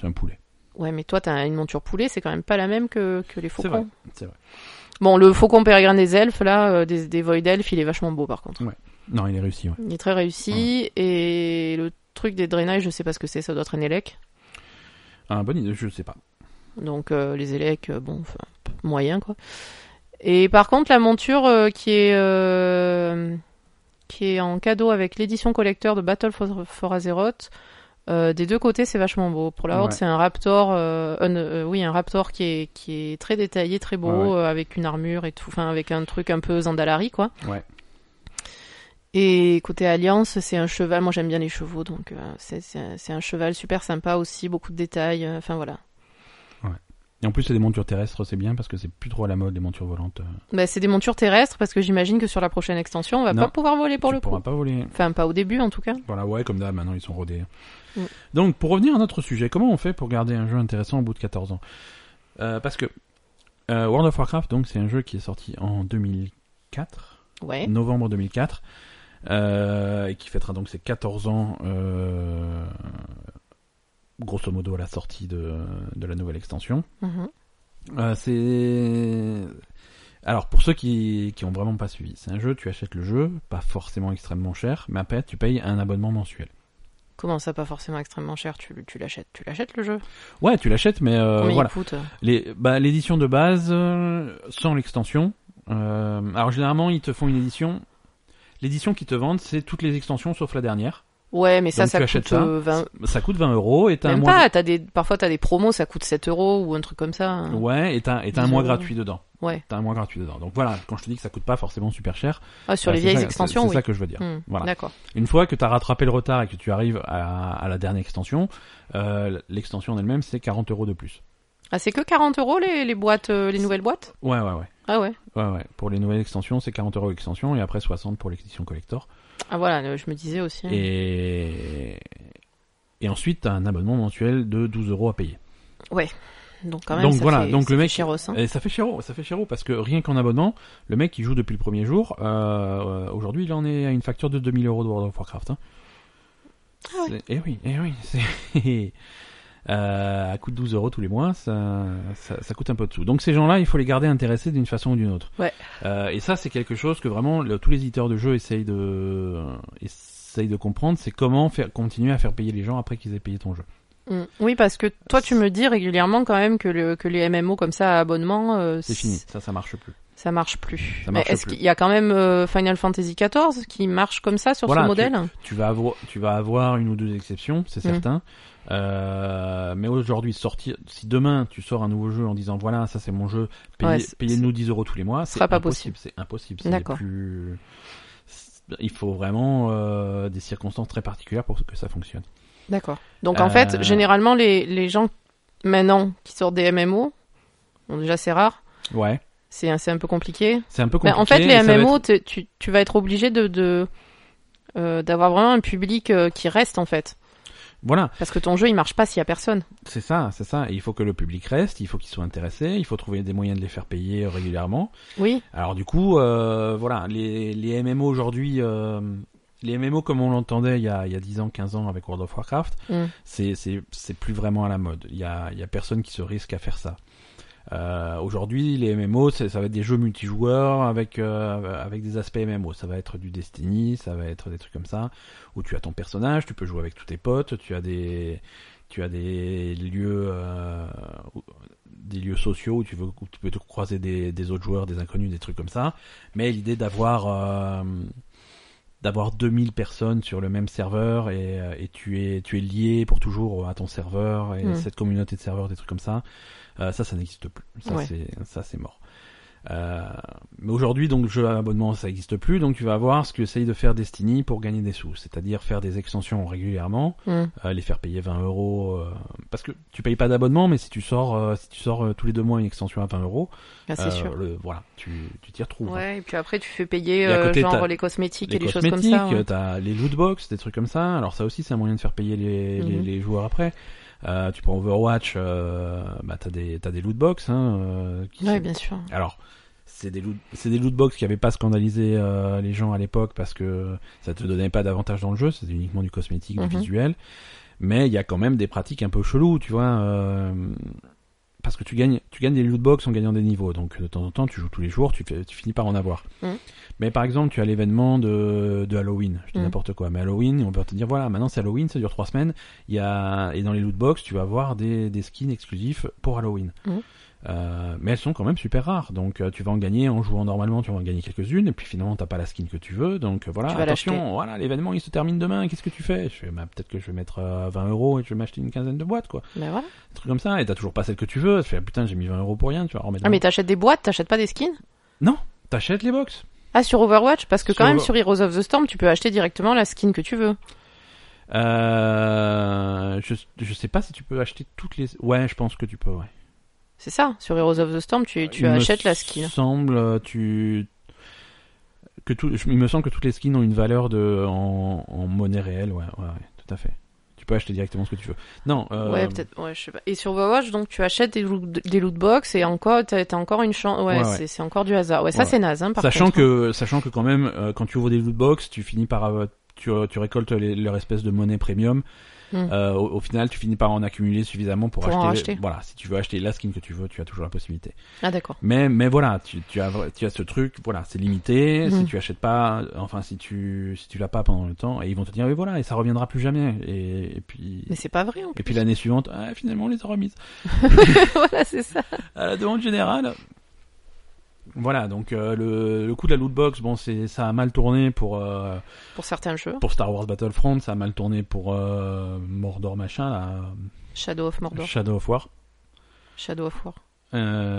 Speaker 1: C'est un poulet.
Speaker 2: Ouais, mais toi t'as une monture poulet, c'est quand même pas la même que que les
Speaker 1: C'est vrai.
Speaker 2: faucons.
Speaker 1: C'est vrai.
Speaker 2: Bon, le faucon pérégrin des elfes là, euh, des des void elfes, il est vachement beau par contre.
Speaker 1: Non, il est réussi, ouais.
Speaker 2: Il est très réussi et le truc des drainages, je sais pas ce que c'est, ça doit être un élec.
Speaker 1: Ah, bonne idée, je sais pas.
Speaker 2: Donc euh, les élecs, euh, bon, enfin, p- moyen quoi. Et par contre, la monture euh, qui est euh, qui est en cadeau avec l'édition collecteur de Battle for, for Azeroth, euh, des deux côtés, c'est vachement beau. Pour la Horde,
Speaker 1: Ouais.
Speaker 2: c'est un raptor, euh, un, euh, oui, un raptor qui est qui est très détaillé, très beau,
Speaker 1: Ouais, ouais.
Speaker 2: euh, avec une armure et tout, enfin avec un truc un peu Zandalari quoi.
Speaker 1: Ouais.
Speaker 2: Et côté Alliance, c'est un cheval. Moi, j'aime bien les chevaux, donc euh, c'est- c'est un- c'est un cheval super sympa aussi, beaucoup de détails. euh, Enfin voilà.
Speaker 1: Et en plus, c'est des montures terrestres, c'est bien parce que c'est plus trop à la mode les montures volantes. euh,
Speaker 2: Bah, c'est des montures terrestres parce que j'imagine que sur la prochaine extension, on va
Speaker 1: Non.
Speaker 2: pas pouvoir voler pour
Speaker 1: tu
Speaker 2: le coup.
Speaker 1: pourras pas voler.
Speaker 2: Enfin, pas au début en tout cas.
Speaker 1: Voilà, ouais, comme d'hab, maintenant ils sont rodés. hein.
Speaker 2: Mm.
Speaker 1: Donc, pour revenir à notre sujet, comment on fait pour garder un jeu intéressant au bout de 14 ans Euh, Parce que euh, World of Warcraft, donc, c'est un jeu qui est sorti en 2004,
Speaker 2: Ouais.
Speaker 1: novembre 2004, euh, et qui fêtera donc ses 14 ans, euh, grosso modo, à la sortie de, de la nouvelle extension.
Speaker 2: Mhm.
Speaker 1: Euh, c'est. Alors, pour ceux qui, qui ont vraiment pas suivi, c'est un jeu, tu achètes le jeu, pas forcément extrêmement cher, mais après, tu payes un abonnement mensuel.
Speaker 2: Comment ça, pas forcément extrêmement cher Tu, tu l'achètes, tu l'achètes le jeu.
Speaker 1: Ouais, tu l'achètes, mais euh,
Speaker 2: Combien
Speaker 1: voilà.
Speaker 2: il coûte
Speaker 1: Les, bah, l'édition de base, euh, sans l'extension. Euh, alors généralement, ils te font une édition. L'édition qu'ils te vendent, c'est toutes les extensions sauf la dernière.
Speaker 2: Ouais, mais ça,
Speaker 1: Donc,
Speaker 2: ça
Speaker 1: tu
Speaker 2: coûte
Speaker 1: achètes ça.
Speaker 2: euh, 20.
Speaker 1: Ça coûte 20 euros et t'as un
Speaker 2: Même
Speaker 1: mois.
Speaker 2: pas. T'as des, parfois t'as des promos, ça coûte 7 euros ou un truc comme ça. hein.
Speaker 1: Ouais, et t'as, et t'as un
Speaker 2: 10
Speaker 1: mois
Speaker 2: euros.
Speaker 1: gratuit dedans.
Speaker 2: Ouais.
Speaker 1: T'as un mois gratuit dedans. Donc voilà, quand je te dis que ça coûte pas forcément super cher.
Speaker 2: Ah, sur
Speaker 1: bah,
Speaker 2: les
Speaker 1: c'est
Speaker 2: vieilles
Speaker 1: ça-
Speaker 2: extensions,
Speaker 1: c'est,
Speaker 2: oui.
Speaker 1: c'est ça que je veux dire.
Speaker 2: Hmm,
Speaker 1: Voilà.
Speaker 2: D'accord.
Speaker 1: Une fois que t'as rattrapé le retard et que tu arrives à, à la dernière extension, euh, l'extension en elle-même, c'est 40 euros de plus.
Speaker 2: Ah, c'est que 40 euros les, les boîtes, euh, les nouvelles boîtes
Speaker 1: Ouais, ouais, ouais.
Speaker 2: Ah ouais.
Speaker 1: Ouais, ouais. Pour les nouvelles extensions, c'est 40 euros extension et après 60 pour l'édition collector.
Speaker 2: Ah voilà, euh, je me disais aussi. hein.
Speaker 1: Et, et ensuite, t'as un abonnement mensuel de 12 euros à payer.
Speaker 2: Donc quand même.
Speaker 1: donc
Speaker 2: ça
Speaker 1: voilà,
Speaker 2: fait-
Speaker 1: donc
Speaker 2: ça
Speaker 1: le
Speaker 2: fait
Speaker 1: mec-
Speaker 2: chiros, hein.
Speaker 1: Et ça fait chéro, ça fait chéro, parce que rien qu'en abonnement, le mec qui joue depuis le premier jour, euh, euh, aujourd'hui il en est à une facture de 2000 euros de World of Warcraft. Hein.
Speaker 2: Ah
Speaker 1: C'est- Eh oui, eh oui, c'est... Euh, à coût de 12 euros tous les mois, ça, ça, ça coûte un peu de sous. Donc ces gens-là, il faut les garder intéressés d'une façon ou d'une autre.
Speaker 2: Ouais.
Speaker 1: Euh, et ça, c'est quelque chose que vraiment le- tous les éditeurs de jeux essayent de, essayent de comprendre, c'est comment faire, continuer à faire payer les gens après qu'ils aient payé ton jeu.
Speaker 2: Mm. Oui, parce que toi, tu me dis régulièrement quand même que, le, que les MMO comme ça à abonnement, euh,
Speaker 1: C'est fini, ça, ça marche plus.
Speaker 2: ça marche plus.
Speaker 1: Ça
Speaker 2: Mais
Speaker 1: marche
Speaker 2: est-ce
Speaker 1: plus.
Speaker 2: qu'il y a quand même euh, Final Fantasy XIV qui marche comme ça sur
Speaker 1: Voilà,
Speaker 2: ce
Speaker 1: tu-
Speaker 2: modèle
Speaker 1: Tu vas avoir, tu vas avoir une ou deux exceptions, c'est
Speaker 2: Mm.
Speaker 1: certain. Euh, mais aujourd'hui, sortir, si demain tu sors un nouveau jeu en disant voilà, ça c'est mon jeu, payez-
Speaker 2: Ouais, c'est-
Speaker 1: payez-nous 10 euros tous les mois, c'est
Speaker 2: sera pas
Speaker 1: impossible, c'est impossible. c'est
Speaker 2: D'accord.
Speaker 1: plus- c'est- Il faut vraiment euh, des circonstances très particulières pour que ça fonctionne.
Speaker 2: D'accord. Donc en fait,
Speaker 1: Euh,
Speaker 2: généralement, les, les gens maintenant qui sortent des MMO, bon, déjà c'est rare,
Speaker 1: Ouais,
Speaker 2: c'est un, c'est un peu compliqué.
Speaker 1: c'est un peu
Speaker 2: Mais
Speaker 1: compliqué.
Speaker 2: Bah, en fait,
Speaker 1: et
Speaker 2: les
Speaker 1: ça va
Speaker 2: MMO,
Speaker 1: être-
Speaker 2: t'es- tu, tu vas être obligé de, de, euh, d'avoir vraiment un public euh, qui reste en fait.
Speaker 1: Voilà,
Speaker 2: Parce que ton jeu, il marche pas s'il y a personne.
Speaker 1: C'est ça, c'est ça. Et il faut que le public reste, il faut qu'ils soient intéressés, il faut trouver des moyens de les faire payer euh, régulièrement.
Speaker 2: Oui,
Speaker 1: Alors du coup, euh, voilà, les, les MMO aujourd'hui, euh, les MMO comme on l'entendait il y, a, il y a 10 ans, 15 ans avec World of Warcraft,
Speaker 2: Mm.
Speaker 1: c'est- c'est c'est plus vraiment à la mode. Il y a, il y a personne qui se risque à faire ça. Euh, aujourd'hui, les MMO, c'est- ça va être des jeux multijoueurs avec euh, avec des aspects MMO. Ça va être du Destiny, ça va être des trucs comme ça où tu as ton personnage, tu peux jouer avec tous tes potes, tu as des tu as des lieux euh, où- des lieux sociaux où tu, veux, où tu peux te croiser des, des autres joueurs, des inconnus, des trucs comme ça. Mais l'idée d'avoir euh, d'avoir 2000 personnes sur le même serveur et, euh, et tu es tu es lié pour toujours à ton serveur et
Speaker 2: Mm.
Speaker 1: cette communauté de serveurs, des trucs comme ça, euh, ça ça n'existe plus. Ça
Speaker 2: Ouais.
Speaker 1: c'est ça c'est mort. Euh, mais aujourd'hui, donc, le jeu à abonnement, ça n'existe plus, donc tu vas avoir ce que essaye de faire Destiny pour gagner des sous, c'est-à-dire faire des extensions régulièrement,
Speaker 2: Mm.
Speaker 1: euh, les faire payer 20 euros, euh, parce que tu payes pas d'abonnement, mais si tu sors, euh, si tu sors euh, tous les deux mois une extension à 20 euros,
Speaker 2: Ah, c'est
Speaker 1: euh,
Speaker 2: sûr.
Speaker 1: le- voilà, tu, tu t'y retrouves.
Speaker 2: Ouais, et puis après, tu fais payer
Speaker 1: Et à
Speaker 2: euh,
Speaker 1: côté,
Speaker 2: genre
Speaker 1: t'as
Speaker 2: les cosmétiques
Speaker 1: Les
Speaker 2: et les choses comme
Speaker 1: cosmétiques,
Speaker 2: ça. ouais.
Speaker 1: euh, t'as les loot box, des trucs comme ça. Alors ça aussi, c'est un moyen de faire payer les, les,
Speaker 2: Mhm.
Speaker 1: les joueurs après. Euh, tu prends Overwatch, euh, bah t'as des t'as des loot box, hein, euh, qui
Speaker 2: Ouais,
Speaker 1: sont-
Speaker 2: bien sûr.
Speaker 1: Alors, c'est des loot, c'est des loot box qui n'avaient pas scandalisé euh, les gens à l'époque parce que ça te donnait pas d'avantage dans le jeu, c'était uniquement du cosmétique,
Speaker 2: Mhm.
Speaker 1: du visuel. Mais il y a quand même des pratiques un peu cheloues, tu vois. euh, parce que tu gagnes, tu gagnes des loot box en gagnant des niveaux, donc de temps en temps tu joues tous les jours, tu, fais- tu finis par en avoir.
Speaker 2: Mhm.
Speaker 1: Mais par exemple, tu as l'événement de, de Halloween, je dis
Speaker 2: Mhm.
Speaker 1: n'importe quoi, mais Halloween, on peut te dire voilà, maintenant c'est Halloween, ça dure trois semaines, il y a et dans les loot box, tu vas avoir des, des skins exclusifs pour Halloween.
Speaker 2: Mhm.
Speaker 1: Euh, mais elles sont quand même super rares, donc euh, tu vas en gagner en jouant normalement, tu vas en gagner quelques-unes, et puis finalement t'as pas la skin que tu veux, donc euh, voilà,
Speaker 2: Tu vas
Speaker 1: attention,
Speaker 2: l'acheter.
Speaker 1: voilà, l'événement il se termine demain, qu'est-ce que tu fais Je fais, bah, peut-être que je vais mettre euh, 20 euros et je vais m'acheter une quinzaine de boîtes, quoi,
Speaker 2: Ben voilà.
Speaker 1: des trucs comme ça, et t'as toujours pas celle que tu veux, je fais, ah, putain, j'ai mis 20 euros pour rien, tu vas remettre.
Speaker 2: Ah, mais
Speaker 1: dedans.
Speaker 2: t'achètes des boîtes, t'achètes pas des skins
Speaker 1: T'achètes les box
Speaker 2: Ah, sur Overwatch Parce que
Speaker 1: Sur
Speaker 2: quand même,
Speaker 1: Over-
Speaker 2: sur Heroes of the Storm, tu peux acheter directement la skin que tu veux.
Speaker 1: Euh, je, je sais pas si tu peux acheter toutes les. Ouais, je pense que tu peux, ouais.
Speaker 2: C'est ça, sur Heroes of the Storm, tu, tu
Speaker 1: Il me
Speaker 2: achètes la skin.
Speaker 1: semble, euh, tu. Que tout... je- Il me semble que toutes les skins ont une valeur de... en... en monnaie réelle, ouais, ouais, ouais, tout à fait. Tu peux acheter directement ce que tu veux. Non, euh,
Speaker 2: Ouais, peut-être, ouais, je sais pas. Et sur Overwatch, donc tu achètes des loot, des loot box et encore, t'as t'as encore une chance. Ouais,
Speaker 1: Ouais, ouais.
Speaker 2: c'est c'est encore du hasard. Ouais, ça
Speaker 1: Ouais.
Speaker 2: c'est naze, hein, par
Speaker 1: sachant,
Speaker 2: contre.
Speaker 1: que, sachant que quand même, euh, quand tu ouvres des loot box, tu finis par. euh, tu, tu récoltes les- leur espèce de monnaie premium.
Speaker 2: Hmm.
Speaker 1: Euh, au, au final, tu finis par en accumuler suffisamment pour,
Speaker 2: Pour en
Speaker 1: acheter.
Speaker 2: racheter.
Speaker 1: Voilà, si tu veux acheter la skin que tu veux, tu as toujours la possibilité.
Speaker 2: Ah, d'accord.
Speaker 1: Mais, mais voilà, tu, tu, as, tu as ce truc, voilà, c'est limité. Si
Speaker 2: Mhm.
Speaker 1: tu achètes pas, enfin, si tu, si tu l'as pas pendant le temps, et ils vont te dire, mais voilà, et ça reviendra plus jamais. Et, et puis,
Speaker 2: Mais c'est pas vrai, en
Speaker 1: et
Speaker 2: plus.
Speaker 1: puis l'année suivante, ah, finalement, on les a remises.
Speaker 2: voilà, c'est ça.
Speaker 1: À la demande générale. Voilà, donc euh, le, le coup de la loot box, bon, c'est ça a mal tourné pour euh,
Speaker 2: Pour certains jeux,
Speaker 1: pour Star Wars Battlefront, ça a mal tourné pour euh, Mordor machin, là,
Speaker 2: Shadow of Mordor,
Speaker 1: Shadow of War.
Speaker 2: Shadow of War.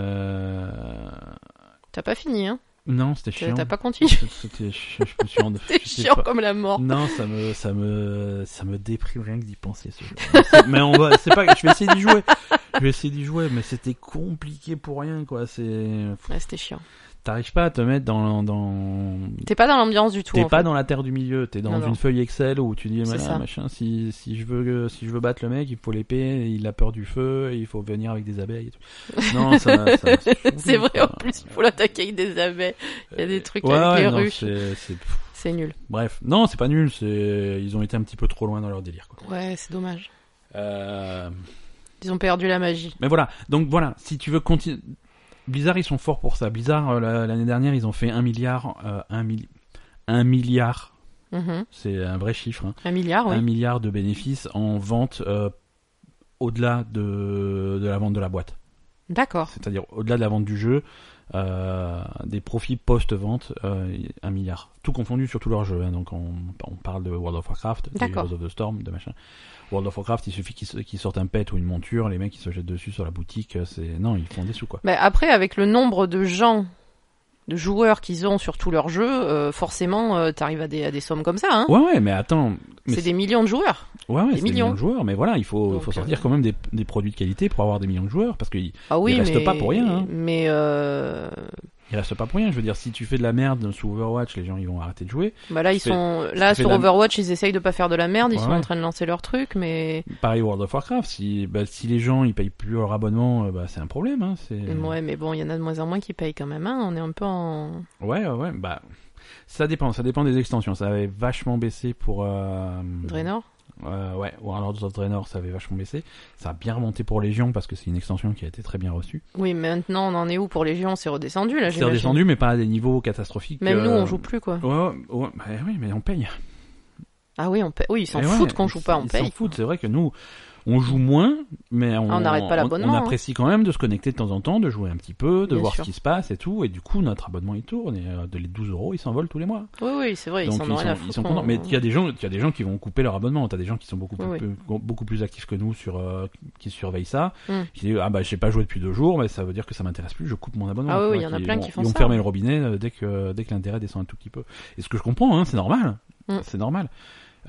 Speaker 1: Euh...
Speaker 2: T'as pas fini, hein
Speaker 1: Non, c'était
Speaker 2: T'as
Speaker 1: chiant.
Speaker 2: t'as pas continué.
Speaker 1: C'était chiant. Je me suis rendu.
Speaker 2: T'es
Speaker 1: je sais
Speaker 2: chiant
Speaker 1: pas.
Speaker 2: comme la mort.
Speaker 1: Non, ça me, ça me, ça me déprime rien que d'y penser. Ce jeu. C'est- mais on va, c'est pas, je vais essayer d'y jouer. Je vais essayer d'y jouer, mais c'était compliqué pour rien, quoi. C'est,
Speaker 2: Ouais, c'était chiant.
Speaker 1: t'arrives pas à te mettre dans, dans,
Speaker 2: T'es pas dans l'ambiance du tout.
Speaker 1: t'es
Speaker 2: en
Speaker 1: pas
Speaker 2: fait.
Speaker 1: dans la terre du milieu. T'es dans
Speaker 2: Non,
Speaker 1: une
Speaker 2: non.
Speaker 1: feuille Excel où tu dis,
Speaker 2: C'est
Speaker 1: voilà,
Speaker 2: ça.
Speaker 1: machin, si, si je veux, si je veux battre le mec, il faut l'épée, il a peur du feu, il faut venir avec des abeilles et tout. Non, ça, ça
Speaker 2: C'est vrai, en plus, il faut l'attaquer avec des abeilles. Il y a des trucs
Speaker 1: bah, Ouais,
Speaker 2: avec
Speaker 1: ouais,
Speaker 2: les
Speaker 1: non,
Speaker 2: ruches.
Speaker 1: c'est- c'est-
Speaker 2: C'est nul.
Speaker 1: Bref, non, c'est pas nul. C'est, ils ont été un petit peu trop loin dans leur délire, quoi.
Speaker 2: Ouais, c'est dommage.
Speaker 1: Euh...
Speaker 2: Ils ont perdu la magie.
Speaker 1: Mais voilà, donc voilà, si tu veux continuer... Blizzard, ils sont forts pour ça. Blizzard, euh, la- l'année dernière, ils ont fait 1 milliard... Euh, 1, milliard,
Speaker 2: Mhm.
Speaker 1: c'est un vrai chiffre, hein,
Speaker 2: Un milliard,
Speaker 1: 1
Speaker 2: ouais.
Speaker 1: milliard de bénéfices en vente euh, au-delà de, de la vente de la boîte.
Speaker 2: D'accord.
Speaker 1: C'est-à-dire au-delà de la vente du jeu, euh, des profits post-vente, euh, 1 milliard. Tout confondu sur tous leurs jeux. hein. donc on, on parle de World of Warcraft, de
Speaker 2: D'accord.
Speaker 1: Heroes of the Storm, de machin. World of Warcraft, il suffit qu'ils se- qu'ils sortent un pet ou une monture, les mecs ils se jettent dessus sur la boutique, euh, c'est non, ils font des sous quoi.
Speaker 2: Mais Bah, après, avec le nombre de gens, de joueurs qu'ils ont sur tous leurs jeux, euh, forcément, euh, t'arrives à des, à des sommes comme ça. Hein
Speaker 1: Ouais ouais, mais attends, mais
Speaker 2: c'est des millions de joueurs.
Speaker 1: ouais, ouais, c'est des
Speaker 2: millions.
Speaker 1: millions de joueurs, mais voilà, il faut,
Speaker 2: Donc, euh,
Speaker 1: faut sortir quand même des, des produits de qualité pour avoir des millions de joueurs parce qu'ils
Speaker 2: Ah oui,
Speaker 1: restent
Speaker 2: mais
Speaker 1: pas pour rien, hein.
Speaker 2: Mais euh,
Speaker 1: ils restent pas pour rien. Je veux dire, si tu fais de la merde sous Overwatch, les gens ils vont arrêter de jouer.
Speaker 2: bah là, ils
Speaker 1: fais-
Speaker 2: sont là
Speaker 1: tu fais
Speaker 2: sur
Speaker 1: de la-
Speaker 2: Overwatch, ils essayent de pas faire de la merde. Ils sont
Speaker 1: Ouais.
Speaker 2: en train de lancer leur truc, mais
Speaker 1: Pareil World of Warcraft, si bah, si les gens ils payent plus leur abonnement, euh, bah c'est un problème. Hein, c'est
Speaker 2: ouais, mais bon, il y en a de moins en moins qui payent quand même. hein. On est un peu en
Speaker 1: Ouais, ouais, ouais, bah. Ça dépend, ça dépend des extensions. Ça avait vachement baissé pour. Euh,
Speaker 2: Draenor.
Speaker 1: euh, Ouais, Warlords of Draenor, ça avait vachement baissé. Ça a bien remonté pour Légion parce que c'est une extension qui a été très bien reçue.
Speaker 2: Oui, mais maintenant, on en est où pour Légion C'est redescendu là.
Speaker 1: C'est
Speaker 2: j'imagine.
Speaker 1: redescendu, mais pas à des niveaux catastrophiques.
Speaker 2: Même
Speaker 1: euh,
Speaker 2: nous, on joue plus quoi.
Speaker 1: Ouais, ouais, ouais, bah oui, mais on paye.
Speaker 2: Ah oui, on paye. Oui, ils s'en
Speaker 1: Eh ouais,
Speaker 2: foutent qu'on joue pas, on
Speaker 1: ils
Speaker 2: paye.
Speaker 1: s'en foutent, c'est vrai que nous, on joue moins, mais on
Speaker 2: Ah, on n'arrête pas l'abonnement,
Speaker 1: on
Speaker 2: hein.
Speaker 1: apprécie quand même de se connecter de temps en temps, de jouer un petit peu, de
Speaker 2: Bien
Speaker 1: voir
Speaker 2: sûr.
Speaker 1: ce qui se passe et tout. Et du coup, notre abonnement, il tourne. Et euh, de les 12 euros, ils s'envolent tous les mois.
Speaker 2: Oui, oui, c'est vrai, ils
Speaker 1: Donc
Speaker 2: s'en ont rien à foutre.
Speaker 1: ils sont
Speaker 2: on-
Speaker 1: contents. Mais il y a des gens, il y a des gens qui vont couper leur abonnement. T'as des gens qui sont beaucoup plus,
Speaker 2: Oui,
Speaker 1: plus- beaucoup plus actifs que nous sur, euh, qui surveillent ça.
Speaker 2: Mm.
Speaker 1: Qui disent ah bah j'ai pas joué depuis deux jours, mais ça veut dire que ça m'intéresse plus. Je coupe mon abonnement.
Speaker 2: Ah oui,
Speaker 1: Tu vois,
Speaker 2: il y en a
Speaker 1: qui
Speaker 2: plein
Speaker 1: vont-
Speaker 2: qui font
Speaker 1: Ils vont
Speaker 2: ça. hein.
Speaker 1: fermer le robinet euh, dès que dès que l'intérêt descend un tout petit peu. Et ce que je comprends, hein, c'est normal.
Speaker 2: Mm.
Speaker 1: C'est normal.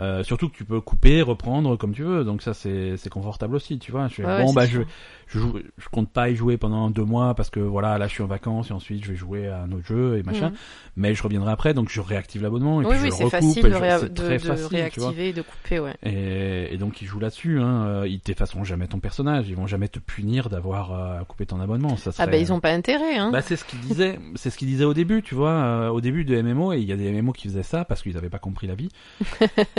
Speaker 1: Euh, surtout que tu peux couper, reprendre comme tu veux, donc ça c'est c'est confortable aussi, tu vois. Je fais,
Speaker 2: Ouais, ouais,
Speaker 1: bon
Speaker 2: c'est
Speaker 1: bah
Speaker 2: sûr.
Speaker 1: je, je, joue- je compte pas y jouer pendant deux mois parce que voilà là je suis en vacances et ensuite je vais jouer à un autre jeu et machin
Speaker 2: Mhm.
Speaker 1: mais je reviendrai après, donc je réactive l'abonnement et
Speaker 2: Oui,
Speaker 1: puis
Speaker 2: oui,
Speaker 1: je
Speaker 2: c'est
Speaker 1: recoupe.
Speaker 2: facile
Speaker 1: et
Speaker 2: de,
Speaker 1: je-
Speaker 2: réa-
Speaker 1: c'est
Speaker 2: de-
Speaker 1: très
Speaker 2: de
Speaker 1: facile, tu vois.
Speaker 2: réactiver, de couper, ouais.
Speaker 1: Et, et donc ils jouent là-dessus. Hein. euh, Ils t'effaceront jamais ton personnage. Ils vont jamais te punir d'avoir euh, coupé ton abonnement. Ça
Speaker 2: Ah
Speaker 1: serait-
Speaker 2: bah ils ont pas intérêt, hein.
Speaker 1: Bah, c'est ce qu'ils disaient. C'est ce qu'ils disaient au début, tu vois, euh, au début de MMO. Et il y a des MMO qui faisaient ça parce qu'ils n'avaient pas compris la vie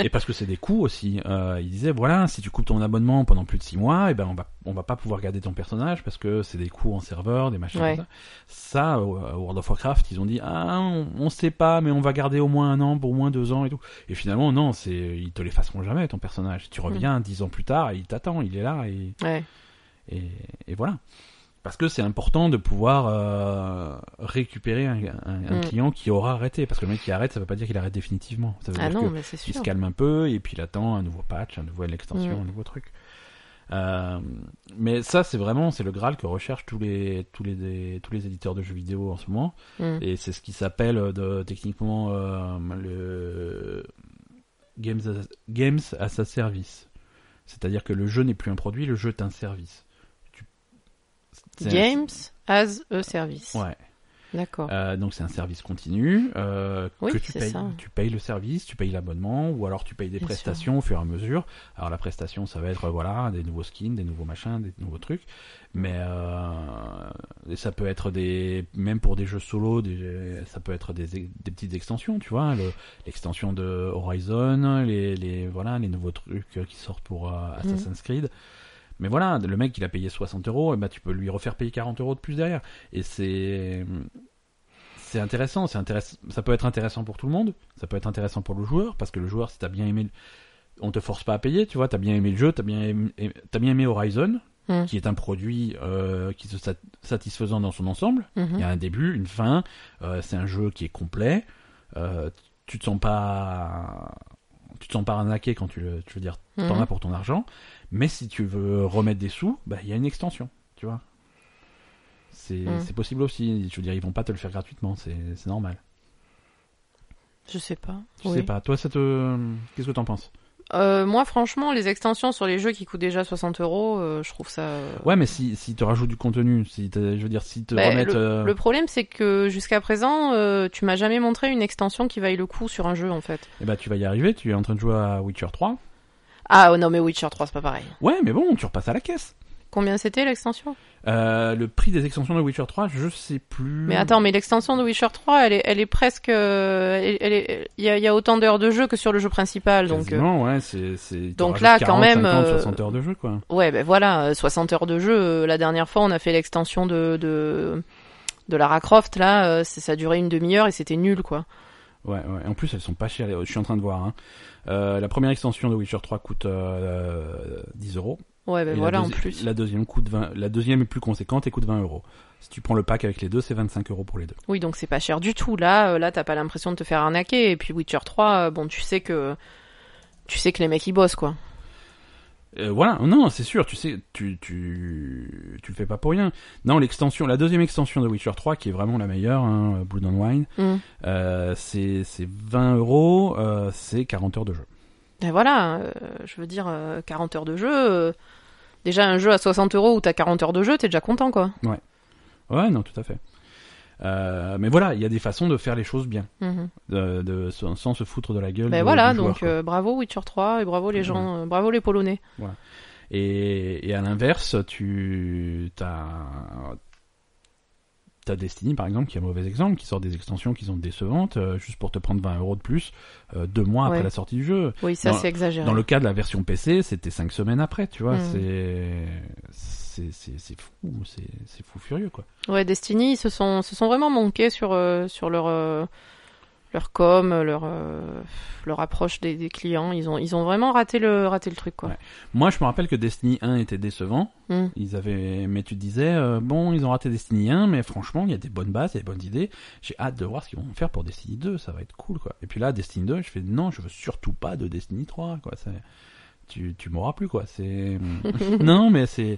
Speaker 1: et parce que c'est des coûts aussi. Euh, ils disaient voilà, si tu coupes ton abonnement pendant plus de six mois, et ben on va on va pas pouvoir garder ton personnage parce que c'est des coûts en serveur, des machins
Speaker 2: Ouais.
Speaker 1: comme ça. Ça, au- à World of Warcraft, ils ont dit ah on, on sait pas, mais on va garder au moins un an, pour au moins deux ans et tout. Et finalement non, c'est ils te l'effaceront jamais ton personnage.
Speaker 2: Hmm.
Speaker 1: Tu reviens dix ans plus tard, et il t'attend, il est là et
Speaker 2: Ouais.
Speaker 1: et, et voilà. Parce que c'est important de pouvoir euh, récupérer un, un- un
Speaker 2: Mm.
Speaker 1: client qui aura arrêté. Parce que le mec qui arrête, ça veut pas dire qu'il arrête définitivement. Ça veut
Speaker 2: Ah
Speaker 1: dire
Speaker 2: non,
Speaker 1: que
Speaker 2: mais c'est
Speaker 1: il se
Speaker 2: sûr.
Speaker 1: calme un peu et puis il attend un nouveau patch, un nouveau, une extension,
Speaker 2: Mm.
Speaker 1: un nouveau truc. Euh, mais ça, c'est vraiment, c'est le Graal que recherchent tous les, tous les, des- tous les éditeurs de jeux vidéo en ce moment.
Speaker 2: Mm.
Speaker 1: Et c'est ce qui s'appelle euh, de- techniquement euh, le games as, games as a service. C'est-à-dire que le jeu n'est plus un produit, le jeu est un service. Tu- c'est un-
Speaker 2: Games as a service.
Speaker 1: Ouais.
Speaker 2: D'accord.
Speaker 1: Euh, donc c'est un service continu euh,
Speaker 2: Oui,
Speaker 1: que tu
Speaker 2: c'est
Speaker 1: payes.
Speaker 2: ça.
Speaker 1: Tu payes le service, tu payes l'abonnement, ou alors tu payes des
Speaker 2: Bien sûr.
Speaker 1: prestations au fur et à mesure. Alors la prestation, ça va être euh, voilà des nouveaux skins, des nouveaux machins, des nouveaux trucs. Mais euh, et ça peut être des même pour des jeux solo, des- ça peut être des, des petites extensions, tu vois, le- l'extension de Horizon, les, les voilà les nouveaux trucs euh, qui sortent pour euh, Assassin's Creed. Mais voilà, le mec il a payé 60 euros, et ben tu peux lui refaire payer 40 euros de plus derrière. Et c'est c'est intéressant, c'est intéress- ça peut être intéressant pour tout le monde, ça peut être intéressant pour le joueur parce que le joueur si t'as bien aimé, le- on te force pas à payer, tu vois, t'as bien aimé le jeu, t'as bien aimé, t'as bien aimé Horizon,
Speaker 2: Mm.
Speaker 1: qui est un produit euh, qui se sat- satisfaisant dans son ensemble.
Speaker 2: Mhm.
Speaker 1: Il Euh, y a un début, une fin, euh, c'est un jeu qui est complet. euh, tu te sens pas, tu te sens pas arnaqué quand tu, le- tu veux dire t'en
Speaker 2: Mhm.
Speaker 1: as pour ton argent. Mais si tu veux remettre des sous, bah, il y a une extension, tu vois. C'est
Speaker 2: Mm.
Speaker 1: c'est possible aussi. Je veux dire, ils vont pas te le faire gratuitement, c'est c'est normal.
Speaker 2: Je sais pas.
Speaker 1: Je
Speaker 2: Oui.
Speaker 1: sais pas. Toi, ça te, qu'est-ce que t'en penses
Speaker 2: Euh, moi, franchement, les extensions sur les jeux qui coûtent déjà 60 euros, euh, je trouve ça. euh,
Speaker 1: Ouais, mais si si te rajoutent du contenu, si te- je veux dire, si te
Speaker 2: Bah,
Speaker 1: remettent, euh,
Speaker 2: Le problème, c'est que jusqu'à présent, euh, tu m'as jamais montré une extension qui vaille le coup sur un jeu, en fait.
Speaker 1: eh ben, tu vas y arriver. Tu es en train de jouer à Witcher 3.
Speaker 2: Ah oh non, mais Witcher 3, c'est pas pareil.
Speaker 1: Ouais, mais bon, tu repasses à la caisse.
Speaker 2: Combien c'était l'extension
Speaker 1: Euh, le prix des extensions de Witcher 3, je sais plus.
Speaker 2: Mais attends, mais l'extension de Witcher 3, elle est, elle est presque, euh, elle- elle est- il y a, il y a autant d'heures de jeu que sur le jeu principal, donc. euh,
Speaker 1: Quasiment, ouais, c'est c'est ils te
Speaker 2: donc
Speaker 1: rajoutent
Speaker 2: là, quand
Speaker 1: 40,
Speaker 2: même,
Speaker 1: 50,
Speaker 2: euh,
Speaker 1: 60 heures de jeu quoi.
Speaker 2: Ouais, ben voilà, euh, 60 heures de jeu. euh, La dernière fois, on a fait l'extension de, de de Lara Croft. Là, euh, c'est- ça durait une demi-heure et c'était nul, quoi.
Speaker 1: Ouais, ouais. En plus, elles sont pas chères. Je suis en train de voir. Hein. Euh, la première extension de Witcher 3 coûte euh, 10 euros.
Speaker 2: Ouais, ben
Speaker 1: Et la
Speaker 2: voilà, en
Speaker 1: deuxi-
Speaker 2: plus.
Speaker 1: La deuxième coûte 20. La deuxième est plus conséquente et coûte 20 euros. Si tu prends le pack avec les deux, c'est 25 euros pour les deux.
Speaker 2: Oui, donc c'est pas cher du tout. Là, euh, là, t'as pas l'impression de te faire arnaquer. Et puis Witcher 3, euh, bon, tu sais que tu sais que les mecs ils bossent, quoi.
Speaker 1: Euh, voilà. Non, c'est sûr. Tu sais, tu tu tu le fais pas pour rien. Non, l'extension, la deuxième extension de Witcher 3 qui est vraiment la meilleure, hein, Blood and Wine,
Speaker 2: Mm.
Speaker 1: euh, c'est c'est 20 euros, euh, c'est 40 heures de jeu.
Speaker 2: Et voilà, euh, je veux dire, euh, 40 heures de jeu. euh, déjà un jeu à 60 euros où t'as 40 heures de jeu, t'es déjà content, quoi.
Speaker 1: Ouais, non, tout à fait. Euh, mais voilà, il y a des façons de faire les choses bien.
Speaker 2: Mhm.
Speaker 1: de, de- sans, sans se foutre de la gueule.
Speaker 2: Ben
Speaker 1: de-
Speaker 2: voilà,
Speaker 1: du joueur,
Speaker 2: donc
Speaker 1: quoi.
Speaker 2: euh, bravo Witcher 3 et bravo les
Speaker 1: Mhm.
Speaker 2: gens, euh, bravo les Polonais.
Speaker 1: Et, et à l'inverse, tu t'as t'as Destiny par exemple qui est un mauvais exemple, qui sort des extensions qui sont décevantes euh, juste pour te prendre 20 euros de plus euh, deux mois après
Speaker 2: Ouais.
Speaker 1: la sortie du jeu.
Speaker 2: Oui, ça
Speaker 1: Dans-
Speaker 2: c'est exagéré.
Speaker 1: Dans le cas de la version PC, c'était cinq semaines après, tu vois.
Speaker 2: Mm.
Speaker 1: c'est C'est c'est c'est fou, c'est c'est fou furieux quoi.
Speaker 2: Ouais, Destiny, ils se sont, se sont vraiment manqués sur, euh, sur leur, euh, leur com, leur, euh, leur approche des, des clients. Ils ont, ils ont vraiment raté le, raté le truc, quoi.
Speaker 1: Ouais. Moi, je me rappelle que Destiny 1 était décevant.
Speaker 2: Mm.
Speaker 1: Ils avaient, mais tu te disais, euh, bon, ils ont raté Destiny 1, mais franchement, il y a des bonnes bases, il y a des bonnes idées. J'ai hâte de voir ce qu'ils vont faire pour Destiny 2, ça va être cool, quoi. Et puis là, Destiny 2, je fais, non, je veux surtout pas de Destiny 3, quoi. C'est- Tu, tu m'auras plus, quoi. C'est, non, mais c'est,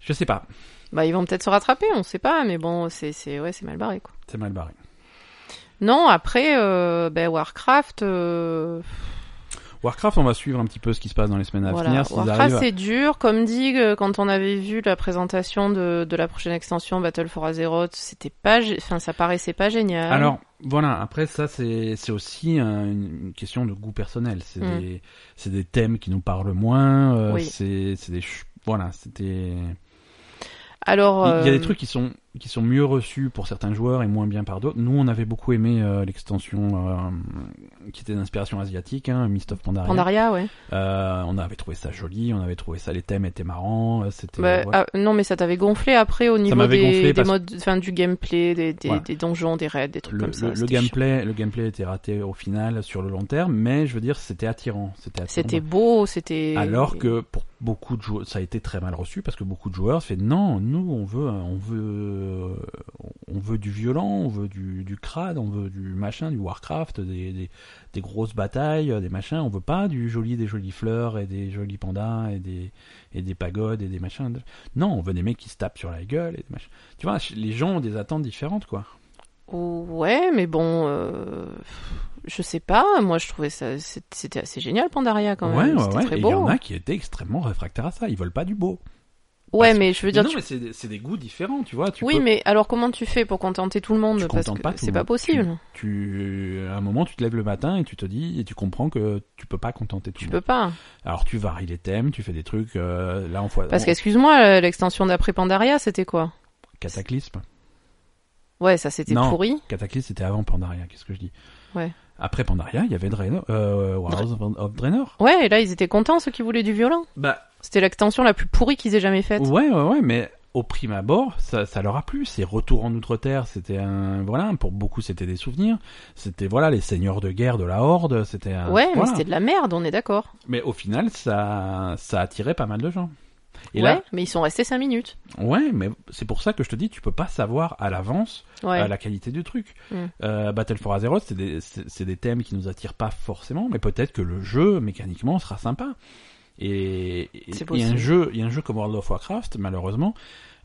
Speaker 1: je sais pas,
Speaker 2: Bah, ils vont peut-être se rattraper, on sait pas, mais bon, c'est, c'est, ouais, c'est mal barré, quoi.
Speaker 1: c'est mal barré.
Speaker 2: Non, après, euh, ben, Warcraft, euh,
Speaker 1: Warcraft, on va suivre un petit peu ce qui se passe dans les semaines à
Speaker 2: voilà.
Speaker 1: venir, s'ils
Speaker 2: Warcraft,
Speaker 1: arrivent à-
Speaker 2: c'est dur. Comme dit, euh, quand on avait vu la présentation de, de la prochaine extension Battle for Azeroth, c'était pas, gé- enfin, ça paraissait pas génial.
Speaker 1: Alors voilà, après ça c'est c'est aussi un- une question de goût personnel. C'est
Speaker 2: Mm.
Speaker 1: des c'est des thèmes qui nous parlent moins. euh,
Speaker 2: Oui.
Speaker 1: C'est c'est des ch- voilà c'était.
Speaker 2: Alors,
Speaker 1: Il y a
Speaker 2: euh,
Speaker 1: des trucs qui sont qui sont mieux reçus pour certains joueurs et moins bien par d'autres. Nous on avait beaucoup aimé euh, l'extension euh, qui était d'inspiration asiatique, hein, Mist of Pandaria.
Speaker 2: Pandaria, ouais.
Speaker 1: Euh, on avait trouvé ça joli, on avait trouvé ça les thèmes étaient marrants. euh, C'était
Speaker 2: Bah,
Speaker 1: ouais.
Speaker 2: ah, non, mais ça t'avait gonflé après au niveau
Speaker 1: m'avait
Speaker 2: des,
Speaker 1: gonflé
Speaker 2: des
Speaker 1: parce-
Speaker 2: modes, enfin du gameplay, des, des,
Speaker 1: Voilà.
Speaker 2: des donjons, des raids, des trucs
Speaker 1: le,
Speaker 2: ah, comme ça.
Speaker 1: le- le
Speaker 2: c'était chiant.
Speaker 1: gameplay le gameplay était raté au final sur le long terme, mais je veux dire c'était attirant. C'était attirant.
Speaker 2: C'était beau, c'était.
Speaker 1: Alors que pour beaucoup de joueurs, ça a été très mal reçu parce que beaucoup de joueurs se fait non, nous on veut, on veut, on veut du violent, on veut du, du crade, on veut du machin, du Warcraft, des, des, des grosses batailles, des machins. On veut pas du joli, des jolies fleurs et des jolis pandas et des, et des pagodes et des machins. Non, on veut des mecs qui se tapent sur la gueule et des machins. Tu vois, les gens ont des attentes différentes, quoi.
Speaker 2: Ouais, mais bon, euh, je sais pas. Moi, je trouvais ça c'était assez génial Pandaria quand
Speaker 1: ouais,
Speaker 2: même.
Speaker 1: ouais,
Speaker 2: C'était
Speaker 1: ouais.
Speaker 2: très
Speaker 1: Et il
Speaker 2: beau.
Speaker 1: y en a qui étaient extrêmement réfractaires à ça. Ils veulent pas du beau.
Speaker 2: Ouais,
Speaker 1: parce
Speaker 2: mais je veux dire,
Speaker 1: non,
Speaker 2: tu-
Speaker 1: mais c'est des, c'est des goûts différents, tu vois. Tu
Speaker 2: oui,
Speaker 1: peux-
Speaker 2: mais alors comment tu fais pour contenter tout le monde
Speaker 1: Tu
Speaker 2: Parce
Speaker 1: contentes
Speaker 2: que
Speaker 1: pas tout
Speaker 2: c'est
Speaker 1: le
Speaker 2: pas
Speaker 1: monde.
Speaker 2: possible.
Speaker 1: tu, à un moment, tu te lèves le matin et tu te dis, et tu comprends que tu peux pas contenter tout
Speaker 2: Tu
Speaker 1: le
Speaker 2: peux
Speaker 1: monde.
Speaker 2: pas.
Speaker 1: Alors tu varies les thèmes, tu fais des trucs. euh, là, on voit
Speaker 2: Parce qu'excuse-moi, euh, l'extension d'après Pandaria, c'était quoi
Speaker 1: Cataclysme.
Speaker 2: Ouais, ça c'était
Speaker 1: Non.
Speaker 2: pourri.
Speaker 1: Cataclysme, c'était avant Pandaria. Qu'est-ce que je dis
Speaker 2: Ouais.
Speaker 1: Après Pandaria, il y avait Draenor, euh, Warhouse of- of Draenor.
Speaker 2: Ouais, et là ils étaient contents ceux qui voulaient du violent.
Speaker 1: Bah
Speaker 2: C'était l'extension la plus pourrie qu'ils aient jamais faite.
Speaker 1: ouais, ouais, ouais, mais au prime abord, ça, ça leur a plu. C'est Retour en Outre-Terre, c'était un voilà, pour beaucoup c'était des souvenirs. C'était voilà les seigneurs de guerre de la Horde, c'était un.
Speaker 2: ouais, mais
Speaker 1: voilà.
Speaker 2: c'était de la merde, on est d'accord.
Speaker 1: Mais au final, ça, ça attirait pas mal de gens. Et
Speaker 2: Ouais,
Speaker 1: là,
Speaker 2: mais ils sont restés cinq minutes.
Speaker 1: ouais, mais c'est pour ça que je te dis, tu peux pas savoir à l'avance
Speaker 2: Ouais.
Speaker 1: euh, la qualité du truc.
Speaker 2: Mm.
Speaker 1: Euh, Battle for Azeroth, c'est des, c'est- c'est des thèmes qui nous attirent pas forcément, mais peut-être que le jeu mécaniquement sera sympa. Et, et-
Speaker 2: C'est
Speaker 1: et
Speaker 2: possible.
Speaker 1: un jeu, et un jeu comme World of Warcraft, malheureusement,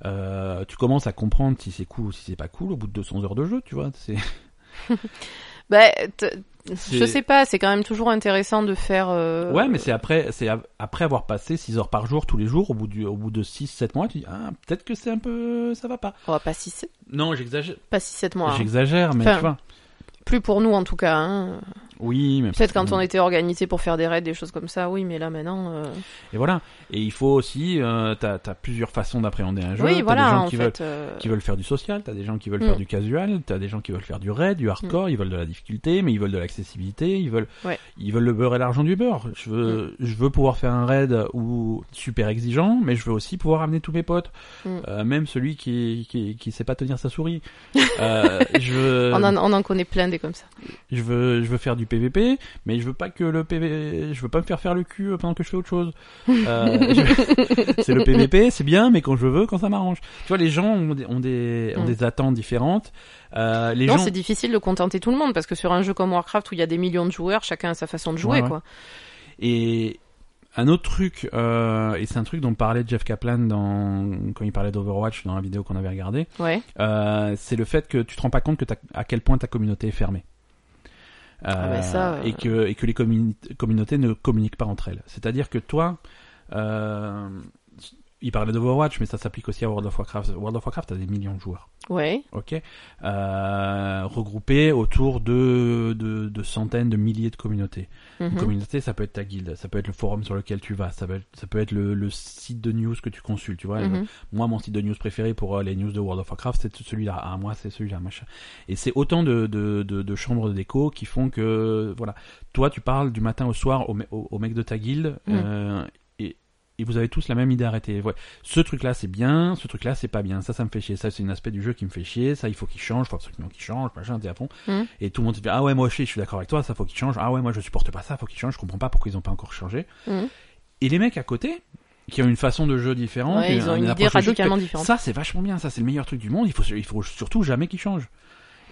Speaker 1: euh, tu commences à comprendre si c'est cool ou si c'est pas cool au bout de 200 heures de jeu, tu vois. C'est
Speaker 2: Bah, t- je
Speaker 1: C'est-
Speaker 2: sais pas, c'est quand même toujours intéressant de faire. euh,
Speaker 1: Ouais, mais c'est après, c'est av- après avoir passé 6 heures par jour tous les jours, au bout du, au bout de 6, 7 mois, tu dis, ah, peut-être que c'est un peu, ça va pas.
Speaker 2: oh, pas si sept-
Speaker 1: Non, j'exagère.
Speaker 2: pas si sept mois. hein.
Speaker 1: J'exagère, mais
Speaker 2: Enfin,
Speaker 1: tu vois.
Speaker 2: Plus pour nous en tout cas. hein.
Speaker 1: Oui, mais
Speaker 2: Peut-être quand on était organisé pour faire des raids, des choses comme ça. Oui, mais là maintenant. euh,
Speaker 1: Et voilà. Et il faut aussi, euh, t'as, t'as plusieurs façons d'appréhender un jeu.
Speaker 2: oui,
Speaker 1: T'as
Speaker 2: voilà.
Speaker 1: des gens
Speaker 2: en
Speaker 1: qui
Speaker 2: fait,
Speaker 1: veulent,
Speaker 2: euh,
Speaker 1: qui veulent faire du social, t'as des gens qui veulent
Speaker 2: Mm.
Speaker 1: faire du casual, t'as des gens qui veulent faire du raid, du hardcore, ils veulent de la difficulté, mais ils veulent de l'accessibilité, ils veulent,
Speaker 2: Ouais. Mm.
Speaker 1: ils veulent le beurre et l'argent du beurre. Je veux, je veux pouvoir faire un raid ou super exigeant, mais je veux aussi pouvoir amener tous mes potes,
Speaker 2: Mm.
Speaker 1: Euh, même celui qui, qui, qui sait pas tenir sa souris. Euh, je veux,
Speaker 2: on, en, on en connaît plein des comme ça.
Speaker 1: je veux, je veux faire du PVP, mais je veux pas que le PV, je veux pas me faire faire le cul pendant que je fais autre chose. Euh, je- C'est le PVP, c'est bien, mais quand je veux, quand ça m'arrange. Tu vois, les gens ont des, ont des, ont
Speaker 2: Mm.
Speaker 1: des attentes différentes. Euh, les
Speaker 2: non,
Speaker 1: gens,
Speaker 2: c'est difficile de contenter tout le monde parce que sur un jeu comme Warcraft où il y a des millions de joueurs, chacun a sa façon de jouer,
Speaker 1: Ouais, ouais.
Speaker 2: quoi.
Speaker 1: et un autre truc, euh, et c'est un truc dont parlait Jeff Kaplan dans, quand il parlait d'Overwatch dans la vidéo qu'on avait regardée,
Speaker 2: Ouais.
Speaker 1: euh, c'est le fait que tu te rends pas compte que ta- à quel point ta communauté est fermée. Euh,
Speaker 2: bah ça, euh.
Speaker 1: et, que, et que les communi- communautés ne communiquent pas entre elles. C'est-à-dire que toi, euh, il parlait de Overwatch, mais ça s'applique aussi à World of Warcraft. World of Warcraft a des millions de joueurs,
Speaker 2: Ouais.
Speaker 1: ok, euh, regroupés autour de, de, de centaines, de milliers de communautés. Une
Speaker 2: Mhm.
Speaker 1: communauté, ça peut être ta guilde, ça peut être le forum sur lequel tu vas, ça peut être, ça peut être le, le site de news que tu consultes, tu vois. le-
Speaker 2: Mhm.
Speaker 1: moi, mon site de news préféré pour euh, les news de World of Warcraft, c'est celui-là. Ah, moi, c'est celui-là, machin. Et c'est autant de, de, de, de chambres d'écho qui font que, voilà. Toi, tu parles du matin au soir au, me- au, au mec de ta guilde,
Speaker 2: Mm.
Speaker 1: euh, et, et vous avez tous la même idée arrêtée. Ouais. Ce truc-là, c'est bien, ce truc-là, c'est pas bien. Ça, ça me fait chier. Ça, c'est un aspect du jeu qui me fait chier. Ça, il faut qu'il change, faut absolument qu'il change, machin, t'es à fond.
Speaker 2: Mm.
Speaker 1: Et tout le monde te dit, ah ouais, moi aussi, je suis d'accord avec toi, ça, faut qu'il change. Ah ouais, moi, je supporte pas ça, faut qu'il change, je comprends pas pourquoi ils ont pas encore changé.
Speaker 2: Mm.
Speaker 1: Et les mecs à côté, qui ont une façon de jeu différente,
Speaker 2: Ouais,
Speaker 1: et
Speaker 2: ils ont une idée
Speaker 1: approche du jeu qui-
Speaker 2: radicalement différente.
Speaker 1: ça, c'est vachement bien. Ça, c'est le meilleur truc du monde. Il faut, il faut surtout jamais qu'il change.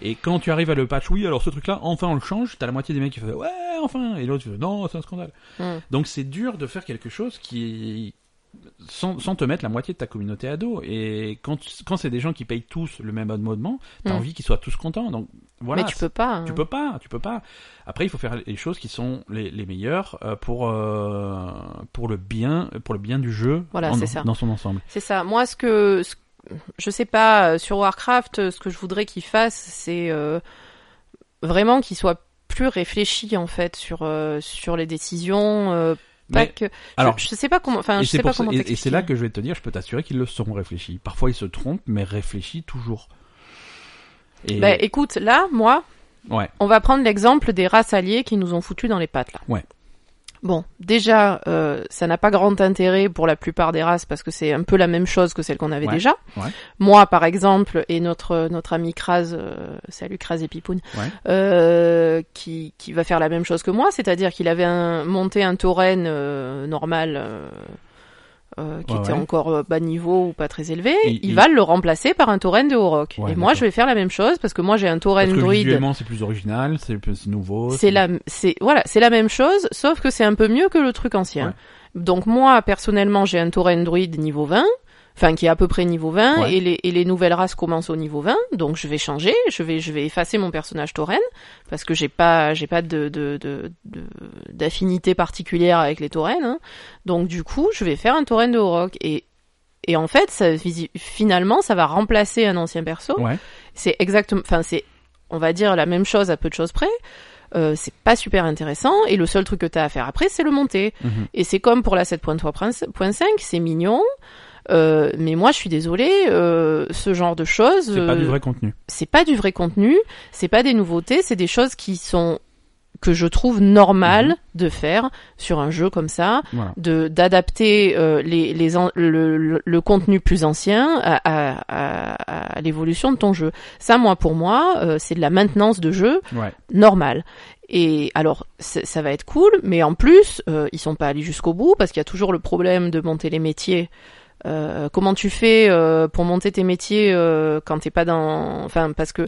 Speaker 1: Et quand tu arrives à le patch, oui, alors ce truc-là, enfin on le change, t'as la moitié des mecs qui font ouais, enfin, et l'autre qui fait non, c'est un scandale.
Speaker 2: Mm.
Speaker 1: Donc c'est dur de faire quelque chose qui. Sans, sans te mettre la moitié de ta communauté à dos. Et quand, quand c'est des gens qui payent tous le même abonnement, t'as
Speaker 2: Mm.
Speaker 1: envie qu'ils soient tous contents. Donc voilà.
Speaker 2: mais tu peux pas. hein.
Speaker 1: Tu peux pas, tu peux pas. Après, il faut faire les choses qui sont les, les meilleures euh, pour euh, pour le bien, pour le bien du jeu
Speaker 2: Voilà,
Speaker 1: en-
Speaker 2: c'est ça.
Speaker 1: dans son ensemble.
Speaker 2: C'est ça. Moi, ce que, ce- je sais pas euh, sur Warcraft, euh, ce que je voudrais qu'ils fassent, c'est euh, vraiment qu'ils soient plus réfléchis en fait sur euh, sur les décisions. euh, pas
Speaker 1: Mais-
Speaker 2: que. je-
Speaker 1: alors-
Speaker 2: je, sais pas comment. Enfin,
Speaker 1: Et
Speaker 2: je
Speaker 1: c'est
Speaker 2: sais pas
Speaker 1: pour ça-
Speaker 2: comment.
Speaker 1: et- et
Speaker 2: t'expliquer.
Speaker 1: c'est là que je vais te dire, je peux t'assurer qu'ils le sont réfléchis. Parfois ils se trompent, mais réfléchis toujours. Et
Speaker 2: Bah, écoute, là, moi,
Speaker 1: ouais,
Speaker 2: on va prendre l'exemple des races alliées qui nous ont foutu dans les pattes là.
Speaker 1: Ouais.
Speaker 2: Bon, déjà, euh, ça n'a pas grand intérêt pour la plupart des races parce que c'est un peu la même chose que celle qu'on avait
Speaker 1: Ouais.
Speaker 2: déjà.
Speaker 1: Ouais.
Speaker 2: Moi, par exemple, et notre notre ami Kraz, euh, salut Kraz et Pipoun,
Speaker 1: Ouais.
Speaker 2: euh, qui qui va faire la même chose que moi, c'est-à-dire qu'il avait un, monté un tauren euh, normal. euh, euh, qui
Speaker 1: Ouais,
Speaker 2: était
Speaker 1: ouais.
Speaker 2: encore euh, bas niveau ou pas très élevé,
Speaker 1: Il-
Speaker 2: il,
Speaker 1: il-
Speaker 2: va le remplacer par un torrent de haut rock.
Speaker 1: Ouais,
Speaker 2: et moi,
Speaker 1: d'accord.
Speaker 2: je vais faire la même chose parce que moi, j'ai un torrent
Speaker 1: Parce que
Speaker 2: druide.
Speaker 1: visuellement, c'est plus original, c'est plus nouveau.
Speaker 2: C'est la, c'est voilà, c'est la même chose, sauf que c'est un peu mieux que le truc ancien.
Speaker 1: Ouais.
Speaker 2: Donc moi, personnellement, j'ai un torrent druide niveau 20, enfin qui est à peu près niveau 20,
Speaker 1: Ouais.
Speaker 2: et, les, et les nouvelles races commencent au niveau 20, donc je vais changer, je vais, je vais effacer mon personnage torrent parce que j'ai pas, j'ai pas de, de, de, de- d'affinité particulière avec les torrents. hein. Donc du coup, je vais faire un torrent de haut rock et et en fait, ça, visi- finalement, ça va remplacer un ancien perso.
Speaker 1: Ouais.
Speaker 2: C'est exactement, enfin c'est, on va dire la même chose à peu de choses près. Euh, c'est pas super intéressant et le seul truc que t'as à faire après c'est le monter.
Speaker 1: Mhm.
Speaker 2: Et c'est comme pour la 7.3.5, c'est mignon, euh, mais moi je suis désolée, euh, ce genre de choses,
Speaker 1: C'est pas du
Speaker 2: euh,
Speaker 1: vrai contenu.
Speaker 2: c'est pas du vrai contenu, c'est pas des nouveautés, c'est des choses qui sont que je trouve normales
Speaker 1: Mhm.
Speaker 2: de faire sur un jeu comme ça
Speaker 1: Voilà.
Speaker 2: de d'adapter euh, les, les an- le, le, le contenu plus ancien à, à, à, à l'évolution de ton jeu. Ça, moi, pour moi, euh, c'est de la maintenance de jeu
Speaker 1: Ouais.
Speaker 2: normale. Et alors, c'est- ça va être cool, mais en plus, euh, ils sont pas allés jusqu'au bout parce qu'il y a toujours le problème de monter les métiers. Euh, comment tu fais euh, pour monter tes métiers euh, quand t'es pas dans, enfin, parce que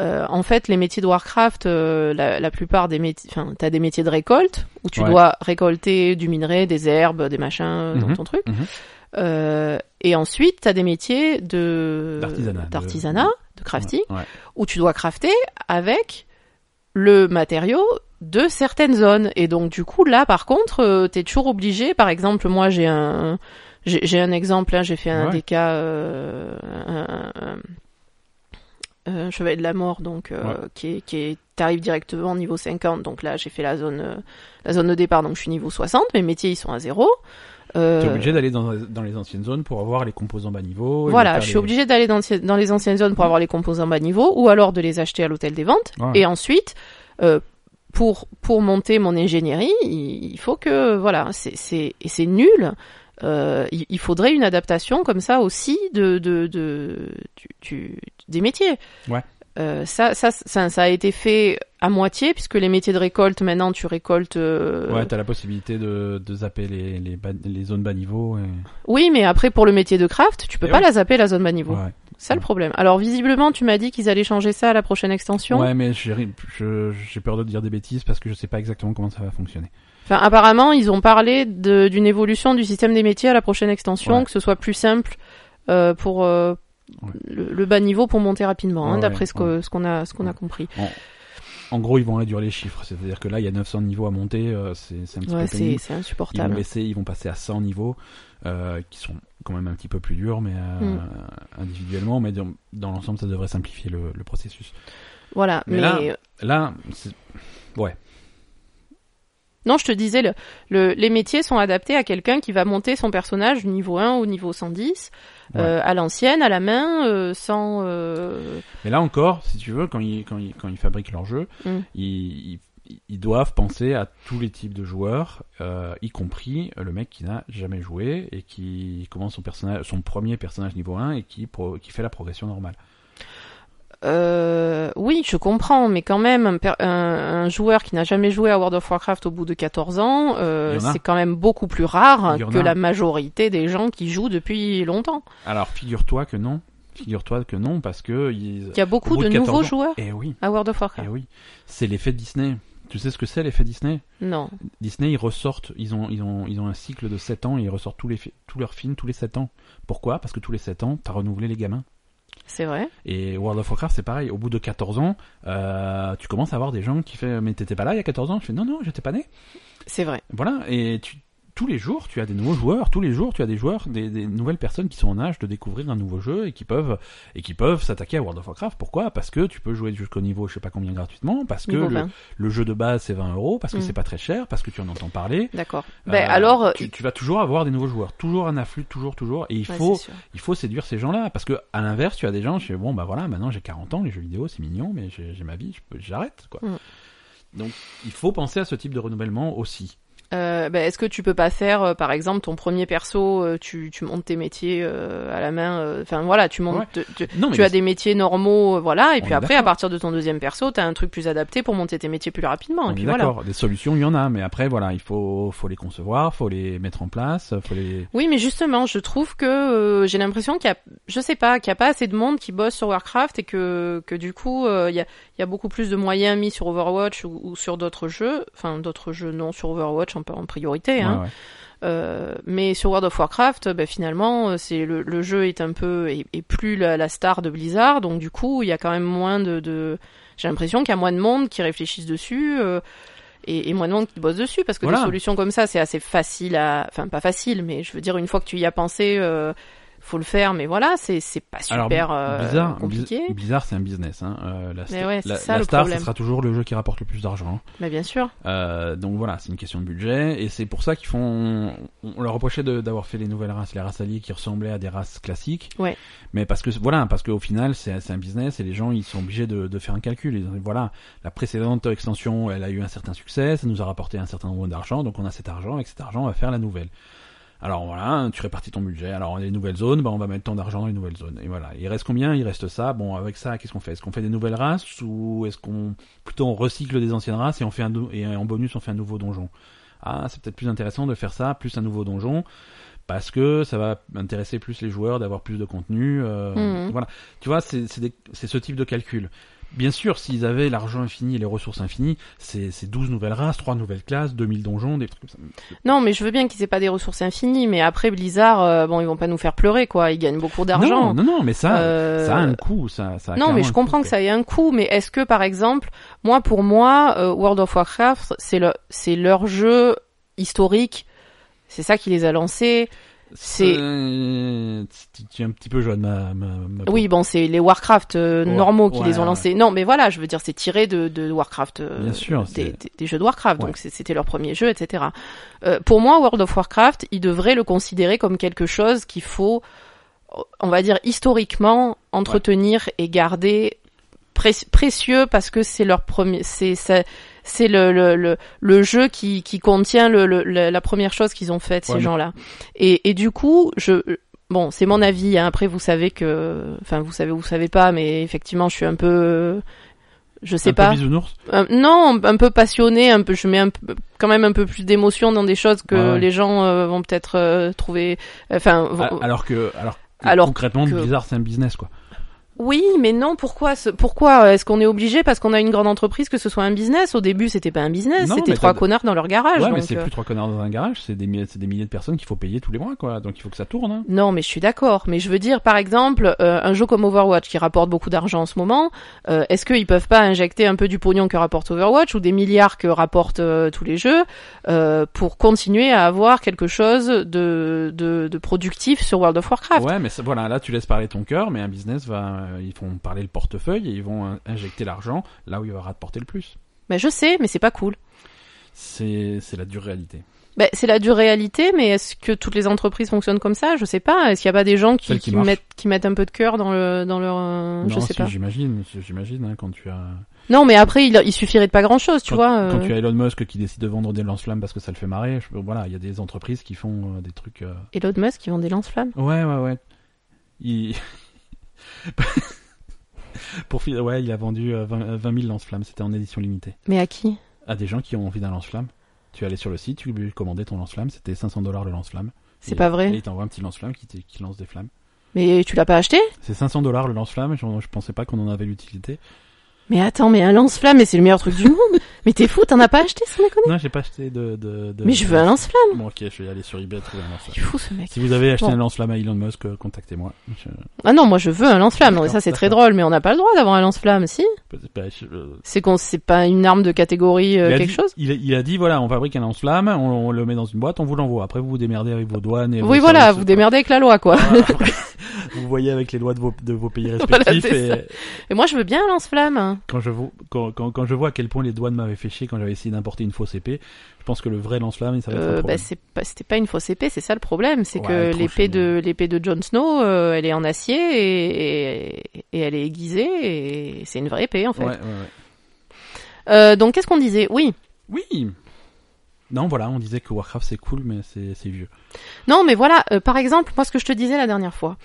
Speaker 2: euh, en fait, les métiers de Warcraft, euh, la, la plupart des métiers, enfin, t'as des métiers de récolte où tu
Speaker 1: Ouais.
Speaker 2: dois récolter du minerai, des herbes, des machins euh, dans
Speaker 1: Mhm,
Speaker 2: ton truc.
Speaker 1: mhm.
Speaker 2: Euh, et ensuite, t'as des métiers de
Speaker 1: D'artisanat, de-
Speaker 2: d'artisanat, de crafting
Speaker 1: Ouais. ouais.
Speaker 2: où tu dois crafter avec le matériau de certaines zones. Et donc du coup là par contre euh, t'es toujours obligé, par exemple moi j'ai un j'ai j'ai un exemple, hein, j'ai fait un
Speaker 1: Ouais.
Speaker 2: des cas euh, un- un- un chevalier de la mort donc euh,
Speaker 1: Ouais.
Speaker 2: qui est, qui est t'arrives directement au niveau 50 donc là j'ai fait la zone euh, la zone de départ donc je suis niveau 60 mes métiers ils sont à zéro Euh,
Speaker 1: T'es obligé d'aller dans, dans les anciennes zones pour avoir les composants bas niveau. et
Speaker 2: voilà,
Speaker 1: faire
Speaker 2: je suis
Speaker 1: les-
Speaker 2: obligée d'aller dans, dans les anciennes zones pour avoir les composants bas niveau, ou alors de les acheter à l'hôtel des ventes.
Speaker 1: Ouais.
Speaker 2: Et ensuite, euh, pour pour monter mon ingénierie, il, il faut que voilà, c'est c'est et c'est nul. Euh, il, il faudrait une adaptation comme ça aussi de de, de du, du- des métiers.
Speaker 1: Ouais.
Speaker 2: Euh, ça, ça, ça, ça a été fait à moitié puisque les métiers de récolte maintenant tu récoltes. euh,
Speaker 1: Ouais, t'as la possibilité de, de zapper les, les, bas- les zones bas niveau. Et...
Speaker 2: Oui, mais après pour le métier de craft, tu peux
Speaker 1: Et
Speaker 2: pas
Speaker 1: ouais.
Speaker 2: la zapper la zone bas niveau.
Speaker 1: Eh Ouais.
Speaker 2: Ça le problème. Alors visiblement, tu m'as dit qu'ils allaient changer ça à la prochaine extension.
Speaker 1: Ouais, mais j'ai ri- je- j'ai peur de dire des bêtises parce que je sais pas exactement comment ça va fonctionner.
Speaker 2: Enfin, apparemment, ils ont parlé de- d'une évolution du système des métiers à la prochaine extension,
Speaker 1: Ouais.
Speaker 2: que ce soit plus simple euh, pour euh,
Speaker 1: Ouais.
Speaker 2: le, le bas niveau pour monter rapidement, hein,
Speaker 1: Ouais,
Speaker 2: d'après
Speaker 1: ouais,
Speaker 2: ce que- ce qu'on a, ce qu'on a
Speaker 1: Ouais.
Speaker 2: compris.
Speaker 1: En gros, ils vont réduire les chiffres, c'est-à-dire que là, il y a 900 niveaux à monter, euh, c'est c'est un petit
Speaker 2: Ouais,
Speaker 1: peu pénible.
Speaker 2: c'est c'est
Speaker 1: Ils vont
Speaker 2: insupportable.
Speaker 1: laisser, ils vont passer à 100 niveaux, euh, qui sont quand même un petit peu plus durs, mais
Speaker 2: Hmm.
Speaker 1: euh, individuellement, mais dans, dans l'ensemble, ça devrait simplifier le, le processus.
Speaker 2: Voilà.
Speaker 1: Mais
Speaker 2: Mais, euh,
Speaker 1: là- Là, c'est-
Speaker 2: non, je te disais, le, le- les métiers sont adaptés à quelqu'un qui va monter son personnage du niveau 1 au niveau 110, euh, à l'ancienne, à la main, euh, sans. euh,
Speaker 1: mais là encore, si tu veux, quand ils, quand ils, quand ils fabriquent leur jeu,
Speaker 2: Mm.
Speaker 1: ils, ils- ils doivent penser à tous les types de joueurs, euh, y compris le mec qui n'a jamais joué et qui commence son personnage, son premier personnage niveau 1 et qui, pro- qui fait la progression normale.
Speaker 2: Euh, oui, je comprends, mais quand même, un, per- un- un joueur qui n'a jamais joué à World of Warcraft au bout de 14 ans, euh,
Speaker 1: Il y en a.
Speaker 2: c'est quand même beaucoup plus rare
Speaker 1: Il y en
Speaker 2: que
Speaker 1: a.
Speaker 2: la majorité des gens qui jouent depuis longtemps.
Speaker 1: Alors, figure-toi que non. Figure-toi que non, parce que ils...
Speaker 2: Il y a beaucoup
Speaker 1: bout
Speaker 2: de,
Speaker 1: de 14
Speaker 2: nouveaux
Speaker 1: ans.
Speaker 2: joueurs
Speaker 1: Eh oui.
Speaker 2: à World of
Speaker 1: Eh
Speaker 2: Warcraft.
Speaker 1: oui, c'est l'effet Disney. Tu sais ce que c'est l'effet Disney
Speaker 2: Non.
Speaker 1: Disney, ils ressortent, ils ont, ils, ont, ils ont un cycle de 7 ans et ils ressortent tous, les, fi- tous leurs films tous les 7 ans. Pourquoi Parce que tous les 7 ans, t'as renouvelé les gamins.
Speaker 2: C'est vrai.
Speaker 1: Et World of Warcraft, c'est pareil. Au bout de 14 ans, euh, tu commences à avoir des gens qui font Mais t'étais pas là il y a 14 ans Je fais Non, non, j'étais pas né.
Speaker 2: C'est vrai.
Speaker 1: Voilà, et tu- tous les jours, tu as des nouveaux joueurs, tous les jours, tu as des joueurs, des, des nouvelles personnes qui sont en âge de découvrir un nouveau jeu et qui peuvent et qui peuvent s'attaquer à World of Warcraft. Pourquoi Parce que tu peux jouer jusqu'au niveau, je sais pas combien gratuitement, parce que
Speaker 2: Niveau
Speaker 1: le,
Speaker 2: 20.
Speaker 1: le jeu de base c'est 20 euros, parce que
Speaker 2: Mm.
Speaker 1: c'est pas très cher, parce que tu en entends parler.
Speaker 2: D'accord. ben
Speaker 1: Euh,
Speaker 2: alors,
Speaker 1: tu,
Speaker 2: il-
Speaker 1: tu vas toujours avoir des nouveaux joueurs, toujours un afflux, toujours, toujours, et il
Speaker 2: ouais,
Speaker 1: faut,
Speaker 2: c'est sûr.
Speaker 1: il faut séduire ces gens-là, parce que à l'inverse, tu as des gens, je fais bon bah voilà, maintenant j'ai 40 ans, les jeux vidéo c'est mignon, mais j'ai j'ai ma vie, je peux- j'arrête quoi.
Speaker 2: Mm.
Speaker 1: Donc il faut penser à ce type de renouvellement aussi.
Speaker 2: Euh, bah, Est-ce que tu peux pas faire, euh, par exemple, ton premier perso, euh, tu, tu montes tes métiers euh, à la main, euh, enfin voilà, tu montes, tu,
Speaker 1: Non, mais
Speaker 2: tu as
Speaker 1: bien-
Speaker 2: des métiers normaux, euh, voilà, et
Speaker 1: On
Speaker 2: puis
Speaker 1: est
Speaker 2: après, à partir de ton deuxième perso, t'as un truc plus adapté pour monter tes métiers plus rapidement,
Speaker 1: on
Speaker 2: et
Speaker 1: est
Speaker 2: puis voilà.
Speaker 1: d'accord. Des solutions, il y en a, mais après, voilà, il faut, faut les concevoir, faut les mettre en place, faut les.
Speaker 2: Oui, mais justement, je trouve que euh, j'ai l'impression qu'il y a, je sais pas, qu'il y a pas assez de monde qui bosse sur Warcraft et que, que du coup, euh, il y, a, il y a beaucoup plus de moyens mis sur Overwatch ou, ou sur d'autres jeux, enfin d'autres jeux non sur Overwatch en, en priorité, hein.
Speaker 1: Ouais, ouais.
Speaker 2: Euh, mais sur World of Warcraft, bah, finalement, euh, c'est le, le jeu est un peu est, est plus la, la star de Blizzard, donc du coup, il y a quand même moins de, de- j'ai l'impression qu'il y a moins de monde qui réfléchissent dessus euh, et, et moins de monde qui bosse dessus parce que
Speaker 1: Voilà.
Speaker 2: des solutions comme ça, c'est assez facile à, enfin pas facile, mais je veux dire une fois que tu y as pensé, euh, faut le faire, mais voilà, c'est c'est pas
Speaker 1: Alors,
Speaker 2: super euh,
Speaker 1: bizarre,
Speaker 2: compliqué.
Speaker 1: biz- bizarre, c'est un business. Hein. Euh, la, sta-
Speaker 2: ouais, c'est
Speaker 1: la-
Speaker 2: ça,
Speaker 1: la
Speaker 2: le
Speaker 1: star, ce
Speaker 2: problème.
Speaker 1: sera toujours le jeu qui rapporte le plus d'argent.
Speaker 2: Mais bien sûr.
Speaker 1: Euh, donc voilà, c'est une question de budget, et c'est pour ça qu'ils font. On leur reprochait de- d'avoir fait les nouvelles races, les races alliées qui ressemblaient à des races classiques.
Speaker 2: Ouais.
Speaker 1: Mais parce que voilà, parce qu'au final, c'est c'est un business et les gens ils sont obligés de, de faire un calcul. Ils ont dit, voilà, la précédente extension, elle a eu un certain succès, ça nous a rapporté un certain nombre d'argent, donc on a cet argent, avec cet argent, on va faire la nouvelle. Alors voilà, hein, tu répartis ton budget. Alors les nouvelles zones, bah, on va mettre tant d'argent dans les nouvelles zones. Et voilà, il reste combien Il reste ça. Bon, avec ça, qu'est-ce qu'on fait Est-ce qu'on fait des nouvelles races ou est-ce qu'on plutôt on recycle des anciennes races et on fait un nou- et euh, en bonus on fait un nouveau donjon Ah, c'est peut-être plus intéressant de faire ça plus un nouveau donjon parce que ça va intéresser plus les joueurs d'avoir plus de contenu. euh,
Speaker 2: Mhm.
Speaker 1: Voilà, tu vois, c'est c'est des- c'est ce type de calcul. Bien sûr, s'ils avaient l'argent infini et les ressources infinies, c'est c'est 12 nouvelles races, 3 nouvelles classes, 2000 donjons, des trucs comme ça.
Speaker 2: Non, mais je veux bien qu'ils aient pas des ressources infinies, mais après Blizzard, euh, bon, ils vont pas nous faire pleurer quoi. Ils gagnent beaucoup
Speaker 1: Non,
Speaker 2: d'argent.
Speaker 1: non, non, mais ça,
Speaker 2: Euh,
Speaker 1: ça a un coût, ça. ça a
Speaker 2: Non,
Speaker 1: clairement
Speaker 2: mais je
Speaker 1: un coût,
Speaker 2: comprends que
Speaker 1: quoi.
Speaker 2: ça ait un coût, mais est-ce que par exemple, moi pour moi, euh, World of Warcraft, c'est le, c'est leur jeu historique. C'est ça qui les a lancés. c'est-
Speaker 1: Euh, tu- Tu es un petit peu jeune, ma. ma, ma-
Speaker 2: Oui, bon, c'est les Warcraft euh,
Speaker 1: Ouais,
Speaker 2: normaux qui
Speaker 1: ouais,
Speaker 2: les ont
Speaker 1: ouais.
Speaker 2: lancés. Non, mais voilà, je veux dire, c'est tiré de, de Warcraft, euh,
Speaker 1: Bien sûr,
Speaker 2: des,
Speaker 1: c'est-
Speaker 2: des- des jeux de Warcraft.
Speaker 1: Ouais.
Speaker 2: Donc c'est- c'était leur premier jeu, etc. Euh, pour moi, World of Warcraft, ils devraient le considérer comme quelque chose qu'il faut, on va dire historiquement, entretenir et garder pré- précieux parce que c'est leur premier, c'est ça- c'est le, le, le, le jeu qui, qui contient le, le- le- la première chose qu'ils ont faite,
Speaker 1: Ouais,
Speaker 2: ces
Speaker 1: mais-
Speaker 2: gens-là. Et, et du coup, je, bon, c'est mon avis. hein. Après, vous savez que, enfin, vous savez, ou vous savez pas, mais effectivement, je suis un peu, je sais
Speaker 1: un peu
Speaker 2: pas,
Speaker 1: bisounours.
Speaker 2: un- non, un peu passionné, un peu, je mets un peu- quand même un peu plus d'émotion dans des choses que
Speaker 1: Ouais, Ah, ouais.
Speaker 2: les gens euh, vont peut-être euh, trouver, enfin, vont-
Speaker 1: A- Alors que, alors. que
Speaker 2: Alors
Speaker 1: concrètement,
Speaker 2: que-
Speaker 1: Blizzard, c'est un business, quoi.
Speaker 2: Oui, mais non, pourquoi ce- pourquoi euh, est-ce qu'on est obligé parce qu'on a une grande entreprise que ce soit un business Au début, c'était pas un business,
Speaker 1: Non,
Speaker 2: c'était
Speaker 1: mais
Speaker 2: trois
Speaker 1: t'as-
Speaker 2: connards dans leur garage.
Speaker 1: ouais, mais
Speaker 2: donc,
Speaker 1: c'est
Speaker 2: euh,
Speaker 1: plus trois connards dans un garage, c'est des, milliers- c'est des milliers de personnes qu'il faut payer tous les mois, quoi. Donc il faut que ça tourne, hein.
Speaker 2: Non, mais je suis d'accord. Mais je veux dire, par exemple, euh, un jeu comme Overwatch qui rapporte beaucoup d'argent en ce moment, euh, est-ce qu'ils peuvent pas injecter un peu du pognon que rapporte Overwatch ou des milliards que rapportent euh, tous les jeux euh, pour continuer à avoir quelque chose de, de, de productif sur World of Warcraft
Speaker 1: Ouais, mais ça- voilà, là tu laisses parler ton cœur, mais un business va, euh, ils font parler le portefeuille et ils vont euh, injecter l'argent là où il va rapporter le plus.
Speaker 2: Mais Ben, je sais, mais c'est pas cool.
Speaker 1: C'est, c'est la dure réalité.
Speaker 2: Ben, c'est la dure réalité, mais est-ce que toutes les entreprises fonctionnent comme ça Je sais pas. Est-ce qu'il y a pas des gens qui,
Speaker 1: Celles qui
Speaker 2: qui
Speaker 1: marchent.
Speaker 2: mettent, qui mettent un peu de cœur dans, le, dans leur... euh,
Speaker 1: non,
Speaker 2: je sais
Speaker 1: si,
Speaker 2: pas.
Speaker 1: j'imagine, si, j'imagine, hein, quand tu as,
Speaker 2: Non, mais après, il, il suffirait de pas grand-chose, tu
Speaker 1: quand,
Speaker 2: vois.
Speaker 1: quand
Speaker 2: euh.
Speaker 1: tu as Elon Musk qui décide de vendre des lance-flammes parce que ça le fait marrer, je- voilà, il y a des entreprises qui font euh, des trucs. euh,
Speaker 2: Elon Musk qui vend des lance-flammes.
Speaker 1: Ouais, ouais, ouais. Il... Pour finir, ouais, il a vendu euh, 20 euh, 20 000 lance-flammes, c'était en édition limitée.
Speaker 2: Mais à qui
Speaker 1: À des gens qui ont envie d'un lance-flamme. Tu allais sur le site, tu lui commandais ton lance-flamme, c'était 500 dollars le lance-flamme.
Speaker 2: C'est
Speaker 1: Et-
Speaker 2: pas
Speaker 1: Et
Speaker 2: vrai.
Speaker 1: il t'envoie un petit lance-flamme qui, t- qui lance des flammes.
Speaker 2: Mais tu l'as pas acheté
Speaker 1: C'est 500 dollars le lance-flamme, j'en- je pensais pas qu'on en avait l'utilité.
Speaker 2: Mais attends, mais un lance-flamme, mais c'est le meilleur truc du monde. Mais t'es fou, t'en as pas acheté, sans déconner.
Speaker 1: Non, j'ai pas acheté de. de, de-
Speaker 2: Mais je veux un lance-flamme.
Speaker 1: Bon, ok, je vais aller sur eBay trouver un
Speaker 2: Il est
Speaker 1: lance-flamme.
Speaker 2: fou ce mec.
Speaker 1: Si vous avez acheté
Speaker 2: Bon.
Speaker 1: un lance-flamme à Elon Musk, euh, contactez-moi. Je-
Speaker 2: Ah non, moi je veux un lance-flamme. Non, mais
Speaker 1: D'accord,
Speaker 2: ça c'est très
Speaker 1: d'accord.
Speaker 2: drôle, mais on n'a pas le droit d'avoir un lance-flamme, si
Speaker 1: bah, je- euh,
Speaker 2: C'est qu'on, c'est pas une arme de catégorie euh,
Speaker 1: il a
Speaker 2: quelque
Speaker 1: dit-
Speaker 2: chose.
Speaker 1: il a, il a dit voilà, on fabrique un lance-flamme, on, on le met dans une boîte, on vous l'envoie. Après, vous vous démerdez avec vos douanes. Et
Speaker 2: Oui,
Speaker 1: vos
Speaker 2: voilà,
Speaker 1: services,
Speaker 2: vous démerdez avec la loi, quoi.
Speaker 1: quoi. Voilà, après, vous voyez avec les lois de vos, de vos pays
Speaker 2: Voilà,
Speaker 1: respectifs.
Speaker 2: c'est ça.
Speaker 1: et
Speaker 2: Et moi je veux bien un lance-flamme. hein.
Speaker 1: quand je, vo- quand, quand, quand je vois à quel point les douanes m'avaient fait chier quand j'avais essayé d'importer une fausse épée, je pense que le vrai lance-flamme, ça va être un
Speaker 2: Euh, bah,
Speaker 1: problème.
Speaker 2: c'est pas, c'était pas une fausse épée, c'est ça le problème, c'est
Speaker 1: Ouais, elle est
Speaker 2: que
Speaker 1: trop
Speaker 2: l'épée
Speaker 1: chelou.
Speaker 2: de l'épée de Jon Snow, euh, elle est en acier et, et, et elle est aiguisée et c'est une vraie épée en fait.
Speaker 1: Ouais, ouais, ouais.
Speaker 2: Euh, donc qu'est-ce qu'on disait Oui.
Speaker 1: Oui Non, voilà, on disait que Warcraft c'est cool, mais c'est c'est vieux.
Speaker 2: Non, mais voilà, euh, par exemple, moi ce que je te disais la dernière fois,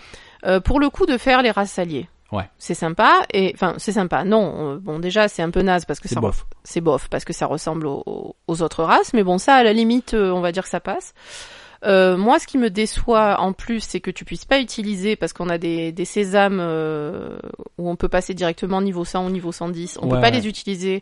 Speaker 2: euh, pour le coup de faire les races alliées.
Speaker 1: Ouais.
Speaker 2: C'est sympa et enfin c'est sympa. Non, euh, bon déjà c'est un peu naze parce que
Speaker 1: C'est
Speaker 2: ça
Speaker 1: bof.
Speaker 2: c'est bof parce que ça ressemble au- au- aux autres races, mais bon ça à la limite euh, on va dire que ça passe. Euh, moi ce qui me déçoit en plus c'est que tu puisses pas utiliser parce qu'on a des, des sésames euh, où on peut passer directement niveau 100 ou niveau 110, on
Speaker 1: Ouais,
Speaker 2: peut pas
Speaker 1: ouais.
Speaker 2: les utiliser.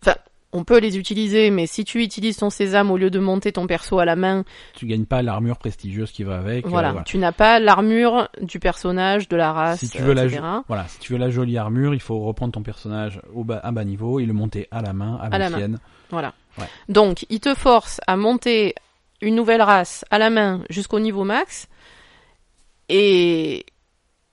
Speaker 2: Enfin on peut les utiliser mais si tu utilises ton sésame au lieu de monter ton perso à la main
Speaker 1: Tu gagnes pas l'armure prestigieuse qui va avec. euh,
Speaker 2: voilà, tu n'as pas l'armure du personnage, de la race,
Speaker 1: Si tu veux la
Speaker 2: etc.
Speaker 1: Voilà, si tu veux la jolie armure, il faut reprendre ton personnage au bas, à bas niveau et le monter à la main, à,
Speaker 2: À la
Speaker 1: l'ancienne.
Speaker 2: Voilà.
Speaker 1: Ouais.
Speaker 2: Donc, il te force à monter une nouvelle race à la main jusqu'au niveau max. Et,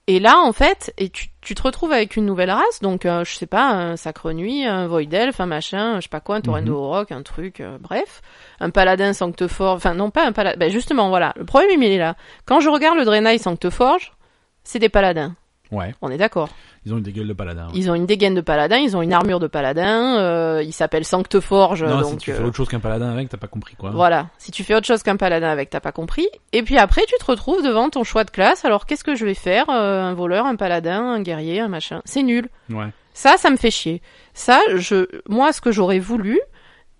Speaker 2: et là, en fait, et tu, tu te retrouves avec une nouvelle race. Donc, euh, je sais pas, un Sacre Nuit, un Void Elf, un machin, je sais pas quoi, un Torrent de
Speaker 1: Mhm.
Speaker 2: Rock, un truc, euh, bref. Un Paladin Sancteforge. Enfin, non, pas un Paladin. Ben, justement, voilà. Le problème, il est là. Quand je regarde le Draenei Sancteforge, c'est des Paladins.
Speaker 1: Ouais,
Speaker 2: On est d'accord.
Speaker 1: ils ont une des gueules de paladin. ouais.
Speaker 2: Ils ont une dégaine de paladin, ils ont une armure de paladin, euh, ils s'appellent Sancteforge.
Speaker 1: Non, si
Speaker 2: donc,
Speaker 1: tu
Speaker 2: euh,
Speaker 1: fais autre chose hein. qu'un paladin avec, t'as pas compris quoi.
Speaker 2: voilà. Si tu fais autre chose qu'un paladin avec, t'as pas compris. Et puis après, tu te retrouves devant ton choix de classe. Alors, qu'est-ce que je vais faire Euh, Un voleur, un paladin, un guerrier, un machin. C'est nul.
Speaker 1: Ouais.
Speaker 2: Ça, ça me fait chier. Ça, je, moi, ce que j'aurais voulu,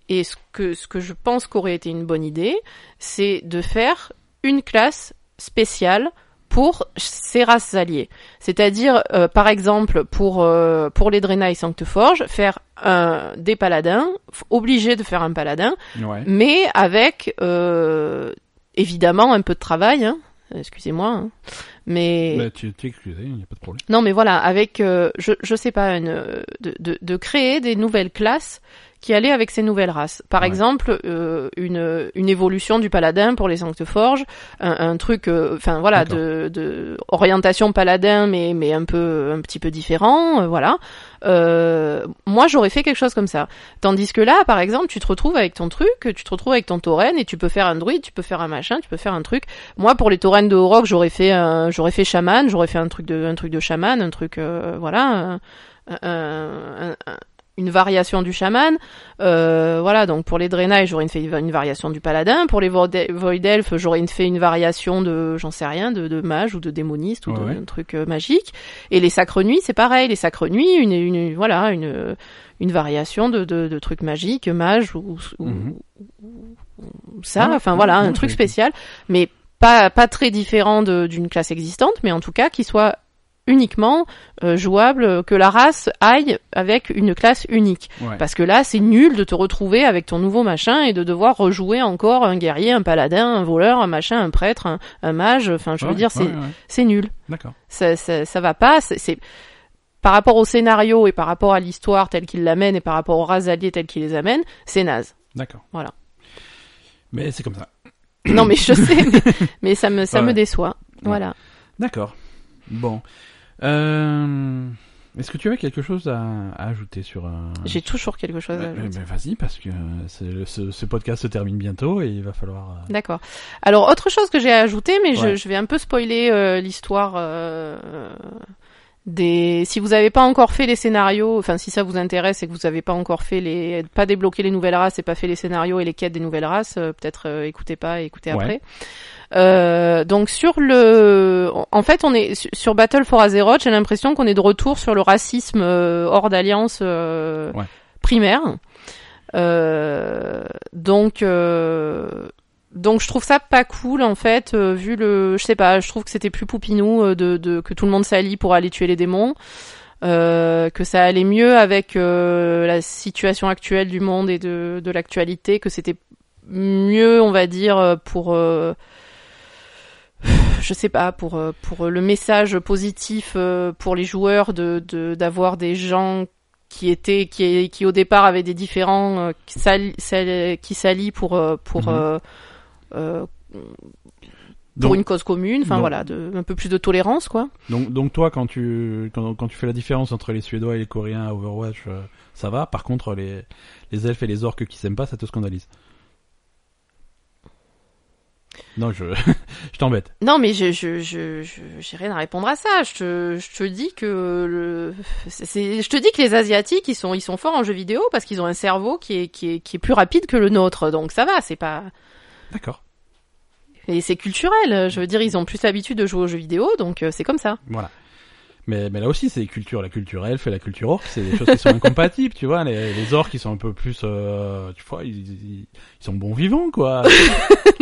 Speaker 2: et ce que, ce que je pense qu'aurait été une bonne idée, c'est de faire une classe spéciale pour ces races alliées. C'est-à-dire, euh, par exemple, pour, euh, pour les Draenei Sancteforge, faire un, des paladins, f- obligé de faire un paladin,
Speaker 1: Ouais.
Speaker 2: mais avec, euh, évidemment, un peu de travail, hein. excusez-moi, hein. mais...
Speaker 1: Bah, tu t'es excusé, il n'y a pas de problème.
Speaker 2: Non, mais voilà, avec, euh, je, je sais pas, une, euh, de, de, de créer des nouvelles classes qui allaient avec ces nouvelles races. Par
Speaker 1: Ouais.
Speaker 2: exemple, euh, une, une évolution du paladin pour les Sancteforges, un, un truc, euh, enfin voilà,
Speaker 1: D'accord.
Speaker 2: de, de orientation paladin, mais mais un peu, un petit peu différent, euh, voilà. Euh, moi, j'aurais fait quelque chose comme ça. Tandis que là, par exemple, tu te retrouves avec ton truc, tu te retrouves avec ton tauren et tu peux faire un druide, tu peux faire un machin, tu peux faire un truc. Moi, pour les taurennes de Horok, j'aurais fait un, j'aurais fait chaman, j'aurais fait un truc de, un truc de chaman, un truc, euh, voilà, un- un- un- un- une variation du chaman. Euh, voilà, donc pour les drainages, j'aurais fait une variation du paladin. Pour les void Void elfes, j'aurais fait une variation de, j'en sais rien, de, de mage ou de démoniste ou
Speaker 1: Ouais,
Speaker 2: de
Speaker 1: ouais.
Speaker 2: un truc euh, magique. Et les sacres nuits, c'est pareil. Les sacres nuits, une, une, voilà, une, une variation de, de, de trucs magiques, mage ou, ou-
Speaker 1: Mhm.
Speaker 2: ça,
Speaker 1: Ouais,
Speaker 2: enfin
Speaker 1: ouais,
Speaker 2: voilà,
Speaker 1: ouais,
Speaker 2: un truc
Speaker 1: c'est-
Speaker 2: spécial, mais pas, pas très différent de- d'une classe existante, mais en tout cas qui soit uniquement euh, jouable, euh, que la race aille avec une classe unique.
Speaker 1: Ouais.
Speaker 2: Parce que là, c'est nul de te retrouver avec ton nouveau machin et de devoir rejouer encore un guerrier, un paladin, un voleur, un machin, un prêtre, un, un mage, enfin je veux
Speaker 1: Ouais,
Speaker 2: dire, c'est
Speaker 1: ouais, ouais.
Speaker 2: c'est nul
Speaker 1: D'accord.
Speaker 2: ça, ça, ça va pas. c'est- C'est par rapport au scénario et par rapport à l'histoire telle qu'il l'amène et par rapport aux races alliées telles qu'il les amène, c'est naze.
Speaker 1: D'accord.
Speaker 2: Voilà.
Speaker 1: Mais c'est comme ça.
Speaker 2: non mais je sais, mais, mais ça me ça
Speaker 1: Ouais.
Speaker 2: me déçoit. Voilà.
Speaker 1: D'accord. Bon. Euh, Est-ce que tu avais quelque chose à, à ajouter sur. euh,
Speaker 2: J'ai toujours quelque chose à
Speaker 1: Euh,
Speaker 2: ajouter.
Speaker 1: ben, Vas-y, parce que euh, c'est- ce, ce podcast se termine bientôt et il va falloir. euh,
Speaker 2: D'accord. Alors autre chose que j'ai à ajouter, mais je,
Speaker 1: Ouais.
Speaker 2: je vais un peu spoiler euh, l'histoire euh, des. Si vous n'avez pas encore fait les scénarios, enfin si ça vous intéresse et que vous n'avez pas encore fait les, pas débloqué les nouvelles races et pas fait les scénarios et les quêtes des nouvelles races, euh, peut-être euh, écoutez pas, et écoutez
Speaker 1: Ouais.
Speaker 2: après. Euh, donc sur le, en fait on est su- sur Battle for Azeroth, j'ai l'impression qu'on est de retour sur le racisme euh, hors d'alliance euh,
Speaker 1: Ouais.
Speaker 2: primaire. Euh, donc euh, donc je trouve ça pas cool en fait euh, vu le je sais pas je trouve que c'était plus poupinou euh, de, de que tout le monde s'allie pour aller tuer les démons euh, que ça allait mieux avec euh, la situation actuelle du monde et de de l'actualité que c'était mieux on va dire euh, pour euh, je sais pas pour euh, pour le message positif euh, pour les joueurs de de- d'avoir des gens qui étaient qui qui au départ avaient des différents euh, qui s'allient- s'allient- qui s'allient pour euh, pour
Speaker 1: Mhm.
Speaker 2: euh, euh,
Speaker 1: Donc,
Speaker 2: pour une cause commune, enfin
Speaker 1: donc-
Speaker 2: voilà, de, un peu plus de tolérance quoi.
Speaker 1: donc, donc toi, quand tu, quand, quand tu fais la différence entre les Suédois et les Coréens à Overwatch, euh, ça va. Par contre, les, les elfes et les orques qui s'aiment pas, ça te scandalise. Non, je, je t'embête.
Speaker 2: Non, mais je, je, je, je- j'ai rien à répondre à ça. Je te, je te dis que le, c'est- c'est, je te dis que les Asiatiques, ils sont, ils sont forts en jeux vidéo parce qu'ils ont un cerveau qui est, qui est, qui est plus rapide que le nôtre. Donc ça va, c'est pas,
Speaker 1: D'accord.
Speaker 2: et c'est culturel. Je veux dire, ils ont plus l'habitude de jouer aux jeux vidéo, donc euh, c'est comme ça.
Speaker 1: Voilà. Mais, mais là aussi, c'est culture. La culture elfe et la culture orque, c'est des choses qui sont incompatibles, tu vois. Les, les orques, ils sont un peu plus, euh, tu vois, ils, ils- ils sont bons vivants, quoi.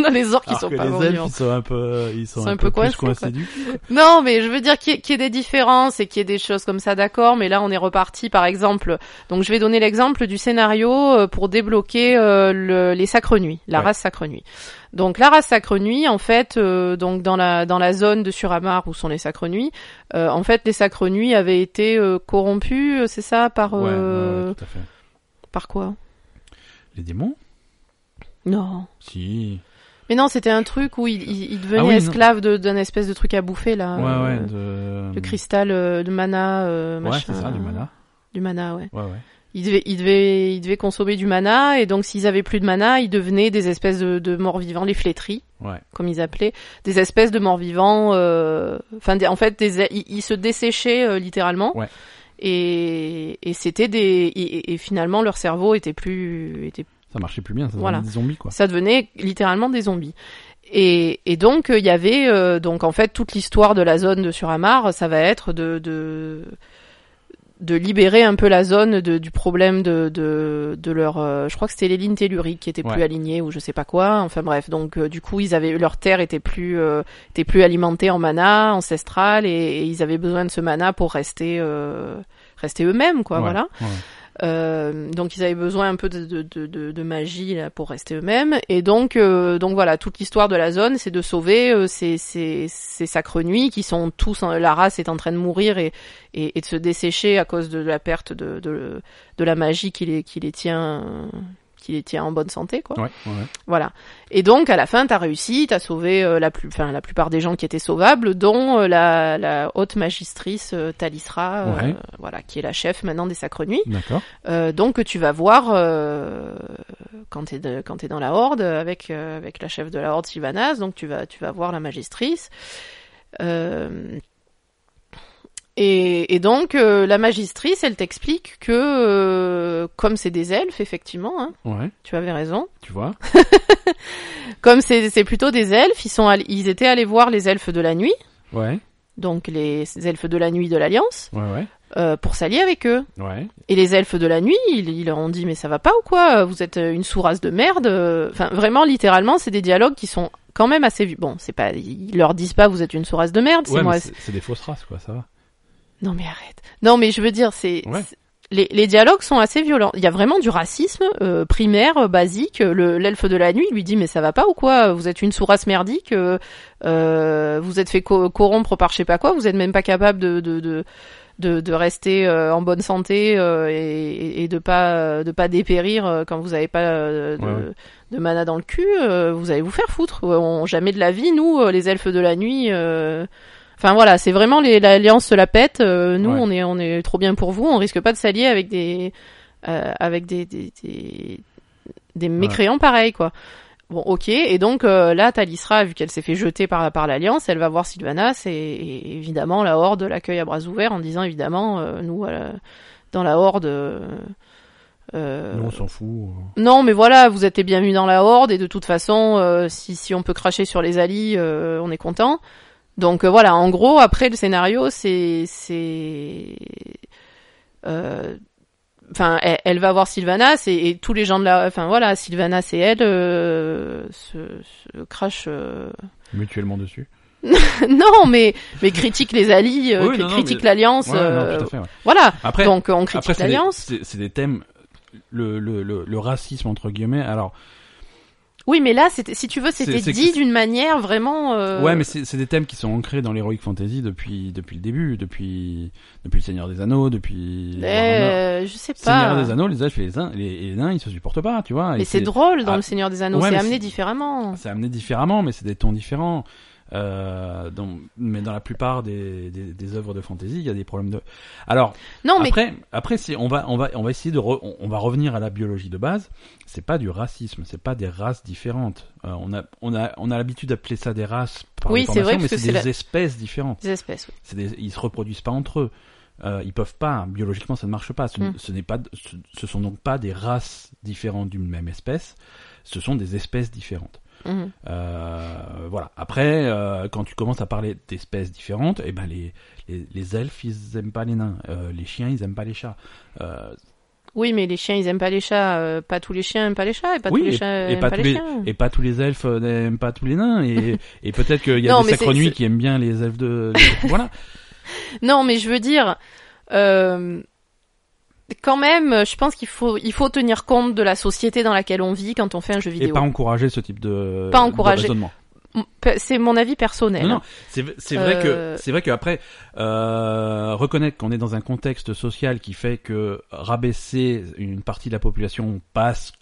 Speaker 2: non, les orques, ils
Speaker 1: Alors
Speaker 2: sont
Speaker 1: que
Speaker 2: pas
Speaker 1: les
Speaker 2: bons
Speaker 1: elfes,
Speaker 2: vivants.
Speaker 1: ils sont un peu, ils sont,
Speaker 2: Ils sont
Speaker 1: un,
Speaker 2: un
Speaker 1: peu,
Speaker 2: peu
Speaker 1: plus
Speaker 2: coincés, quoi.
Speaker 1: coincés du cul.
Speaker 2: Non, mais je veux dire qu'il y, ait- qu'il y ait des différences et qu'il y ait des choses comme ça, d'accord, mais là on est reparti par exemple. Donc je vais donner l'exemple du scénario euh, pour débloquer euh, le- les sacres nuits, la
Speaker 1: Ouais.
Speaker 2: race sacre nuit. Donc la race sacre nuit, en fait, euh, donc dans la dans la zone de Suramar où sont les sacres nuits, euh, en fait les sacres nuits avaient été euh, corrompus, euh, c'est ça, par
Speaker 1: Ouais,
Speaker 2: euh,
Speaker 1: ouais, ouais, tout à fait.
Speaker 2: par quoi
Speaker 1: Les démons
Speaker 2: Non.
Speaker 1: Si.
Speaker 2: Mais non, c'était un truc où il, il, il devenait
Speaker 1: Ah oui, non.
Speaker 2: esclave de- d'un espèce de truc à bouffer là.
Speaker 1: Ouais,
Speaker 2: euh,
Speaker 1: ouais, de...
Speaker 2: Le cristal euh, de mana, euh,
Speaker 1: Ouais,
Speaker 2: machin.
Speaker 1: c'est ça, du mana.
Speaker 2: Du mana, ouais.
Speaker 1: Ouais, ouais.
Speaker 2: Ils devaient, ils devaient, ils devaient consommer du mana, et donc s'ils avaient plus de mana, ils devenaient des espèces de, de morts-vivants, les flétris,
Speaker 1: Ouais.
Speaker 2: comme ils appelaient, des espèces de morts-vivants, euh, enfin, des- en fait, des, ils, ils se desséchaient euh, littéralement.
Speaker 1: Ouais.
Speaker 2: Et, et c'était des, et, et- et finalement leur cerveau était plus, était
Speaker 1: Ça marchait plus bien, ça
Speaker 2: Voilà.
Speaker 1: devenait des zombies, quoi.
Speaker 2: ça devenait littéralement des zombies. Et, et donc euh, il y avait euh, donc en fait toute l'histoire de la zone de Suramar, ça va être de de, de libérer un peu la zone de- du problème de de, de leur, euh, je crois que c'était les lignes telluriques qui étaient
Speaker 1: Ouais.
Speaker 2: plus alignées ou je sais pas quoi. Enfin bref, donc euh, du coup ils avaient leur terre était plus euh, était plus alimentée en mana ancestral et, et ils avaient besoin de ce mana pour rester euh, rester eux-mêmes quoi.
Speaker 1: Ouais,
Speaker 2: Voilà.
Speaker 1: ouais.
Speaker 2: Euh, donc ils avaient besoin un peu de, de, de- de- de magie là, pour rester eux-mêmes. Et donc, euh, donc voilà, toute l'histoire de la zone, c'est de sauver euh, ces, ces, ces sacres nuits qui sont tous, en- la race est en train de mourir et, et, et de se dessécher à cause de la perte de, de, de la magie qui les, qui les tient, qui les tient en bonne santé, quoi.
Speaker 1: Ouais, ouais, ouais.
Speaker 2: Voilà. Et donc à la fin, t'as réussi, t'as sauvé euh, la plus, enfin la plupart des gens qui étaient sauvables, dont euh, la, la haute magistrice euh, Talisra, euh,
Speaker 1: Ouais.
Speaker 2: voilà, qui est la chef maintenant des Sacres Nuits.
Speaker 1: D'accord.
Speaker 2: Euh, donc que tu vas voir euh, quand t'es de- quand t'es dans la horde euh, avec euh, avec la chef de la horde Sylvanas. Donc tu vas tu vas voir la magistrice. Euh, et, et donc euh, la magistrice, elle t'explique que euh, comme c'est des elfes effectivement, hein,
Speaker 1: Ouais,
Speaker 2: tu avais raison.
Speaker 1: tu vois.
Speaker 2: Comme c'est c'est plutôt des elfes, ils sont all- ils étaient allés voir les elfes de la nuit,
Speaker 1: Ouais,
Speaker 2: donc les elfes de la nuit de l'alliance,
Speaker 1: ouais, ouais.
Speaker 2: euh, pour s'allier avec eux.
Speaker 1: Ouais,
Speaker 2: Et les elfes de la nuit, ils, ils leur ont dit mais ça va pas ou quoi Vous êtes euh, une sous-race de merde. euh. Enfin vraiment littéralement, c'est des dialogues qui sont quand même assez vus. Bon, c'est pas ils leur disent pas vous êtes une sous-race de merde, c'est
Speaker 1: ouais
Speaker 2: moi.
Speaker 1: mais c'est c'est des fausses races, quoi, ça va.
Speaker 2: Non mais arrête. Non mais je veux dire c'est
Speaker 1: Ouais.
Speaker 2: c'est- les, les dialogues sont assez violents. Il y a vraiment du racisme euh, primaire, euh, basique. Le- L'elfe de la nuit lui dit mais ça va pas ou quoi Vous êtes une sous-race merdique. euh, euh, vous êtes fait co- corrompre par je sais pas quoi. Vous êtes même pas capable de de, de, de, de rester euh, en bonne santé euh, et- et, et de pas de pas dépérir euh, quand vous avez pas euh, de,
Speaker 1: Ouais, ouais.
Speaker 2: de mana dans le cul. euh, vous allez vous faire foutre. On, jamais de la vie nous euh, les elfes de la nuit. euh, Enfin voilà, c'est vraiment les- l'alliance se la pète. euh, nous,
Speaker 1: Ouais.
Speaker 2: on est on est trop bien pour vous. On risque pas de s'allier avec des euh, avec des des, des, des mécréants pareils quoi. Bon, ok. Et donc euh, là, Talisra, vu qu'elle s'est fait jeter par par l'alliance, elle va voir Sylvanas et, et évidemment la Horde l'accueille à bras ouverts en disant évidemment euh, nous euh, dans la Horde. euh, euh,
Speaker 1: Nous, on s'en fout. euh.
Speaker 2: non, mais voilà, vous êtes les bienvenus dans la Horde, et de toute façon, euh, si, si on peut cracher sur les alliés, euh, on est content. Donc euh, voilà, en gros, après le scénario, c'est... c'est euh, Enfin, elle, elle va voir Sylvanas, et, et tous les gens de la... Enfin voilà, Sylvanas et elle euh, se, se crachent... euh,
Speaker 1: Mutuellement dessus.
Speaker 2: non, mais, mais critiquent les alliés, euh,
Speaker 1: Oui,
Speaker 2: cri-
Speaker 1: non, non,
Speaker 2: critiquent
Speaker 1: mais-
Speaker 2: l'Alliance.
Speaker 1: Ouais, non,
Speaker 2: euh,
Speaker 1: tout à fait, ouais.
Speaker 2: voilà,
Speaker 1: Après,
Speaker 2: donc euh, on critique
Speaker 1: Après, c'est des,
Speaker 2: l'Alliance.
Speaker 1: c'est- c'est des thèmes, le, le, le, le racisme entre guillemets. Alors,
Speaker 2: Oui, mais là, c'était- si tu veux, c'était
Speaker 1: c'est-
Speaker 2: dit d'une manière vraiment... euh,
Speaker 1: ouais, mais c'est c'est des thèmes qui sont ancrés dans l'heroic fantasy depuis depuis le début, depuis depuis le Seigneur des Anneaux, depuis Warhammer.
Speaker 2: Euh, je sais
Speaker 1: Seigneur
Speaker 2: pas.
Speaker 1: des Anneaux, les elfes et les, uns, les, et les nains, ils se supportent pas, tu vois. et
Speaker 2: Mais c'est drôle dans
Speaker 1: Ah.
Speaker 2: le Seigneur des Anneaux,
Speaker 1: Ouais,
Speaker 2: c'est
Speaker 1: mais
Speaker 2: amené
Speaker 1: c'est-
Speaker 2: différemment.
Speaker 1: C'est amené différemment, mais c'est des tons différents. Euh, dans- mais dans la plupart des, des, des œuvres de fantasy, il y a des problèmes de. Alors
Speaker 2: Non, mais
Speaker 1: après, après, si on va, on va, on va essayer de, re- on, on va revenir à la biologie de base. C'est pas du racisme, c'est pas des races différentes. Euh, on a, on a, on a l'habitude d'appeler ça des races par
Speaker 2: Oui,
Speaker 1: les
Speaker 2: c'est vrai,
Speaker 1: formations, mais
Speaker 2: parce que
Speaker 1: c'est
Speaker 2: c'est
Speaker 1: des
Speaker 2: la-
Speaker 1: espèces différentes.
Speaker 2: des espèces. oui.
Speaker 1: C'est des- ils se reproduisent pas entre eux. Euh, ils peuvent pas. Biologiquement, ça ne marche pas. Ce, n-
Speaker 2: Mm.
Speaker 1: ce n'est pas. Ce, ce sont donc pas des races différentes d'une même espèce. Ce sont des espèces différentes.
Speaker 2: Mhm.
Speaker 1: Euh, voilà. Après, euh, quand tu commences à parler d'espèces différentes, eh ben les, les les elfes ils aiment pas les nains, Euh, les chiens ils aiment pas les chats. Euh,
Speaker 2: Oui, mais les chiens, ils aiment pas les chats. euh, pas tous les chiens aiment pas les chats, et pas
Speaker 1: Oui,
Speaker 2: tous les
Speaker 1: et-
Speaker 2: chats
Speaker 1: et
Speaker 2: aiment
Speaker 1: pas
Speaker 2: pas,
Speaker 1: tous
Speaker 2: les,
Speaker 1: les-
Speaker 2: chiens.
Speaker 1: et pas tous les elfes euh, n'aiment pas tous les nains. Et, et peut-être qu'il y a
Speaker 2: Non,
Speaker 1: des
Speaker 2: mais c'est-
Speaker 1: sacre
Speaker 2: c'est-
Speaker 1: qui aiment bien les elfes de. voilà.
Speaker 2: Non, mais je veux dire, euh, quand même, je pense qu'il faut, il faut tenir compte de la société dans laquelle on vit quand on fait un jeu
Speaker 1: Et
Speaker 2: vidéo.
Speaker 1: pas encourager ce type de.
Speaker 2: Pas
Speaker 1: de
Speaker 2: encourager.
Speaker 1: raisonnement.
Speaker 2: Pe- C'est mon avis personnel. hein,
Speaker 1: Non, non, c'est c'est vrai
Speaker 2: Euh,
Speaker 1: que c'est vrai qu'après euh, reconnaître qu'on est dans un contexte social qui fait que rabaisser une partie de la population passe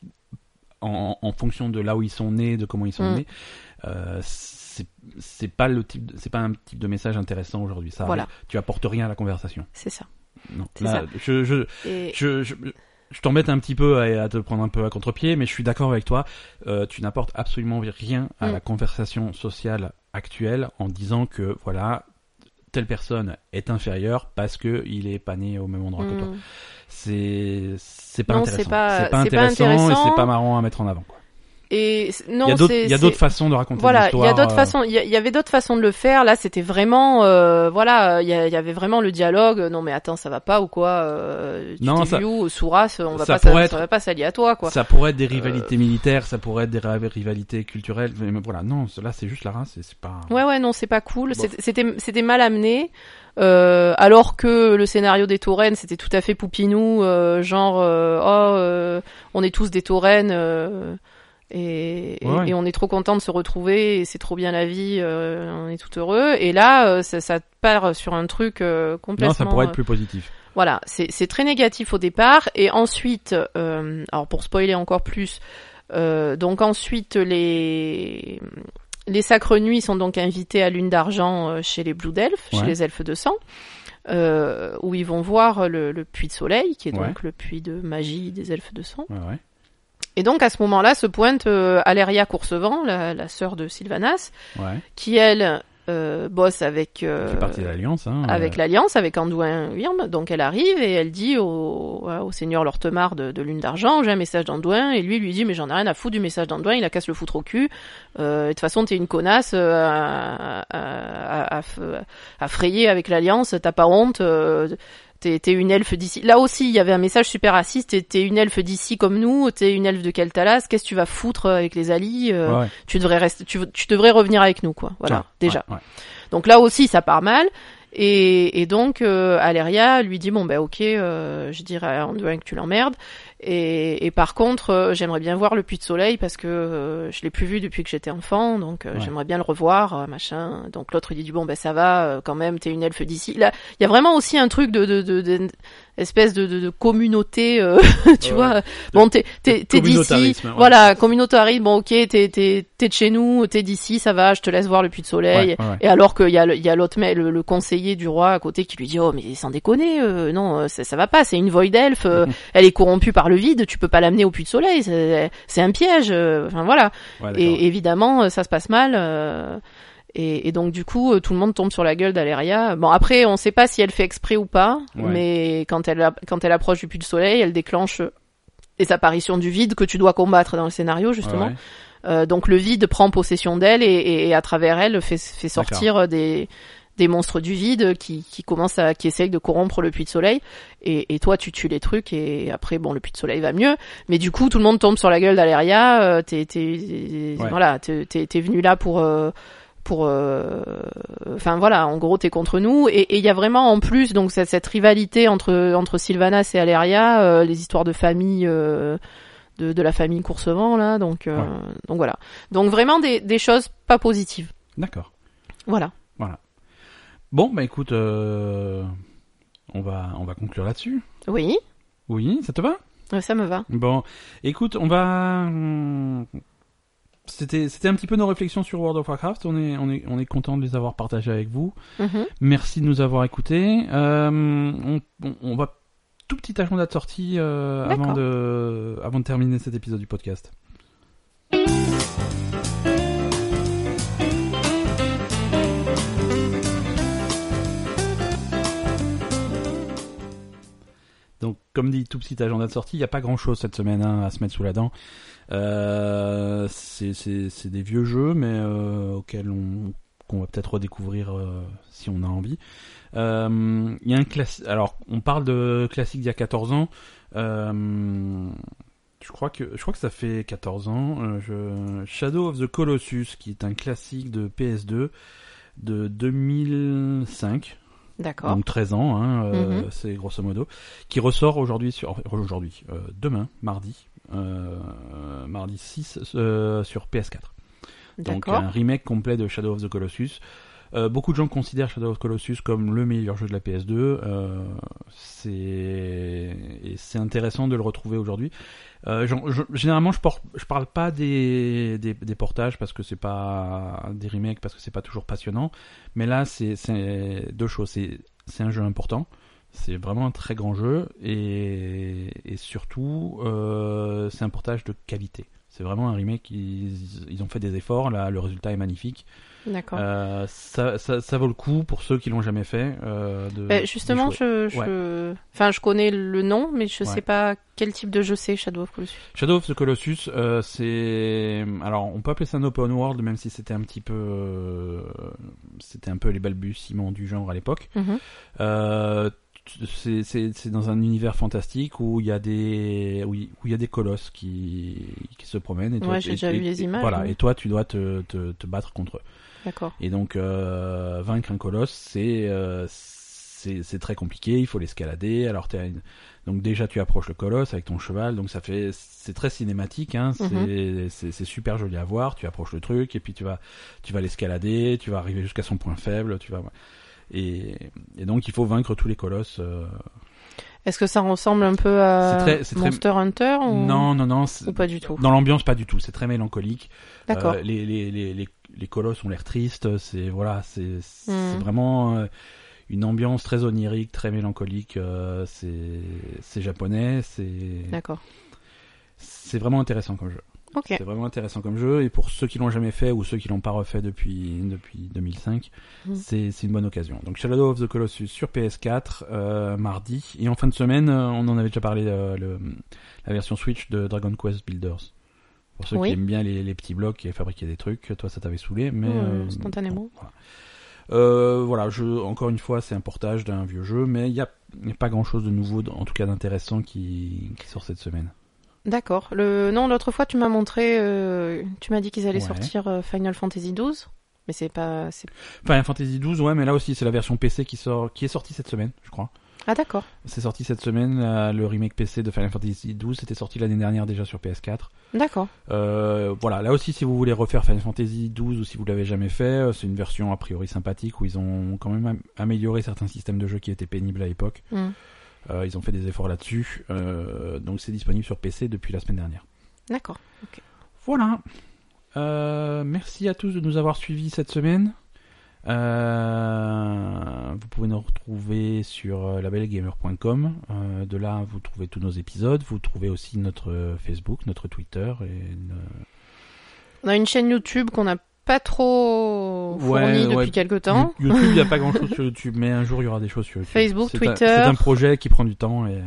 Speaker 1: en, en fonction de là où ils sont nés, de comment ils sont
Speaker 2: Mm.
Speaker 1: nés, euh, c'est c'est pas le type, de- c'est pas un type de message intéressant aujourd'hui. Ça,
Speaker 2: Voilà.
Speaker 1: tu apportes rien à la conversation.
Speaker 2: C'est ça.
Speaker 1: Non.
Speaker 2: C'est
Speaker 1: Là, je je
Speaker 2: Et...
Speaker 1: je, je, je t'embête un petit peu à, à te prendre un peu à contre-pied, mais je suis d'accord avec toi. Euh, tu n'apportes absolument rien à
Speaker 2: Mm.
Speaker 1: la conversation sociale actuelle en disant que voilà telle personne est inférieure parce que il est pas né au même endroit que toi.
Speaker 2: Mhm.
Speaker 1: C'est c'est pas
Speaker 2: Non, c'est
Speaker 1: intéressant.
Speaker 2: pas- c'est pas
Speaker 1: intéressant,
Speaker 2: intéressant.
Speaker 1: et c'est pas marrant à mettre en avant. quoi.
Speaker 2: Et c'est- non,
Speaker 1: il y a d'autres
Speaker 2: c'est-
Speaker 1: il y a
Speaker 2: c'est-
Speaker 1: d'autres façons de raconter
Speaker 2: Voilà, il
Speaker 1: l'histoire.
Speaker 2: y a d'autres
Speaker 1: euh,
Speaker 2: façons. Il y, a- il y avait d'autres façons de le faire. Là, c'était vraiment, euh, voilà, il y, a- il y avait vraiment le dialogue. Non, mais attends, ça va pas ou quoi euh, tu
Speaker 1: Non,
Speaker 2: t'es
Speaker 1: ça-
Speaker 2: vu où, sous race, on va
Speaker 1: ça
Speaker 2: pas, ça,
Speaker 1: pourrait
Speaker 2: ça
Speaker 1: être-
Speaker 2: va pas s'allier à toi, quoi.
Speaker 1: Ça pourrait être des
Speaker 2: Euh,
Speaker 1: rivalités militaires, ça pourrait être des ra- rivalités culturelles, mais voilà, non, là c'est juste la race, et c'est pas.
Speaker 2: Ouais, ouais, non, c'est pas cool.
Speaker 1: Bon.
Speaker 2: C'était- C'était, c'était mal amené. Euh, alors que le scénario des Taurennes, c'était tout à fait poupinou, euh, genre, euh, oh, euh, on est tous des Taurennes. euh, et, et-
Speaker 1: Ouais, ouais.
Speaker 2: et on est trop content de se retrouver, et c'est trop bien la vie, euh, on est tout heureux. Et là, euh, ça, ça part sur un truc euh, complètement.
Speaker 1: non, ça pourrait
Speaker 2: euh,
Speaker 1: être plus positif.
Speaker 2: voilà, c'est c'est très négatif au départ. Et ensuite, euh, alors pour spoiler encore plus, euh, donc ensuite les les sacres nuits sont donc invités à lune d'argent euh, chez les Blue Delphes,
Speaker 1: Ouais.
Speaker 2: chez les elfes de sang, euh, où ils vont voir le, le puits de soleil, qui est
Speaker 1: Ouais.
Speaker 2: donc le puits de magie des elfes de sang.
Speaker 1: Ouais, ouais.
Speaker 2: Et donc à ce moment-là se pointe euh, Aléria Coursevent, la, la sœur de Sylvanas,
Speaker 1: ouais.
Speaker 2: qui elle euh, bosse avec
Speaker 1: Elle
Speaker 2: euh,
Speaker 1: fait partie de l'Alliance. Hein,
Speaker 2: avec l'Alliance, avec Andouin Wyrm. Donc elle arrive et elle dit au, au seigneur Lortemar de, de Lune d'Argent, j'ai un message d'Andouin, et lui lui dit, mais j'en ai rien à foutre du message d'Andouin, il a qu'à se le foutre au cul, Euh, de toute façon t'es une connasse euh, à, à, à- à f- à frayer avec l'Alliance, t'as pas honte, euh, t'es t'es une elfe d'ici. Là aussi, il y avait un message super raciste, t'es- t'es une elfe d'ici comme nous, t'es une elfe de Keltalas, qu'est-ce que tu vas foutre avec les alliés
Speaker 1: euh,
Speaker 2: Euh,
Speaker 1: ouais, ouais.
Speaker 2: tu, devrais rester, tu, tu devrais revenir avec nous, quoi. Voilà,
Speaker 1: Ouais,
Speaker 2: déjà.
Speaker 1: ouais, ouais.
Speaker 2: Donc là aussi, ça part mal. Et, et donc, euh, Aléria lui dit, bon, ben ok, euh, je dirais à Anduin que tu l'emmerdes. Et, et par contre, euh, j'aimerais bien voir le Puy de Soleil parce que euh, je l'ai plus vu depuis que j'étais enfant, donc euh,
Speaker 1: Ouais.
Speaker 2: j'aimerais bien le revoir, euh, machin. Donc l'autre, il dit, bon, ben ça va, euh, quand même, t'es une elfe d'ici. Là, il y a vraiment aussi un truc de... de, de, de- espèce de, de, de communauté euh, tu
Speaker 1: Ouais,
Speaker 2: vois bon t'es t'es t'es d'ici
Speaker 1: communautarisme, ouais.
Speaker 2: voilà communautarisme bon ok t'es t'es t'es de chez nous t'es d'ici ça va je te laisse voir le puits de soleil
Speaker 1: Ouais, ouais, ouais.
Speaker 2: euh, et alors qu'il y a, le, il y a l'autre, mec, le, le conseiller du roi à côté qui lui dit oh mais sans déconner euh, non euh, ça, ça va pas c'est une void elfe euh, elle est corrompue par le vide tu peux pas l'amener au puits de soleil c'est, c'est un piège euh, enfin voilà
Speaker 1: Ouais, Ah, d'accord.
Speaker 2: et évidemment euh, ça se passe mal euh, et, et donc du coup euh, tout le monde tombe sur la gueule d'Aleria bon après on sait pas si elle fait exprès ou pas
Speaker 1: Ouais.
Speaker 2: mais quand elle a- quand elle approche du puits de soleil elle déclenche euh, les apparitions du vide que tu dois combattre dans le scénario justement
Speaker 1: Ouais, ouais.
Speaker 2: euh, donc le vide prend possession d'elle et, et- et à travers elle fait, fait sortir euh, des, des monstres du vide qui, qui commencent à qui essayent de corrompre le puits de soleil et, et toi tu tues les trucs et après bon le puits de soleil va mieux mais du coup tout le monde tombe sur la gueule d'Aleria euh, t'es t'es-
Speaker 1: Ouais.
Speaker 2: voilà t'es t'es- t'es venu là pour euh, pour euh, enfin voilà en gros t'es contre nous et et il y a vraiment en plus donc cette, cette rivalité entre entre Sylvanas et Aléria euh, les histoires de famille euh, de, de la famille Coursevent là donc euh,
Speaker 1: Ouais.
Speaker 2: donc voilà donc vraiment des, des choses pas positives
Speaker 1: D'accord.
Speaker 2: voilà
Speaker 1: Bon, bah écoute, euh, on va on va conclure là-dessus.
Speaker 2: oui euh,
Speaker 1: Oui, ça te va
Speaker 2: ça me va
Speaker 1: Bon, écoute, on va hum, C'était, c'était un petit peu nos réflexions sur World of Warcraft. On est, on est, on est content de les avoir partagées avec vous.
Speaker 2: Mhm.
Speaker 1: Merci de nous avoir écoutés. Euh, on, on- on va tout petit agenda de sortie euh,
Speaker 2: D'accord.
Speaker 1: avant, de, avant de terminer cet épisode du podcast. Donc, comme dit, tout petit agenda de sortie, il n'y a pas grand chose cette semaine hein, à se mettre sous la dent. Euh, c'est- c'est c'est des vieux jeux, mais euh, auxquels on, qu'on va peut-être redécouvrir euh, si on a envie. Euh, Il y a un classique. Alors, on parle de classique d'il y a 14 ans. Euh, je crois que je crois que ça fait 14 ans. Euh, je- Shadow of the Colossus, qui est un classique de PS2 de 2005,
Speaker 2: D'accord.
Speaker 1: donc 13 ans, hein, euh,
Speaker 2: Mhm.
Speaker 1: c'est grosso modo, qui ressort aujourd'hui sur enfin, aujourd'hui, euh, demain, mardi, euh, mardi 6 euh, sur PS4. Donc
Speaker 2: D'accord.
Speaker 1: un remake complet de Shadow of the Colossus. Euh, beaucoup de gens considèrent Shadow of the Colossus comme le meilleur jeu de la PS2. Euh, c'est et c'est intéressant de le retrouver aujourd'hui. Euh, j'en- je- généralement, je, porte, je parle pas des, des, des portages parce que c'est pas des remakes parce que c'est pas toujours passionnant. Mais là, c'est c'est deux choses. C'est c'est un jeu important. C'est vraiment un très grand jeu et, et surtout, euh, c'est un portage de qualité. C'est vraiment un remake. Ils, ils ont fait des efforts. Là, le résultat est magnifique.
Speaker 2: D'accord.
Speaker 1: Euh, ça, ça, ça vaut le coup pour ceux qui l'ont jamais fait. euh, de,
Speaker 2: Ben,
Speaker 1: d'y
Speaker 2: justement,
Speaker 1: jouer.
Speaker 2: je, je... Enfin, je connais le nom, mais je
Speaker 1: Ouais.
Speaker 2: sais pas quel type de jeu c'est, Shadow of Colossus.
Speaker 1: Shadow of the Colossus, euh, c'est alors on peut appeler ça un open world, même si c'était un petit peu, euh, c'était un peu les balbutiements du genre à l'époque.
Speaker 2: Mhm.
Speaker 1: Euh, t- c'est c'est- c'est dans un univers fantastique où il y a des où il où il y a des colosses qui, qui se promènent. Et toi,
Speaker 2: Ouais, j'ai
Speaker 1: et-
Speaker 2: déjà
Speaker 1: et-
Speaker 2: vu les
Speaker 1: et-
Speaker 2: images,
Speaker 1: Voilà,
Speaker 2: oui.
Speaker 1: et toi tu dois te, te, te battre contre eux.
Speaker 2: D'accord.
Speaker 1: Et donc euh, vaincre un colosse, c'est euh, c'est c'est très compliqué. Il faut l'escalader. Alors t'as une- donc déjà tu approches le colosse avec ton cheval, donc ça fait c'est très cinématique. Hein, c'est c'est- c'est super joli à voir. Tu approches le truc et puis tu vas tu vas l'escalader, tu vas arriver jusqu'à son point faible, tu vas et, et donc il faut vaincre tous les colosses. euh.
Speaker 2: Est-ce que ça ressemble un peu à
Speaker 1: C'est très- c'est très-
Speaker 2: Monster Hunter ou...
Speaker 1: Non non non. c'est-
Speaker 2: ou pas du tout
Speaker 1: Dans l'ambiance pas du tout. C'est très mélancolique.
Speaker 2: D'accord.
Speaker 1: Euh, les, les, les, les, les colosses ont l'air tristes, c'est voilà, c'est c'est
Speaker 2: Mhm.
Speaker 1: vraiment euh, une ambiance très onirique, très mélancolique, euh, c'est c'est japonais, c'est
Speaker 2: D'accord.
Speaker 1: c'est vraiment intéressant comme jeu.
Speaker 2: Ok.
Speaker 1: C'est vraiment intéressant comme jeu et pour ceux qui l'ont jamais fait ou ceux qui l'ont pas refait depuis depuis 2005,
Speaker 2: Mhm.
Speaker 1: c'est c'est une bonne occasion. Donc Shadow of the Colossus sur PS4 euh, mardi et en fin de semaine, euh, on en avait déjà parlé euh, le, la version Switch de Dragon Quest Builders. Pour ceux
Speaker 2: Oui.
Speaker 1: qui aiment bien les, les petits blocs et fabriquer des trucs, toi ça t'avait saoulé, mais
Speaker 2: Ouais,
Speaker 1: euh,
Speaker 2: Mm, spontanément.
Speaker 1: bon, voilà. Euh, voilà, je, encore une fois, c'est un portage d'un vieux jeu, mais il n'y a, il y a pas grand chose de nouveau, en tout cas d'intéressant, qui, qui sort cette semaine.
Speaker 2: D'accord. Le non, l'autre fois tu m'as montré, euh, tu m'as dit qu'ils allaient
Speaker 1: Ouais.
Speaker 2: sortir euh, Final Fantasy XII, mais c'est pas. c'est-
Speaker 1: Enfin, Fantasy 12, ouais, mais là aussi, c'est la version PC qui sort, qui est sortie cette semaine, je crois.
Speaker 2: Ah d'accord.
Speaker 1: C'est sorti cette semaine, la- le remake PC de Final Fantasy 12, c'était sorti l'année dernière déjà sur PS4.
Speaker 2: D'accord.
Speaker 1: Euh, voilà, là aussi, si vous voulez refaire Final Fantasy 12 ou si vous l'avez jamais fait, euh, c'est une version a priori sympathique où ils ont quand même am- amélioré certains systèmes de jeu qui étaient pénibles à l'époque.
Speaker 2: Hmm.
Speaker 1: Euh, ils ont fait des efforts là-dessus, euh, donc c'est disponible sur PC depuis la semaine dernière.
Speaker 2: D'accord.
Speaker 1: Voilà. Euh, merci à tous de nous avoir suivis cette semaine. Euh, vous pouvez nous retrouver sur euh, labelgamer.com. Euh, de là, vous trouvez tous nos épisodes. Vous trouvez aussi notre euh, Facebook, notre Twitter et euh, nos-
Speaker 2: On a une chaîne YouTube qu'on n'a pas trop fournie
Speaker 1: Ouais,
Speaker 2: depuis
Speaker 1: ouais.
Speaker 2: quelque temps.
Speaker 1: You- YouTube, il n'y a pas grand chose sur YouTube, mais un jour il y aura des choses sur YouTube.
Speaker 2: Facebook,
Speaker 1: C'est un-
Speaker 2: Twitter.
Speaker 1: C'est un projet qui prend du temps et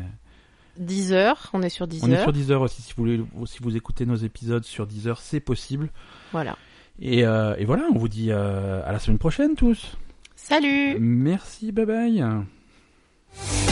Speaker 2: 10 heures. On est sur 10
Speaker 1: on est
Speaker 2: heures.
Speaker 1: sur Deezer aussi. Si vous voulez, si vous écoutez nos épisodes sur Deezer, c'est possible.
Speaker 2: Voilà.
Speaker 1: Et, euh, et voilà, on vous dit euh, à la semaine prochaine tous.
Speaker 2: Salut.
Speaker 1: Merci, bye bye.
Speaker 3: Thank